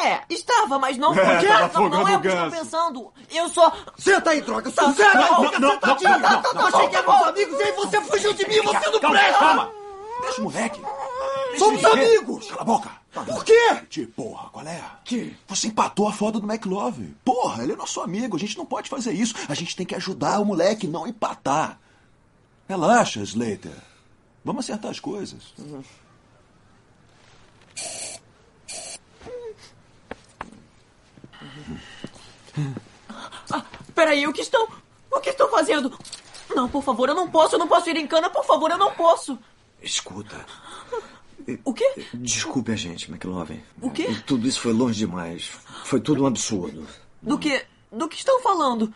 Speaker 14: É, estava, mas não
Speaker 1: É,
Speaker 14: podia.
Speaker 1: tava
Speaker 14: não,
Speaker 1: afogando
Speaker 14: não é
Speaker 1: o
Speaker 14: o que estou
Speaker 1: ganso.
Speaker 14: pensando. Eu só...
Speaker 21: Senta aí, droga!
Speaker 14: Tá,
Speaker 21: Senta
Speaker 14: não,
Speaker 21: aí,
Speaker 14: não,
Speaker 21: fica
Speaker 14: não,
Speaker 21: sentadinho!
Speaker 14: não, não, não,
Speaker 21: Eu achei
Speaker 14: não,
Speaker 21: que eram
Speaker 14: não.
Speaker 21: meus amigos e aí você fugiu de mim, você não
Speaker 1: calma,
Speaker 21: presta!
Speaker 1: calma. Deixa o moleque. Deixa
Speaker 21: Somos
Speaker 1: ele ver.
Speaker 21: amigos!
Speaker 1: Cala a boca.
Speaker 21: Por quê?
Speaker 1: Te porra, qual é? Que? Você empatou a foda do McLove. Porra, ele é nosso amigo, a gente não pode fazer isso. A gente tem que ajudar o moleque, não empatar. Relaxa, Slater. Vamos acertar as coisas.
Speaker 21: Uhum.
Speaker 14: Peraí, o que estão... O que estão fazendo? Não, por favor, eu não posso. Eu não posso ir em cana. Por favor, eu não posso.
Speaker 18: Escuta.
Speaker 14: O quê?
Speaker 18: Desculpe a gente, McLovin.
Speaker 14: O quê?
Speaker 18: Tudo isso foi longe demais. Foi tudo um absurdo.
Speaker 14: Do que... Do que estão falando?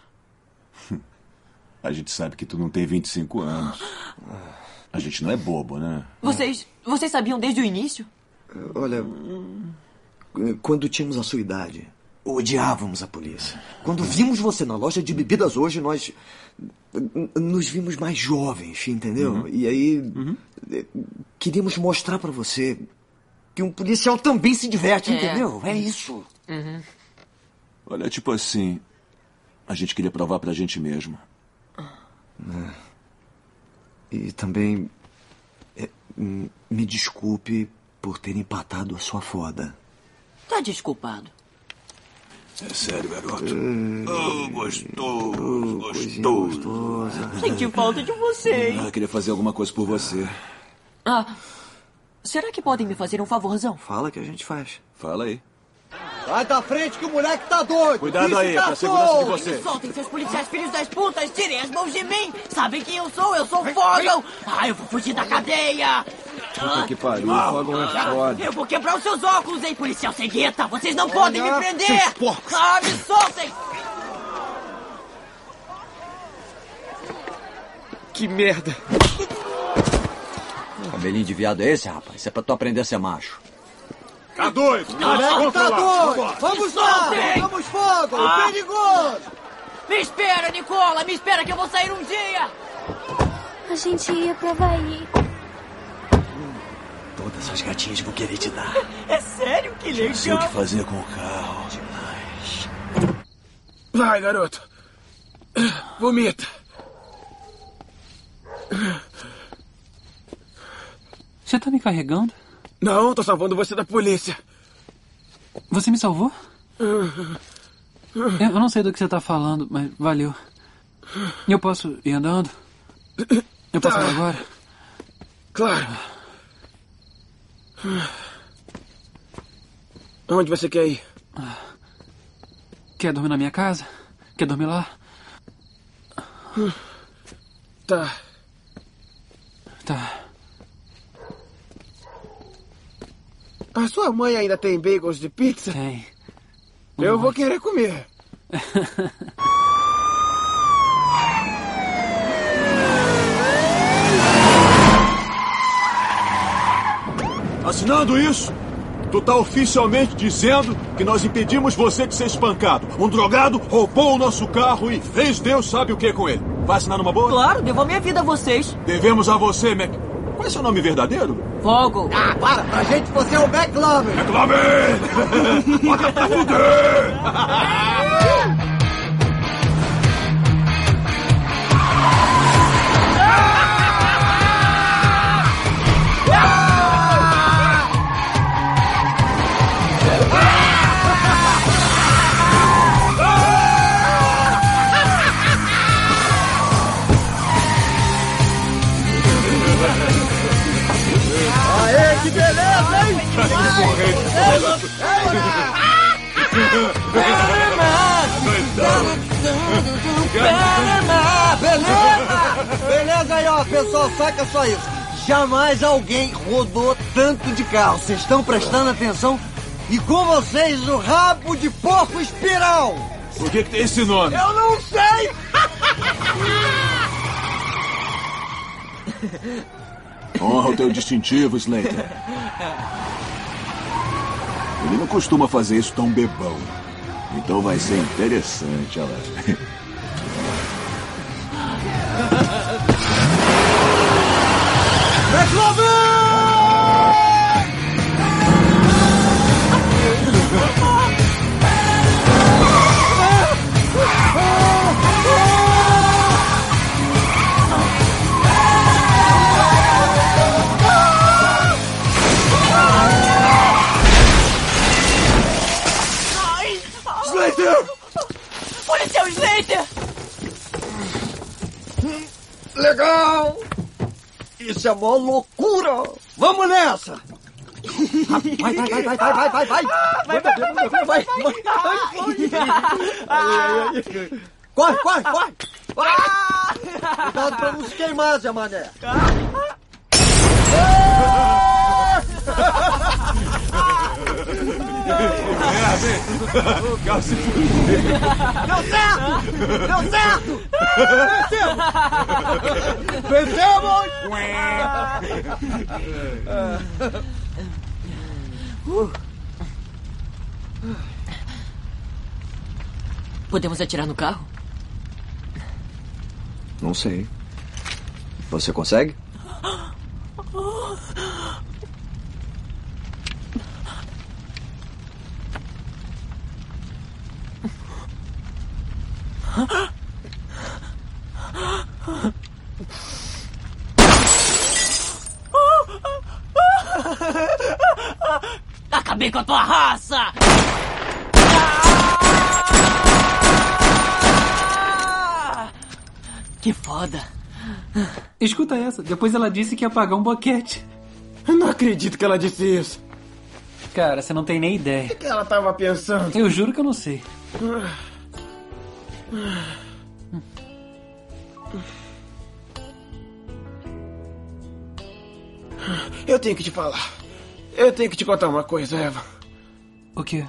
Speaker 1: A gente sabe que tu não tem 25 anos. A gente não é bobo,
Speaker 18: Ah.
Speaker 1: né?
Speaker 14: Vocês... Vocês sabiam desde o início?
Speaker 18: Olha, eh, quando tínhamos a sua idade, odiávamos a polícia. Quando vimos você na loja de bebidas hoje, nós n- nos vimos mais jovens, entendeu?
Speaker 1: Uhum.
Speaker 18: E aí eh, queríamos mostrar pra você que um policial também se diverte,
Speaker 14: É.
Speaker 18: entendeu? É isso.
Speaker 14: Uhum.
Speaker 1: Olha, tipo assim. A gente queria provar pra gente mesmo. Ah.
Speaker 18: E também eh, m- me desculpe por ter empatado a sua foda.
Speaker 14: Tá desculpado.
Speaker 1: É sério, garoto.
Speaker 18: Eh,
Speaker 1: Oh, gostoso, gostoso.
Speaker 14: Senti falta de vocês.
Speaker 1: é? Ah, eu queria fazer alguma coisa por você.
Speaker 14: Ah, Será que podem me fazer um favorzão?
Speaker 1: Ah,
Speaker 18: Fala que a gente faz.
Speaker 1: Fala aí.
Speaker 21: Sai da frente que o moleque tá doido!
Speaker 1: Cuidado
Speaker 21: Bicho
Speaker 1: aí,
Speaker 21: tá
Speaker 1: pra segurança de
Speaker 21: solto.
Speaker 1: vocês.
Speaker 14: Me soltem, seus policiais filhos das putas! Tirem as mãos de mim! Sabem quem eu sou? Eu sou Fogão! Ah, eu vou fugir da cadeia!
Speaker 18: Puta que pariu,
Speaker 14: Ah,
Speaker 1: né?
Speaker 18: Fogão é
Speaker 14: ah,
Speaker 18: foda.
Speaker 14: Eu vou quebrar os seus óculos, hein, policial cegueta! Vocês não podem me
Speaker 18: Olha,
Speaker 14: prender!
Speaker 18: seus porcos.
Speaker 14: Ah, me soltem!
Speaker 10: Que merda.
Speaker 40: Cabelinho de viado é esse, rapaz? Isso é pra tu aprender a ser macho.
Speaker 1: Tá doido?
Speaker 21: Moleque tá doido! Vamos lá!
Speaker 14: Soltem.
Speaker 21: Vamos fogo!
Speaker 14: Ah.
Speaker 21: Perigoso!
Speaker 14: Me espera, Nicola! Me espera que eu vou sair um dia!
Speaker 12: A gente ia pra Havaí.
Speaker 1: Todas as gatinhas vão querer te dar.
Speaker 14: É sério? Que
Speaker 1: Não sei o que fazer com o carro.
Speaker 19: Vai, garoto. Vomita.
Speaker 3: Você tá me carregando?
Speaker 19: Não, tô salvando você da polícia.
Speaker 3: Você me salvou? Eu eu não sei do que você tá falando, mas valeu. Eu posso ir andando? Eu posso
Speaker 5: Tá.
Speaker 3: ir agora?
Speaker 19: Claro. Onde você quer ir?
Speaker 3: Quer dormir na minha casa? Quer dormir lá?
Speaker 19: Tá.
Speaker 3: Tá.
Speaker 5: A sua mãe ainda tem bagels de pizza?
Speaker 3: Tem.
Speaker 5: Eu vou querer comer.
Speaker 1: Assinando isso, tu tá oficialmente dizendo que nós impedimos você de ser espancado. Um drogado roubou o nosso carro e fez Deus sabe o que com ele. Vai assinar numa boa?
Speaker 14: Claro, devo a minha vida a vocês.
Speaker 1: Devemos a você, Mac. Qual é seu nome verdadeiro?
Speaker 14: Fogo!
Speaker 21: Ah, para! Pra gente você é o McLovin!
Speaker 1: McLovin! Bota pra fuder!
Speaker 21: Aê, que beleza, hein? Panamá, Beleza! Beleza aí, ó, pessoal, saca só isso. Jamais alguém rodou tanto de carro. Vocês estão prestando atenção? E com vocês, o rabo de porco espiral!
Speaker 1: Por que, que tem esse nome?
Speaker 21: Eu não sei!
Speaker 1: Honra o teu distintivo, Slater. Ele não costuma fazer isso tão bebão. Então vai ser interessante, olha lá.
Speaker 21: Slater!
Speaker 14: Policial Slater!
Speaker 21: Legal! Isso é mó loucura! Vamos nessa! Vai, vai, vai, vai, vai, vai, vai, vai! Vai, vai, vai, vai, vai, vai! Ah! Corre, corre, corre! Cuidado pra não se queimar, Zé Mané! Deu certo! Deu certo! Vencemos! Vencemos!
Speaker 14: Podemos atirar no carro?
Speaker 18: Não sei. Você consegue?
Speaker 14: Acabei com a tua raça! Que foda!
Speaker 3: Escuta essa. Depois ela disse que ia pagar um boquete.
Speaker 5: Eu não acredito que ela disse isso.
Speaker 3: Cara, você não tem nem ideia.
Speaker 5: O que ela tava pensando?
Speaker 3: Eu juro que eu não sei.
Speaker 5: Eu tenho que te falar. Eu tenho que te contar uma coisa, Eva.
Speaker 3: O quê?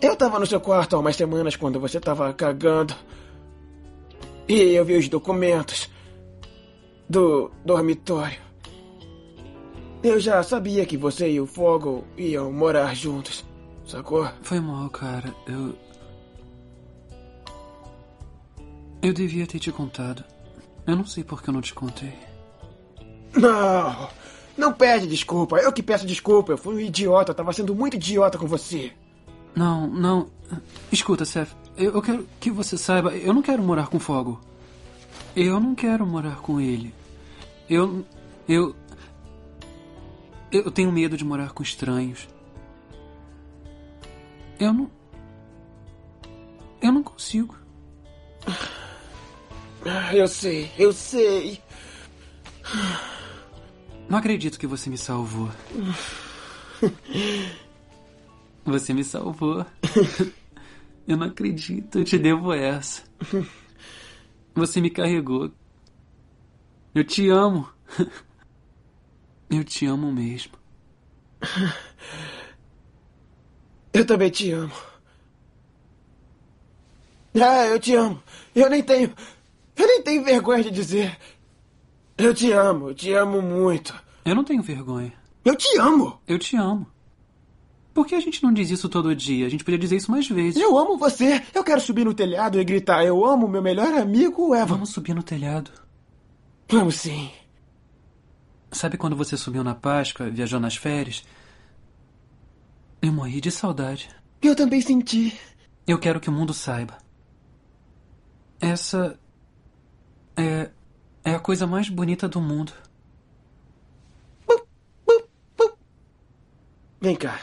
Speaker 5: Eu tava no seu quarto há umas semanas quando você tava cagando. E eu vi os documentos do dormitório. Eu já sabia que você e o Fogo iam morar juntos, sacou?
Speaker 3: Foi mal, cara. Eu. Eu devia ter te contado. Eu não sei por que eu não te contei.
Speaker 5: Não! Não pede desculpa. Eu que peço desculpa. Eu fui um idiota. Eu tava sendo muito idiota com você.
Speaker 3: Não, não. Escuta, Seth. Eu, eu quero que você saiba. Eu não quero morar com Fogo. Eu não quero morar com ele. Eu. Eu. Eu tenho medo de morar com estranhos. Eu não. Eu não consigo.
Speaker 5: Ah, Eu sei, eu sei.
Speaker 3: Não acredito que você me salvou. Você me salvou. Eu não acredito, eu te devo essa. Você me carregou. Eu te amo. Eu te amo mesmo.
Speaker 5: Eu também te amo. Ah, eu te amo. Eu nem tenho. Eu nem tenho vergonha de dizer. Eu te amo, eu te amo muito.
Speaker 3: Eu não tenho vergonha.
Speaker 5: Eu te amo!
Speaker 3: Eu te amo. Por que a gente não diz isso todo dia? A gente podia dizer isso mais vezes.
Speaker 5: Eu amo você! Eu quero subir no telhado e gritar: Eu amo meu melhor amigo, Eva.
Speaker 3: Vamos subir no telhado.
Speaker 5: Vamos sim.
Speaker 3: Sabe quando você subiu na Páscoa, viajou nas férias? Eu morri de saudade.
Speaker 5: Eu também senti.
Speaker 3: Eu quero que o mundo saiba. Essa é é a coisa mais bonita do mundo.
Speaker 5: Vem cá.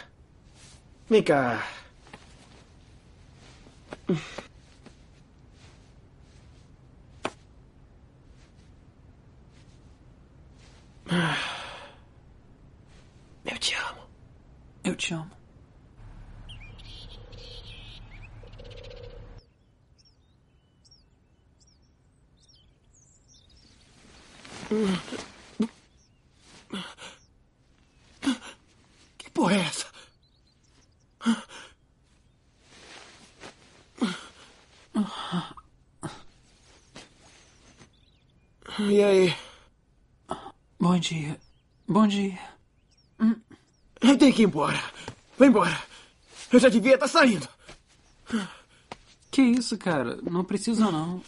Speaker 5: Vem cá. Ah. Eu te amo.
Speaker 3: Eu te amo.
Speaker 5: Que porra é essa? E aí?
Speaker 3: Bom dia. Bom dia.
Speaker 5: Eu tenho que ir embora. Vai embora. Eu já devia estar saindo.
Speaker 3: Que isso, cara? Não precisa não.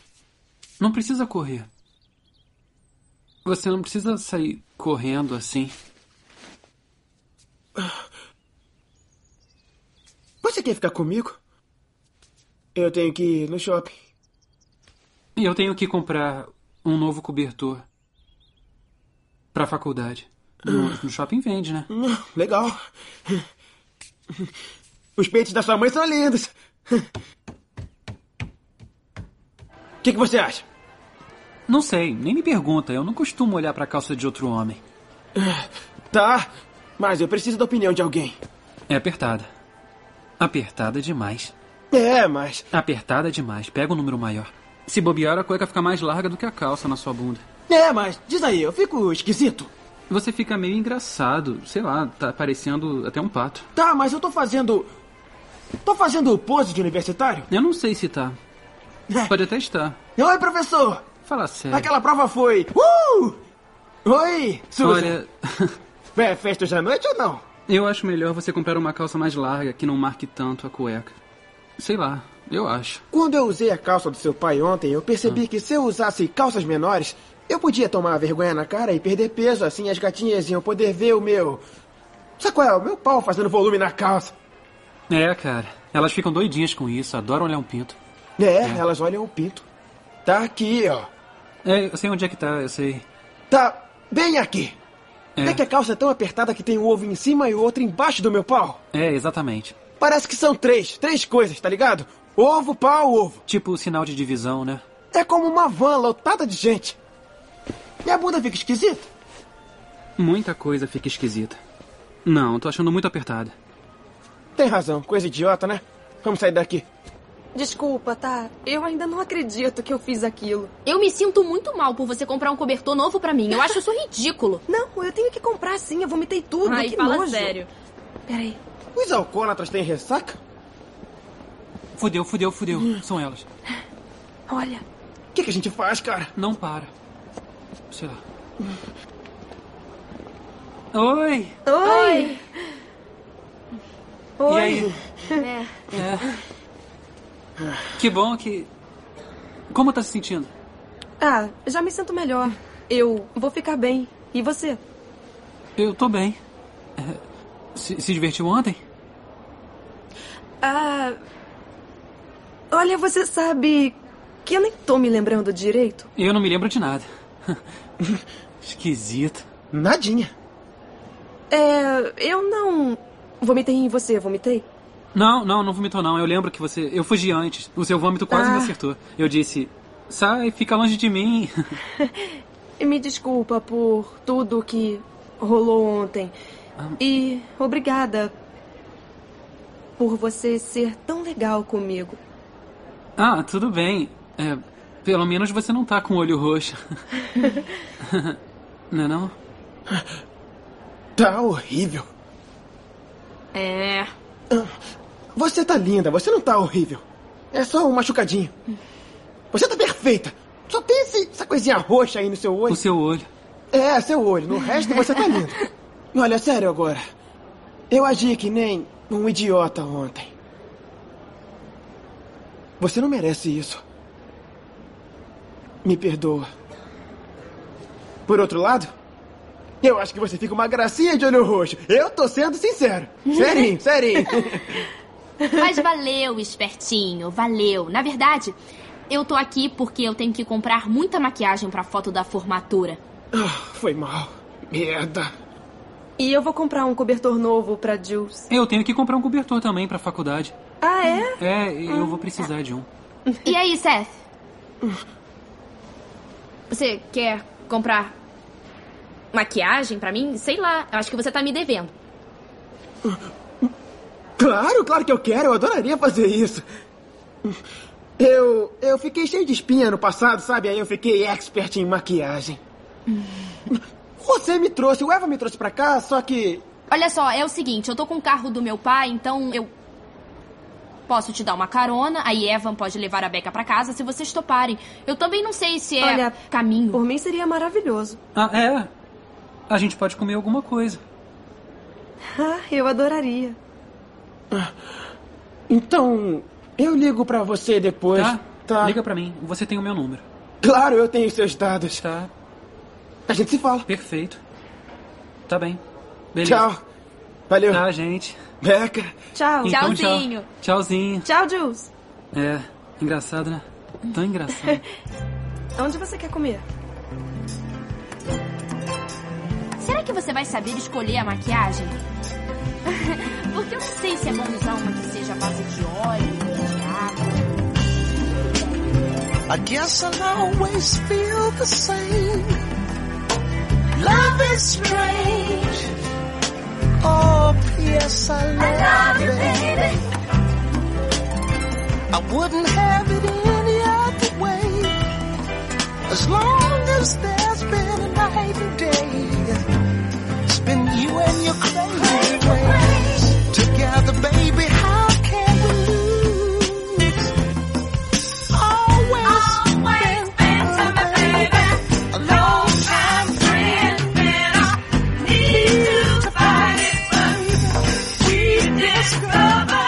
Speaker 3: Não precisa correr. Você não precisa sair correndo assim.
Speaker 5: Você quer ficar comigo? Eu tenho que ir no shopping.
Speaker 3: E eu tenho que comprar um novo cobertor pra faculdade. No, no shopping vende, né?
Speaker 5: Hum, Legal. Os peitos da sua mãe são lindos. O que, que você acha?
Speaker 3: Não sei, nem me pergunta. Eu não costumo olhar pra calça de outro homem.
Speaker 5: Tá, mas eu preciso da opinião de alguém.
Speaker 3: É apertada. Apertada demais.
Speaker 5: É, mas.
Speaker 3: Apertada demais. Pega um número maior. Se bobear, a cueca fica mais larga do que a calça na sua bunda.
Speaker 5: É, mas diz aí, eu fico esquisito.
Speaker 3: Você fica meio engraçado. Sei lá, tá parecendo até um pato.
Speaker 5: Tá, mas eu tô fazendo. Tô fazendo pose de universitário?
Speaker 3: Eu não sei se tá.
Speaker 5: É.
Speaker 3: Pode até estar.
Speaker 5: Oi, professor!
Speaker 3: Fala sério.
Speaker 5: Aquela prova foi. Uh! Oi, Susan!
Speaker 3: Olha,
Speaker 5: É festa hoje à noite ou não?
Speaker 3: eu acho melhor você comprar uma calça mais larga que não marque tanto a cueca. Sei lá, eu acho.
Speaker 5: Quando eu usei a calça do seu pai ontem, eu percebi
Speaker 3: Ah.
Speaker 5: que se eu usasse calças menores, eu podia tomar vergonha na cara e perder peso, assim as gatinhas iam poder ver o meu. Sabe qual é? O meu pau fazendo volume na calça.
Speaker 3: É, cara. Elas ficam doidinhas com isso, adoram olhar um pinto.
Speaker 5: É, elas olham o pinto. Tá aqui, ó.
Speaker 3: É, eu sei onde é que tá, eu sei.
Speaker 5: Tá bem aqui.
Speaker 3: É.
Speaker 5: É que a calça é tão apertada que tem um ovo em cima e outro embaixo do meu pau.
Speaker 3: É, exatamente.
Speaker 5: Parece que são três, três coisas, tá ligado? Ovo, pau, ovo.
Speaker 3: Tipo o sinal de divisão, né?
Speaker 5: É como uma van lotada de gente. Minha bunda fica esquisita.
Speaker 3: Muita coisa fica esquisita. Não, tô achando muito apertada.
Speaker 5: Tem razão, coisa idiota, né? Vamos sair daqui.
Speaker 9: Desculpa, tá? Eu ainda não acredito que eu fiz aquilo.
Speaker 12: Eu me sinto muito mal por você comprar um cobertor novo pra mim. Eu acho isso ridículo.
Speaker 9: Não, eu tenho que comprar sim. Eu vomitei tudo.
Speaker 12: Ai,
Speaker 9: que
Speaker 12: fala
Speaker 9: nojo.
Speaker 12: sério.
Speaker 9: Peraí.
Speaker 5: Os alcoólatras têm ressaca?
Speaker 3: Fudeu, fudeu, fudeu.
Speaker 5: Hum.
Speaker 3: São elas.
Speaker 9: Olha.
Speaker 5: O que, que a gente faz, cara?
Speaker 3: Não para. Sei lá. Oi!
Speaker 9: Oi!
Speaker 3: E aí?
Speaker 9: É.
Speaker 3: É. Que bom que. Como tá se sentindo?
Speaker 9: Ah, já me sinto melhor. Eu vou ficar bem. E você?
Speaker 3: Eu tô bem. É, Se, se divertiu ontem?
Speaker 9: Ah. Olha, você sabe que eu nem tô me lembrando direito.
Speaker 3: Eu não me lembro de nada. Esquisito.
Speaker 5: Nadinha.
Speaker 9: É. Eu não. Vomitei em você, vomitei?
Speaker 3: Não, não, não vomitou não. Eu lembro que você. Eu fugi antes. O seu vômito quase me
Speaker 9: Ah.
Speaker 3: acertou. Eu disse: sai, fica longe de mim.
Speaker 9: E Me desculpa por tudo que rolou ontem. E obrigada por você ser tão legal comigo.
Speaker 3: ah, tudo bem. É, pelo menos você não tá com o olho roxo. não é não?
Speaker 5: Tá horrível.
Speaker 12: É.
Speaker 5: Você tá linda, você não tá horrível. É só um machucadinho. Você tá perfeita. Só tem esse- essa coisinha roxa aí no seu olho.
Speaker 3: O seu olho.
Speaker 5: É, seu olho. No resto você tá linda. Olha, sério agora. Eu agi que nem um idiota ontem. Você não merece isso. Me perdoa. Por outro lado, eu acho que você fica uma gracinha de olho roxo. Eu tô sendo sincero. Serinho, serinho.
Speaker 12: Mas valeu, espertinho, valeu. Na verdade, eu tô aqui porque eu tenho que comprar muita maquiagem pra foto da formatura.
Speaker 5: Ah, Foi mal. Merda.
Speaker 9: E eu vou comprar um cobertor novo pra Jules.
Speaker 3: Eu tenho que comprar um cobertor também pra faculdade.
Speaker 9: Ah, é?
Speaker 3: É, eu vou precisar de um.
Speaker 12: E aí, Seth? Você quer comprar maquiagem pra mim? Sei lá, eu acho que você tá me devendo.
Speaker 5: Claro, claro que eu quero, eu adoraria fazer isso. Eu. Eu fiquei cheio de espinha no passado, sabe? Aí eu fiquei expert em maquiagem. Você me trouxe, o Eva me trouxe pra cá, só que.
Speaker 12: Olha só, é o seguinte, eu tô com o carro do meu pai, então eu posso te dar uma carona, aí Evan pode levar a Becca pra casa se vocês toparem. Eu também não sei se é
Speaker 9: Olha,
Speaker 12: caminho.
Speaker 9: Por mim seria maravilhoso.
Speaker 3: Ah, é? A gente pode comer alguma coisa.
Speaker 9: Ah, eu adoraria.
Speaker 5: Então, eu ligo pra você depois.
Speaker 3: Tá.
Speaker 5: Tá.
Speaker 3: Liga pra mim, você tem o meu número.
Speaker 5: Claro, eu tenho seus dados.
Speaker 3: Tá.
Speaker 5: A gente se fala.
Speaker 3: Perfeito. Tá bem. Beleza.
Speaker 5: Tchau. Valeu.
Speaker 3: Tá, gente.
Speaker 5: Beca.
Speaker 9: Tchau.
Speaker 3: Então, tchau.
Speaker 9: Tchauzinho.
Speaker 3: Tchauzinho.
Speaker 9: Tchau, Jules.
Speaker 3: É, engraçado, né? Tão engraçado.
Speaker 9: Onde você quer comer?
Speaker 12: Será que você vai saber escolher a maquiagem? Porque eu não sei se é bom usar uma que seja à base de óleo, de água.
Speaker 2: I guess I'll always feel the same. Love is strange. Oh, yes, I love,
Speaker 21: you,
Speaker 2: it. I wouldn't have it any other way. As long as there's been a night and day, it's been you and your crazy ways. Together, baby, how can we lose? Always, Always been my baby. A long time friend, but I need to find it, baby. We discovered.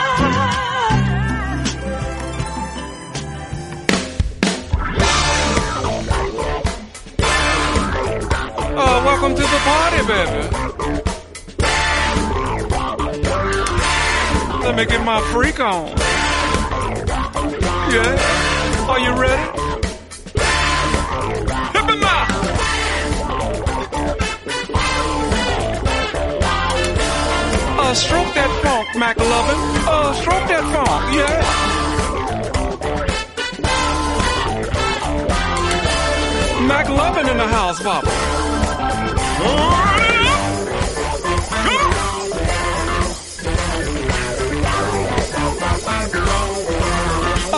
Speaker 8: Oh, welcome to the party, baby. Let me get my freak on. Yeah. Are you ready? Hip him up. Uh, stroke that funk, McLovin. Uh, stroke that funk, yeah. McLovin in the house, Bob.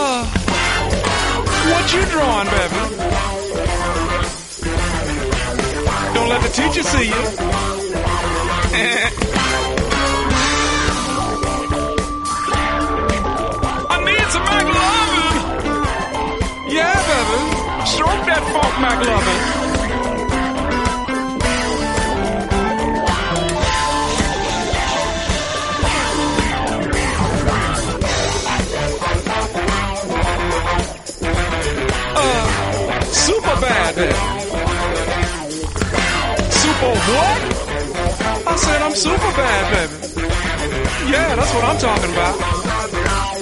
Speaker 3: Uh, Wait to see you. I need some McLovin. Yeah, baby. Stroke that funk, McLovin. Uh, super bad. Super what? I said I'm super bad, baby. Yeah, that's what I'm talking about.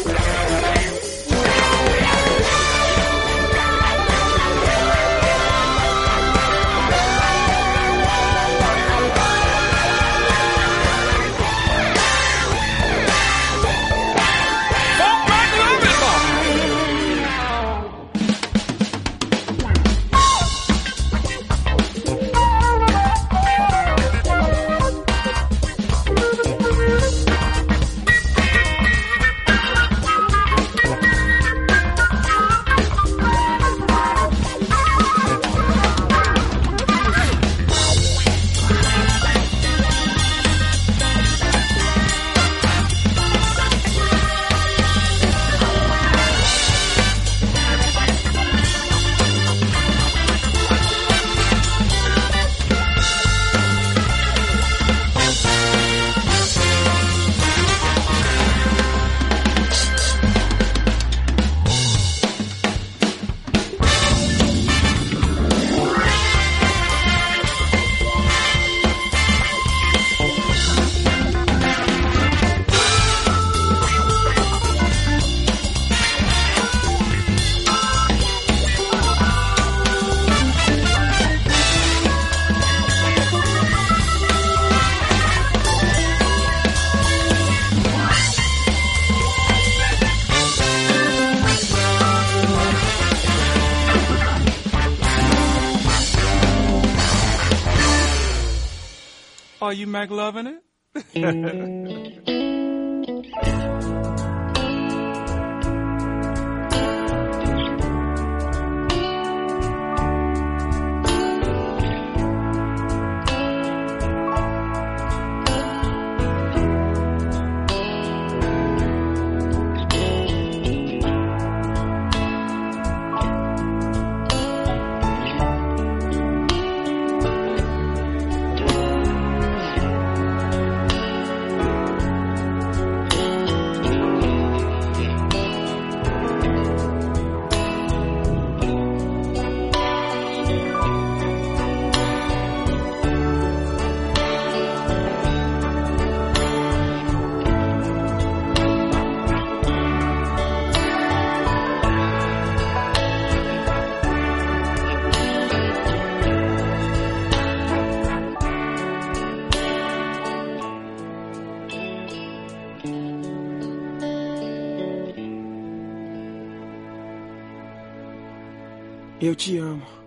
Speaker 3: Funk McLovin, Are you Mac loving it?
Speaker 2: Eu te amo.